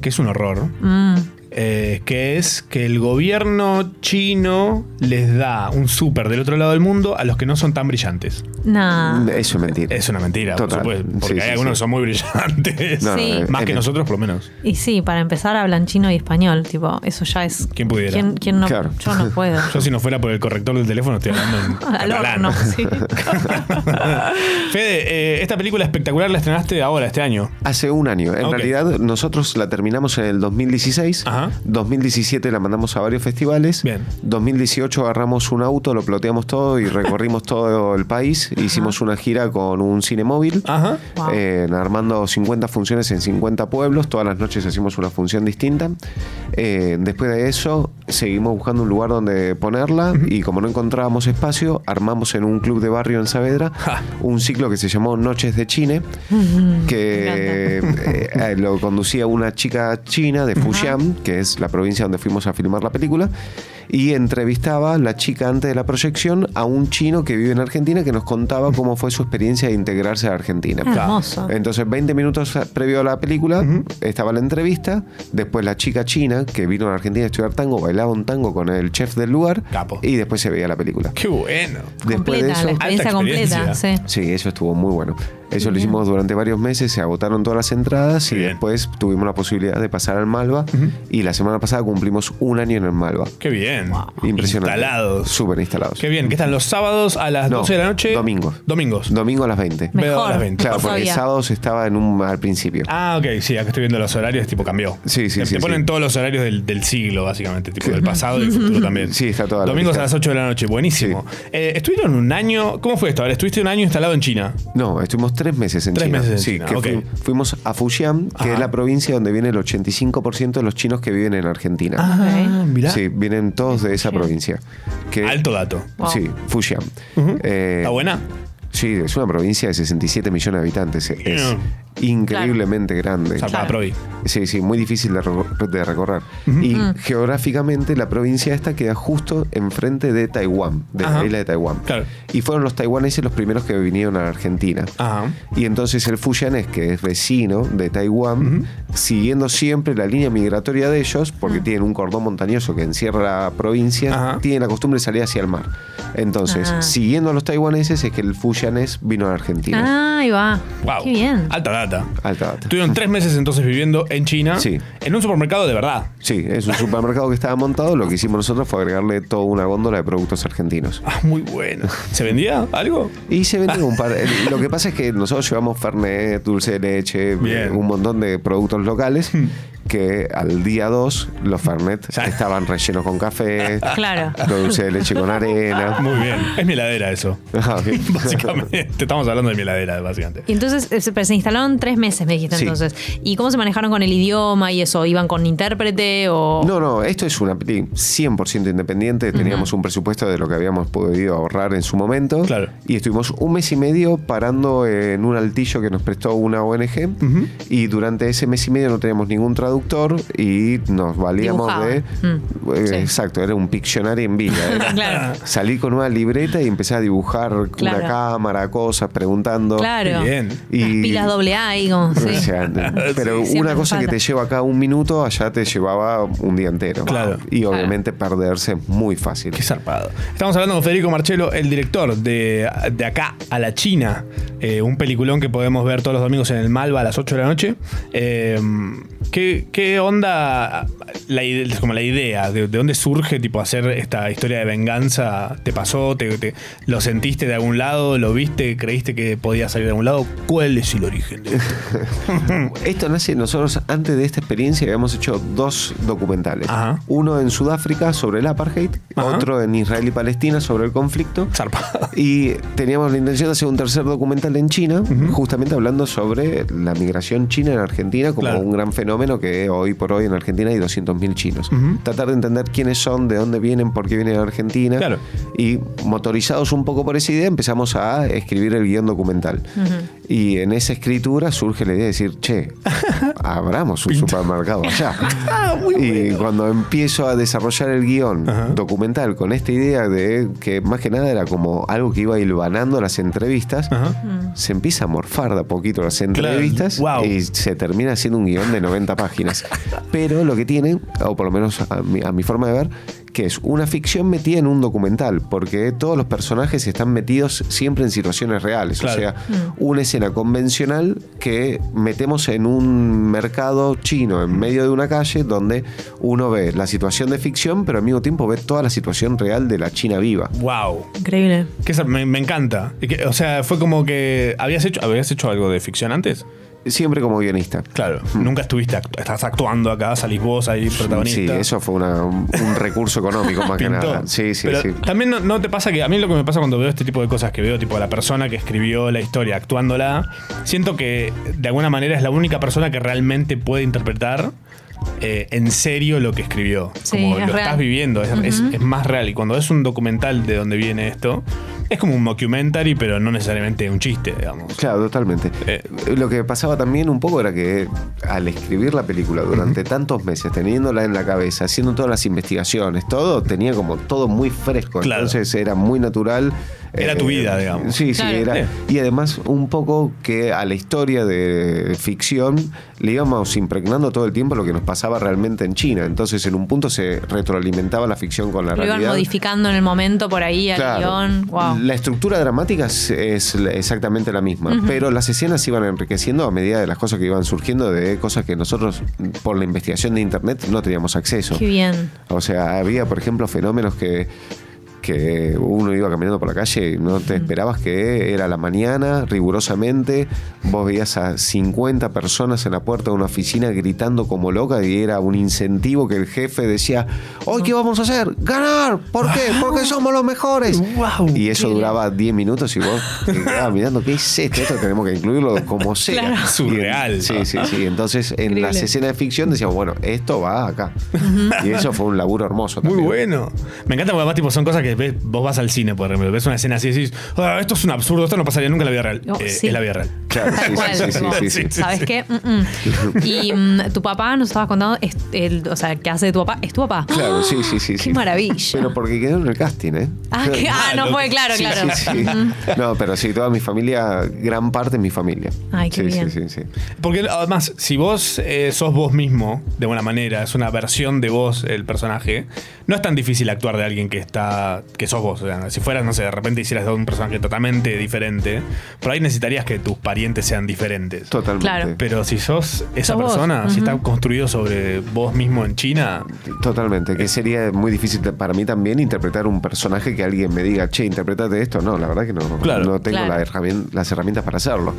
C: que es un horror.
D: Mm.
C: eh, que es que el gobierno chino les da un súper del otro lado del mundo a los que no son tan brillantes.
D: Nah.
U: Eso es mentira.
C: Es una mentira,
U: Total.
C: por supuesto. Porque
U: Sí,
C: hay
U: sí,
C: algunos
U: sí. eh,
C: que son muy brillantes.
D: No, no, Sí.
C: Más
U: en
C: que
U: el-
C: nosotros, por lo menos.
D: Y sí, para empezar hablan chino y español, tipo, eso ya es
C: ¿Quién pudiera?
D: ¿Quién- quién no? Yo no
C: [LAUGHS]
D: puedo.
C: Yo si no fuera por el corrector del teléfono estoy hablando en
D: [LAUGHS] Al
C: catalán.
D: horno, [LAUGHS]
C: [LAUGHS]
D: sí.
C: Fede, eh, esta película espectacular la estrenaste ahora, este año.
U: Hace un año. En
C: Ah, Ok. Ah.
U: realidad, nosotros la terminamos en el 2016. 2017 la mandamos a varios festivales. 2018 agarramos un auto, lo ploteamos todo y recorrimos todo el país. Hicimos una gira con un cine móvil. Eh, armando 50 funciones en 50 pueblos. Todas las noches hacemos una función distinta. Eh, después de eso, seguimos buscando un lugar donde ponerla. Y como no encontrábamos espacio, armamos en un club de barrio en Saavedra un ciclo que se llamó Noches de Chine que eh, eh, lo conducía una chica china de Fujian, que es la provincia donde fuimos a filmar la película, y entrevistaba la chica antes de la proyección a un chino que vive en Argentina que nos contaba cómo fue su experiencia de integrarse a Argentina.
D: Hermoso.
U: Entonces, 20 minutos a- previo a la película, estaba la entrevista, después la chica china que vino a Argentina a estudiar tango, bailaba un tango con el chef del lugar, y después se veía la película.
C: Qué bueno.
D: Completa, la experiencia completa, sí.
U: Sí, eso estuvo muy bueno. Eso lo hicimos durante varios meses, se agotaron todas las entradas y después tuvimos la posibilidad de pasar al Malva. Y la semana pasada cumplimos un año en el Malva.
C: Qué bien.
U: Impresionante.
C: Instalados.
U: Súper instalados.
C: Qué bien. Que están los sábados a las
U: No,
C: 12 de la noche.
U: Domingos.
C: Domingos.
U: Domingo a las 20.
C: Veo a las 20.
U: Claro, porque sábados estaba en un al principio.
C: Ah, ok, sí, acá estoy viendo los horarios, tipo cambió.
U: Sí, sí,
C: te,
U: sí,
C: Te ponen
U: sí.
C: todos los horarios del, del siglo, básicamente, tipo del pasado y del futuro también.
U: Sí, está toda la
C: Domingos
U: lista.
C: a las 8 de la noche, buenísimo. Eh, ¿Estuvieron un año? ¿Cómo fue esto? A ver, estuviste un año instalado en China.
U: No, estuvimos tres meses en
C: Tres
U: China.
C: meses en
U: sí,
C: China,
U: que
C: ok.
U: fu- fuimos a Fujian, que es la
C: Ah.
U: provincia donde viene el 85% de los chinos que viven en Argentina.
C: Ah, mirá.
U: Sí, vienen todos de esa provincia. Que,
C: Alto dato. Wow.
U: Sí, Fujian. Eh,
C: ¿Está buena?
U: Sí, es una provincia de 67 millones de habitantes. Es
C: Yeah.
U: increíblemente grande.
C: Zarpada provi.
U: Sí, sí, muy difícil de, recor- de recorrer. Y
C: Mm.
U: geográficamente la provincia esta queda justo enfrente de Taiwán, de
C: Ajá.
U: la isla de Taiwán. Y fueron los taiwaneses los primeros que vinieron a la Argentina. Y entonces el fuyanés, que es vecino de Taiwán, siguiendo siempre la línea migratoria de ellos, porque tienen un cordón montañoso que encierra la provincia, tienen la costumbre de salir hacia el mar. Entonces,
D: Ah.
U: siguiendo a los taiwaneses es que el fuyanés vino a la Argentina.
D: Ah, ahí va.
C: Wow.
D: Qué bien.
C: Alta data. [LAUGHS]
U: Alta data.
C: Estuvieron tres meses entonces viviendo en China. Sí. En un supermercado de verdad.
U: Sí, es un supermercado que estaba montado. Lo que hicimos nosotros fue agregarle toda una góndola de productos argentinos.
C: Ah, Muy bueno. ¿Se vendía algo?
U: Y se vendía un par. el- Lo que pasa es que nosotros llevamos Fernet, dulce de leche, un montón de productos locales. Que al día 2 los Fernet estaban rellenos con café,
C: Claro.
U: lo dulce de leche con arena.
C: Muy bien. Es mi heladera eso. [LAUGHS] básicamente. Estamos hablando de mi heladera, básicamente.
D: Y entonces eh, se- pero se instalaron tres meses, me dijiste
U: Sí.
D: entonces. ¿Y cómo se manejaron con el idioma y eso? ¿Iban con intérprete o...?
U: No, no, esto es una peli 100% independiente. Teníamos un presupuesto de lo que habíamos podido ahorrar en su momento. Y estuvimos un mes y medio parando en un altillo que nos prestó una ONG. Y durante ese mes y medio no teníamos ningún traductor y nos valíamos
D: Dibujaban.
U: de.
D: Mm,
U: eh,
D: sí.
U: Exacto, era un Pictionary
D: [LAUGHS]
U: en vida. era
D: [LAUGHS] Claro.
U: Salir con una libreta y empezar a dibujar con
D: Claro.
U: una cámara, cosas, preguntando.
D: Claro. Bien.
U: Y,
D: Pilas doble A y como... [LAUGHS]
U: o
D: Sí.
U: sea, pero
D: siempre
U: una
D: hace
U: cosa que
D: falta.
U: te lleva acá un minuto, allá te llevaba un día entero. Claro. Y obviamente perderse es muy fácil. Qué
C: zarpado. Estamos hablando con Federico Marchelo, el director de, de Acá a la China, eh, un peliculón que podemos ver todos los domingos en el Malva a las 8 de la noche. Eh, ¿Qué, qué onda, la, ide- como la idea, de, de dónde surge tipo hacer esta historia de venganza? ¿Te pasó? Te, te- ¿Lo sentiste de algún lado? ¿Lo viste? ¿Creíste que podía salir de algún lado? ¿Cuál es el origen? de esto?
U: Esto nace nosotros antes de esta experiencia habíamos hecho dos documentales. Uno en Sudáfrica sobre el apartheid, otro en Israel y Palestina sobre el conflicto. Y teníamos la intención de hacer un tercer documental en China, justamente hablando sobre la migración china en Argentina como un gran fenómeno que hoy por hoy en Argentina hay 200.000 chinos.
C: Ujú.
U: Tratar de entender quiénes son, de dónde vienen, por qué vienen a Argentina. Y motorizados un poco por esa idea empezamos a escribir el guión documental. Y en esa escritura surge la idea de decir, che, [LAUGHS] abramos un supermercado allá. y cuando empiezo a desarrollar el guión documental con esta idea de que más que nada era como algo que iba hilvanando las entrevistas, se empieza a morfar de a poquito las entrevistas y se termina haciendo un guión de 90 páginas. Pero lo que tiene, o por lo menos a mi, a mi forma de ver, que es una ficción metida en un documental, porque todos los personajes están metidos siempre en situaciones reales. O sea, una escena convencional que metemos en un mercado chino, en medio de una calle, donde uno ve la situación de ficción, pero al mismo tiempo ve toda la situación real de la China viva.
C: ¡Wow!
D: Increíble.
C: Que esa- me, me encanta. Y que- o sea, fue como que. ¿Habías hecho, ¿Habías hecho algo de ficción antes?
U: Siempre como guionista.
C: Claro. Nunca estuviste. actu- estás actuando acá, salís vos ahí,
U: Sí,
C: protagonista.
U: eso fue una- un, un recurso económico más que
C: [LAUGHS] Pintó.
U: nada. Sí, sí,
C: Pero
U: sí.
C: También no, no te pasa que a mí lo que me pasa cuando veo este tipo de cosas que veo, tipo a la persona que escribió la historia actuándola, siento que de alguna manera es la única persona que realmente puede interpretar eh, en serio lo que escribió.
D: Sí,
C: como
D: es
C: lo
D: real.
C: estás viviendo, es, es-
D: Ujú.
C: es más real. Y cuando es un documental de donde viene esto, es como un mockumentary, pero no necesariamente un chiste, digamos.
U: Claro, totalmente.
C: eh.
U: Lo que pasaba también un poco era que al escribir la película durante tantos meses, teniéndola en la cabeza, haciendo todas las investigaciones, todo, tenía como todo muy fresco.
C: Claro.
U: Entonces era muy natural. eh,
C: Era tu vida, digamos.
U: Sí, sí,
C: Claro.
U: era.
C: Sí.
U: Y además un poco que a la historia de ficción le íbamos impregnando todo el tiempo lo que nos pasaba realmente en China. Entonces en un punto se retroalimentaba la ficción con la
D: Lo iban
U: realidad.
D: modificando en el momento por ahí al
U: Claro.
D: guión. Wow.
U: La estructura dramática es, es la- exactamente la misma,
D: Ujú.
U: pero las escenas se iban enriqueciendo a medida de las cosas que iban surgiendo, de cosas que nosotros por la investigación de internet no teníamos acceso.
D: Qué bien.
U: O sea, había, por ejemplo, fenómenos que, que uno iba caminando por la calle y no te esperabas que era la mañana, rigurosamente. Vos veías a 50 personas en la puerta de una oficina gritando como loca y era un incentivo que el jefe decía: ¿Hoy qué vamos a hacer? ¡Ganar! ¿Por qué?
C: [LAUGHS]
U: Porque somos los mejores. y eso duraba 10 minutos y vos te quedabas mirando: ¿qué es esto? Esto tenemos que incluirlo como sea.
C: Claro.
U: Y-
C: Surreal.
U: Sí, sí, sí. Entonces, en las
C: Increíble.
U: escenas de ficción decíamos: bueno, esto va acá. Y eso fue un laburo hermoso también.
C: Muy bueno. Me encanta porque además tipo, son cosas que ves- vos vas al cine, por ejemplo, ves una escena así y decís, "Ah, esto es un absurdo, esto no pasaría nunca en la vida real.
D: No,
C: Eh,
D: sí.
C: Es la vida real.
U: Claro,
D: Tal cual. como, ¿Sabes qué? Mm, mm. Y mm, tu papá, nos estabas contando, es- el- o sea, ¿qué hace de tu papá? Es tu papá.
U: Claro, sí, sí,
D: [GASPS]
U: sí.
D: Qué
U: sí.
D: maravilla.
U: Pero porque quedó en el casting, ¿eh?
D: Ah, que- ah, no fue, claro,
U: Sí,
D: claro.
U: sí, sí.
D: Mm.
U: No, pero sí, toda mi familia, gran parte de mi familia.
D: Ay, qué
U: sí,
D: bien.
U: sí, sí, sí.
C: Porque además, si vos eh, sos vos mismo, de buena manera, es una versión de vos el personaje, no es tan difícil actuar de alguien que está. que sos vos. O sea, si fueras, no sé, de repente hicieras de un personaje totalmente diferente, por ahí necesitarías que tus parientes sean diferentes.
U: Totalmente.
D: Claro.
C: Pero si sos esa
D: Sos vos,
C: persona, si
D: ujú.
C: está construido sobre vos mismo en China.
U: Totalmente, que sería muy difícil para mí también interpretar un personaje que alguien me diga, che, interpretate esto. No, la verdad que no, no tengo la
C: Claro.
U: herramien- las herramientas para hacerlo.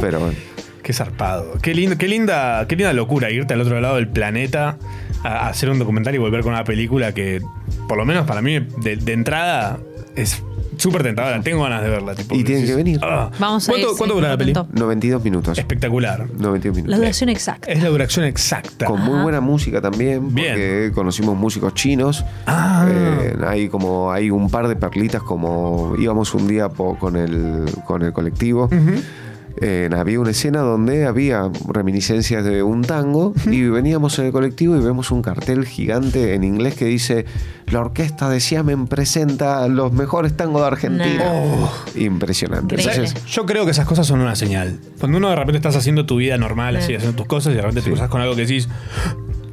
U: Pero bueno.
C: Qué zarpado. Qué, lindo, qué, linda, qué linda locura irte al otro lado del planeta a, a hacer un documental y volver con una película que, por lo menos para mí, de, de entrada es súper tentadora. Tengo ganas de verla. tipo,
U: Y tienen
C: decís,
U: que venir.
C: "Ah".
D: Vamos a
C: ¿Cuánto,
D: ir,
C: ¿cuánto
D: sí,
C: dura la peli?
U: 92 minutos.
C: Espectacular.
U: 92 minutos.
D: La duración exacta.
C: Es la duración exacta.
U: Con muy buena música también, porque conocimos músicos chinos.
C: Ah.
U: Eh, hay como hay un par de perlitas como íbamos un día po- con el con el colectivo. Eh, había una escena donde había reminiscencias de un tango y veníamos en el colectivo y vemos un cartel gigante en inglés que dice la orquesta de Siamen presenta los mejores tangos de Argentina. Impresionante. Entonces,
C: yo creo que esas cosas son una señal. Cuando uno de repente estás haciendo tu vida normal,
U: Eh.
C: así, haciendo tus cosas, y de repente te cruzas con algo que decís.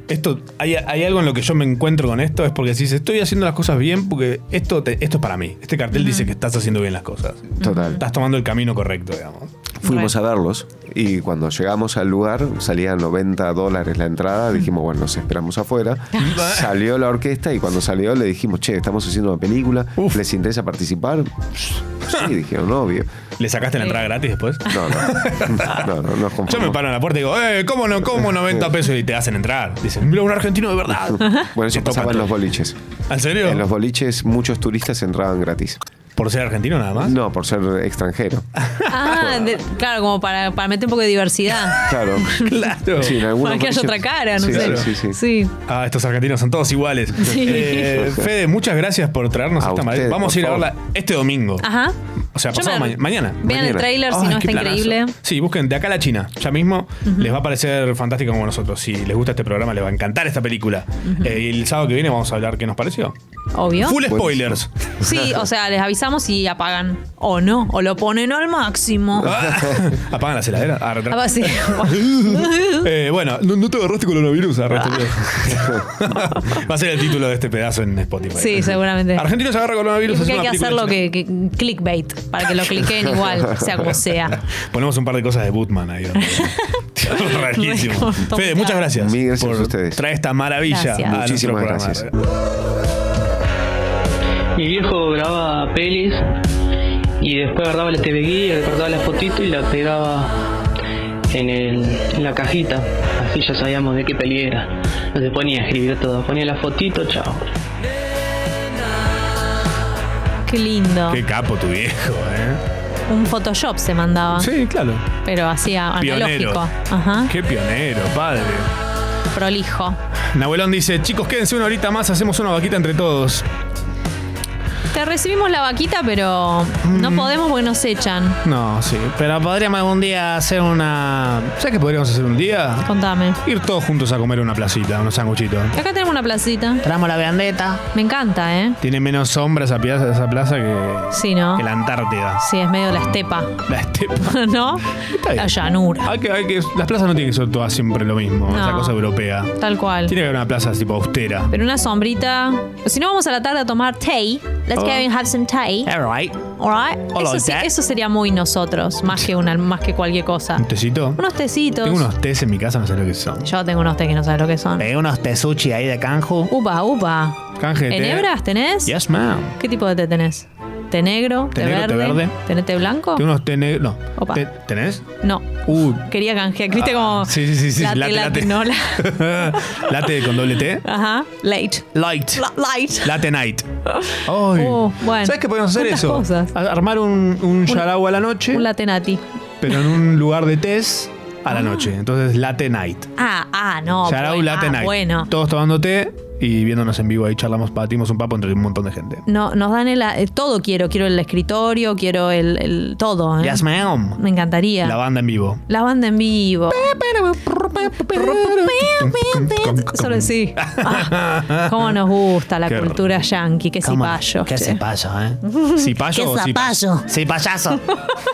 C: Esto, hay, hay algo en lo que yo me encuentro con esto, es porque decís, estoy haciendo las cosas bien porque esto, te- esto es para mí. Este cartel dice que estás haciendo bien las cosas.
U: Total.
C: Estás tomando el camino correcto, digamos.
U: Fuimos a verlos y cuando llegamos al lugar salía 90 dólares la entrada. Dijimos, bueno, nos
D: [LAUGHS]
U: esperamos afuera. salió la orquesta y cuando salió le dijimos, che, estamos haciendo una película. ¿Les interesa participar? Sí, dijeron, obvio.
C: ¿Le sacaste la entrada gratis después?
D: [LAUGHS]
U: No, no. No, no, nos conformamos.
C: [LAUGHS] Yo me paro en la puerta y digo, eh, ¿cómo no? ¿Cómo
U: [LAUGHS]
C: 90 pesos? Y te hacen entrar. Dicen, mira, un argentino de verdad.
U: Bueno,
C: Te
U: eso
C: topan
U: pasaba en
C: todo.
U: los boliches.
C: ¿En serio?
U: En los boliches muchos turistas entraban gratis.
C: ¿Por ser argentino nada más?
U: No, por ser extranjero.
D: Ah, de- claro, como para, para meter un poco de diversidad. [LAUGHS]
U: Claro.
C: [LAUGHS] claro.
U: Sí, en algunos
D: Para que haya
U: boliches-
D: otra cara, no sé.
C: Ah, estos argentinos son todos iguales.
D: [LAUGHS] Sí.
C: Eh, Fede, muchas gracias por traernos
U: A
C: esta madre.
U: usted,
C: Vamos a
U: por
C: ir a
U: favor.
C: verla este domingo.
D: Ajá.
C: O sea,
D: Yo
C: pasado ma-
D: me-
C: mañana.
D: Vean el Mañana. tráiler, si no,
C: qué
D: está increíble.
C: Sí, busquen de acá a la China. Ya mismo les va a parecer fantástico como nosotros. Si les gusta este programa, les va a encantar esta película. Eh, y el sábado que viene vamos a hablar qué nos pareció.
D: Obvio.
C: Full
U: [LAUGHS]
C: spoilers.
D: Sí, o sea, les avisamos y apagan. O no, o lo ponen al máximo.
C: Ah. [LAUGHS] Apagan las heladeras. Ah, retra-
D: Ah, sí.
C: [LAUGHS] Eh, bueno, no, no te agarraste coronavirus, agarraste. [LAUGHS] Va a ser el título de este pedazo en Spotify.
D: Ah. Sí, seguramente.
C: Argentinos agarra coronavirus.
D: Porque hay
C: es
D: que
C: una película
D: hacerlo que, que- clickbait, para que lo cliquen
U: [LAUGHS]
D: igual, sea como sea.
C: Ponemos un par de cosas de Bootman ahí.
D: [LAUGHS]
C: [LAUGHS] Rarísimo. Fede, muchas gracias.
U: Mil gracias
C: por
U: a ustedes.
C: Trae esta maravilla.
U: Gracias.
C: a nuestro
U: Muchísimas
C: programa.
U: gracias.
S: Mi viejo grababa pelis y después agarraba la TV Guía, recortaba la fotito y la pegaba en, el, en la cajita. Así ya sabíamos de qué peli era. No se ponía a escribir todo, ponía la fotito, chao.
D: Qué lindo.
C: Qué capo tu viejo, ¿eh?
D: Un Photoshop se mandaba.
C: Sí, claro.
D: Pero hacía
C: Pionero.
D: analógico. Ah, Ajá.
C: Qué pionero, padre.
D: Prolijo.
C: Nahuelón dice: Chicos, quédense una horita más, hacemos una vaquita entre todos.
D: Te recibimos la vaquita, pero
C: Mm.
D: no podemos porque nos echan.
C: No, sí. Pero podríamos algún día hacer una. ¿Sabes qué podríamos hacer un día?
D: Contame.
C: Ir todos juntos a comer una placita, unos sanguchitos.
D: Acá tenemos una placita.
A: Tramos la bandeta.
D: Me encanta, ¿eh?
C: Tiene menos sombra esa plaza, esa plaza que,
D: Sí, ¿no?
C: que la Antártida.
D: Sí, es medio la estepa. [LAUGHS]
C: La estepa.
D: ¿No? La llanura.
C: Hay que, hay que, las plazas no tienen que ser todas siempre lo mismo,
D: No.
C: esa cosa europea.
D: Tal cual.
C: Tiene que haber una plaza tipo austera.
D: Pero una sombrita. Si no, vamos a la tarde a tomar tea. Let's
C: Oh.
D: go and have some tea.
C: Alright.
D: Alright.
C: All
D: Eso,
C: like
D: sí-
C: that.
D: eso sería muy nosotros, más que, una, más que cualquier cosa.
C: ¿Un tecito?
D: Unos tecitos.
C: Tengo unos Eh. tés en mi casa, no sé lo que son.
D: Yo tengo unos tés que no sabes lo que son.
A: Pegué unos tesuchi ahí de canjo.
D: Upa, upa.
C: Canje de té.
D: ¿Enebras tenés?
C: Yes, ma'am.
D: ¿Qué tipo de té tenés? ¿Té negro? ¿Té,
C: Té negro, té
D: verde?
C: verde.
D: ¿Tenés té blanco?
C: Tengo unos té negros. No.
D: Opa.
C: Té- ¿Tenés?
D: No.
C: Uh.
D: Quería canjear. ¿Viste como.
C: Sí, sí, sí. sí.
D: Late, late, no, la-
C: [LAUGHS] Late con doble T.
D: Ajá. Late.
C: Light.
D: La- light.
C: Late
D: [LAUGHS]
C: night.
D: Oh, bueno.
C: ¿Sabes qué podemos hacer
D: Tantas
C: eso?
D: cosas.
C: A- Armar un, un yarau a la noche,
D: Un latte nati.
C: pero en un lugar de tés a la noche. Entonces, late night.
D: Ah, ah, no.
C: Yarau
D: bueno,
C: late
D: ah,
C: night.
D: Bueno.
C: Todos tomando té y viéndonos en vivo ahí, charlamos, patimos un papo entre un montón de gente.
D: No, nos dan el, eh, todo quiero, quiero el escritorio, quiero el, el- todo. ¿eh?
C: Yes, ma'am.
D: Me encantaría.
C: La
D: La,
C: banda en vivo.
D: banda en vivo. Solo sí. Ah, cómo nos gusta la
C: Qué r-
D: cultura yankee, qué cipallo.
A: Qué
D: che.
A: cepayo,
D: [LAUGHS]
A: ¿eh?
C: ¿Cipayo o cipa-
A: Sí,
C: [LAUGHS]
A: payaso.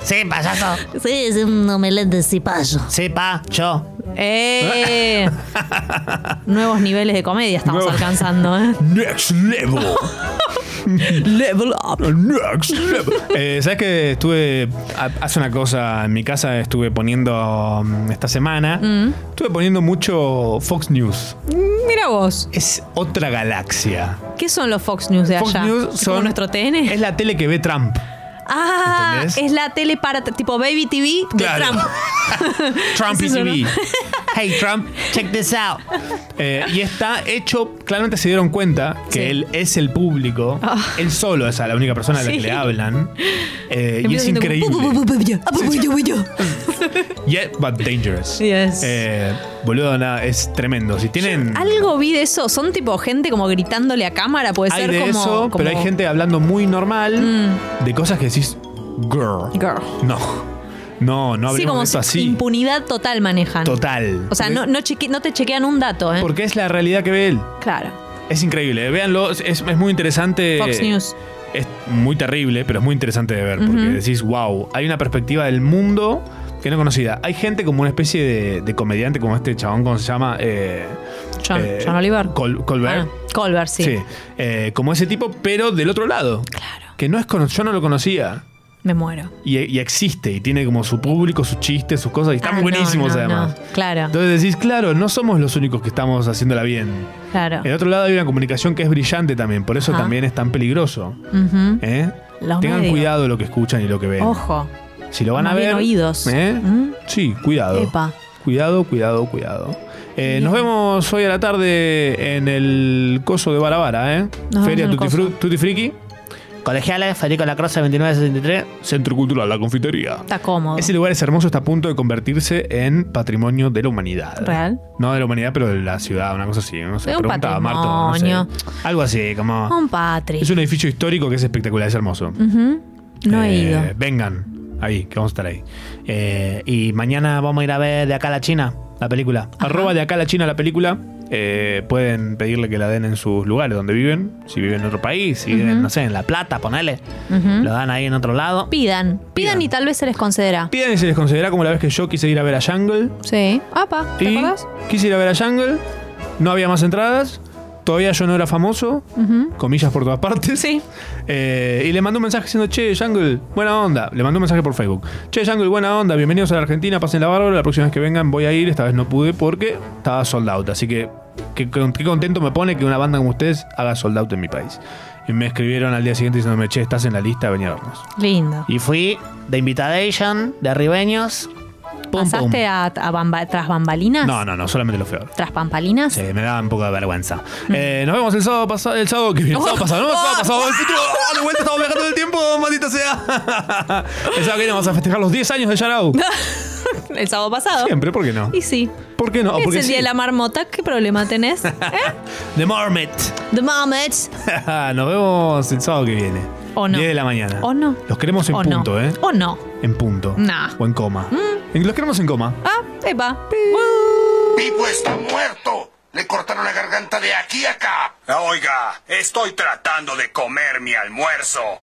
A: Sí, payaso.
F: Sí, es un omelette de cipayo.
A: Cepayo.
C: [LAUGHS]
D: ¡Eh! Nuevos niveles de comedia estamos
A: Nuevo-
D: alcanzando, ¿eh?
C: Next level. [LAUGHS]
D: level up.
C: Next level. Eh, ¿Sabes que estuve. ha- Hace una cosa. En mi casa estuve poniendo. mm, Esta semana. Estuve poniendo mucho Fox News.
D: Mira vos.
C: Es otra galaxia.
D: ¿Qué son los Fox News de
C: Fox
D: allá?
C: News
D: ¿Es como
C: son-
D: nuestro TN?
C: Es la tele que ve Trump.
D: Ah,
C: ¿Entendés?
D: es la tele para tipo Baby TV de
C: Claro.
D: Trump.
C: [LAUGHS] Trump y
D: Es [LAUGHS] eso, ¿no?
C: TV. Hey, Trump, check this out. Eh, y está hecho, claramente se dieron cuenta que él es el público. Él solo es a la única persona a la
D: Ah. Sí.
C: que le hablan. Eh, y
D: Empieza
C: es
D: haciendo como,
C: increíble.
D: "Bu, bu, bu, bu, bu, bu, bu, bu, bu,
C: [LAUGHS]
D: bu".
C: Yet, but dangerous.
D: Yes.
C: Eh, boludo, nada, es tremendo. Si tienen.
D: Algo vi de eso. Son tipo gente como gritándole a cámara, puede
C: Hay
D: ser
C: de
D: como.
C: eso,
D: como- Mm.
C: pero hay gente hablando muy normal de cosas que decís, girl.
D: Girl.
C: No. No, no hablemos
D: sí, como
C: de esto
D: si-
C: así.
D: impunidad total manejan.
C: Total.
D: O sea, no, no, cheque- no te chequean un dato, ¿eh?
C: Porque es la realidad que ve él.
D: Claro.
C: Es increíble, eh, véanlo, es, es muy interesante.
D: Fox News.
C: Es muy terrible, pero es muy interesante de ver, porque
D: Ujú.
C: decís, wow, hay una perspectiva del mundo que no conocida. Hay gente como una especie de, de comediante, como este chabón, ¿cómo se llama? Eh,
D: John- John Oliver.
C: Col- Colbert.
D: Ah, Colbert, sí.
C: Sí, eh, como ese tipo, pero del otro lado. Claro. Que no es cono- yo no lo conocía.
D: Me muero.
C: Y, y existe, y tiene como su público, sus chistes, sus cosas, y
D: Ah,
C: están
D: no,
C: buenísimos
D: no,
C: además.
D: no. Claro,
C: Entonces decís, claro, no somos los únicos que estamos haciéndola bien.
D: claro.
C: En otro lado hay una comunicación que es brillante también, por eso
D: Ajá.
C: también es tan peligroso.
D: Ujú.
C: ¿eh?
D: Los
C: Tengan
D: medios.
C: cuidado lo que escuchan y lo que ven.
D: Ojo.
C: Si lo van a
D: Más bien
C: ver.
D: oídos. ¿Mm?
C: ¿eh? Sí, cuidado.
D: Epa.
C: Cuidado, cuidado, cuidado. Eh, nos vemos hoy a la tarde en el coso de Barabara, ¿eh?
A: Nos vemos
C: Feria
A: en el
C: Tutti,
A: coso.
C: Fru- Tutti Friki. Colegiales, Federico La Croce 2963. Centro Cultural La Confitería.
D: Está cómodo.
C: Ese lugar es hermoso, está a punto de convertirse en patrimonio de la humanidad.
D: Real.
C: No de la humanidad, pero de la ciudad, una cosa así. No sé,
D: De un
C: preguntaba Marto. no sé.
D: patrimonio.
C: Algo así, como.
D: Un patri.
C: Es un edificio histórico que es espectacular, es hermoso.
D: Ujú. No he
C: Eh,
D: ido.
C: Vengan, ahí, que vamos a estar ahí. Eh, y mañana vamos a ir a ver De acá a la China, la película. Arroba De acá a la China, la película. Eh, pueden pedirle que la den en sus lugares donde viven. Si viven en otro país, si viven,
D: Ujú.
C: no sé, en La Plata, ponele.
D: Ujú.
C: Lo dan ahí en otro lado.
D: Pidan. Pidan y tal vez se les concederá.
C: Piden y se les considera como la vez que yo quise ir a ver a Jungle.
D: Sí. Apa, ¿te
C: Y
D: acordás?
C: quise ir a ver a Jungle. No había más entradas. Todavía yo no era famoso.
D: Ujú.
C: comillas por todas partes. Sí. y le mandó un mensaje diciendo, che, Jungle, buena onda. Le mandó un mensaje por Facebook. Che, Jungle, buena onda, bienvenidos a la Argentina, pasen la bárbara, la próxima vez que vengan voy a ir, esta vez no pude porque estaba sold out. Así que qué qué- qué contento me pone que una banda como ustedes haga sold out en mi país. Y me escribieron al día siguiente diciéndome, che, estás en la lista, vení a vernos.
D: Lindo.
A: Y fui de Invitation, de Ribeños. Pum, pum.
D: ¿Pasaste a, a bamba- tras bambalinas?
C: No, no, no, solamente lo fui a ver.
D: ¿Tras pampalinas?
C: Sí, Este, me da un poco de vergüenza. Eh, nos vemos el sábado pasado. El sábado que viene. El sábado pasado, no, el
D: [LAUGHS]
C: sábado pasado. El futuro. ¡Oh, de vuelta estamos viajando en el tiempo, maldita sea. [LAUGHS] el sábado que viene vamos a festejar los 10 años de Yarau.
D: [LAUGHS] El sábado pasado.
C: Siempre, ¿por qué no?
D: Y sí.
C: ¿Por qué no?
D: es
C: Porque
D: el
C: sí.
D: día de la marmota, ¿qué problema
C: [LAUGHS]
D: tenés? ¿Eh?
C: The Marmot. [LAUGHS]
D: The Marmots.
C: nos vemos el sábado que viene.
D: O no.
C: 10 de la mañana.
D: ¿O no?
C: Los queremos en
D: O no.
C: punto, ¿eh?
D: ¿O no?
C: En punto.
D: Nah. Mm.
C: O en coma. En- Los queremos en coma.
D: Ah, epa.
V: Vivo está muerto. Le cortaron la garganta de aquí a acá.
W: Oiga, estoy tratando de comer mi almuerzo.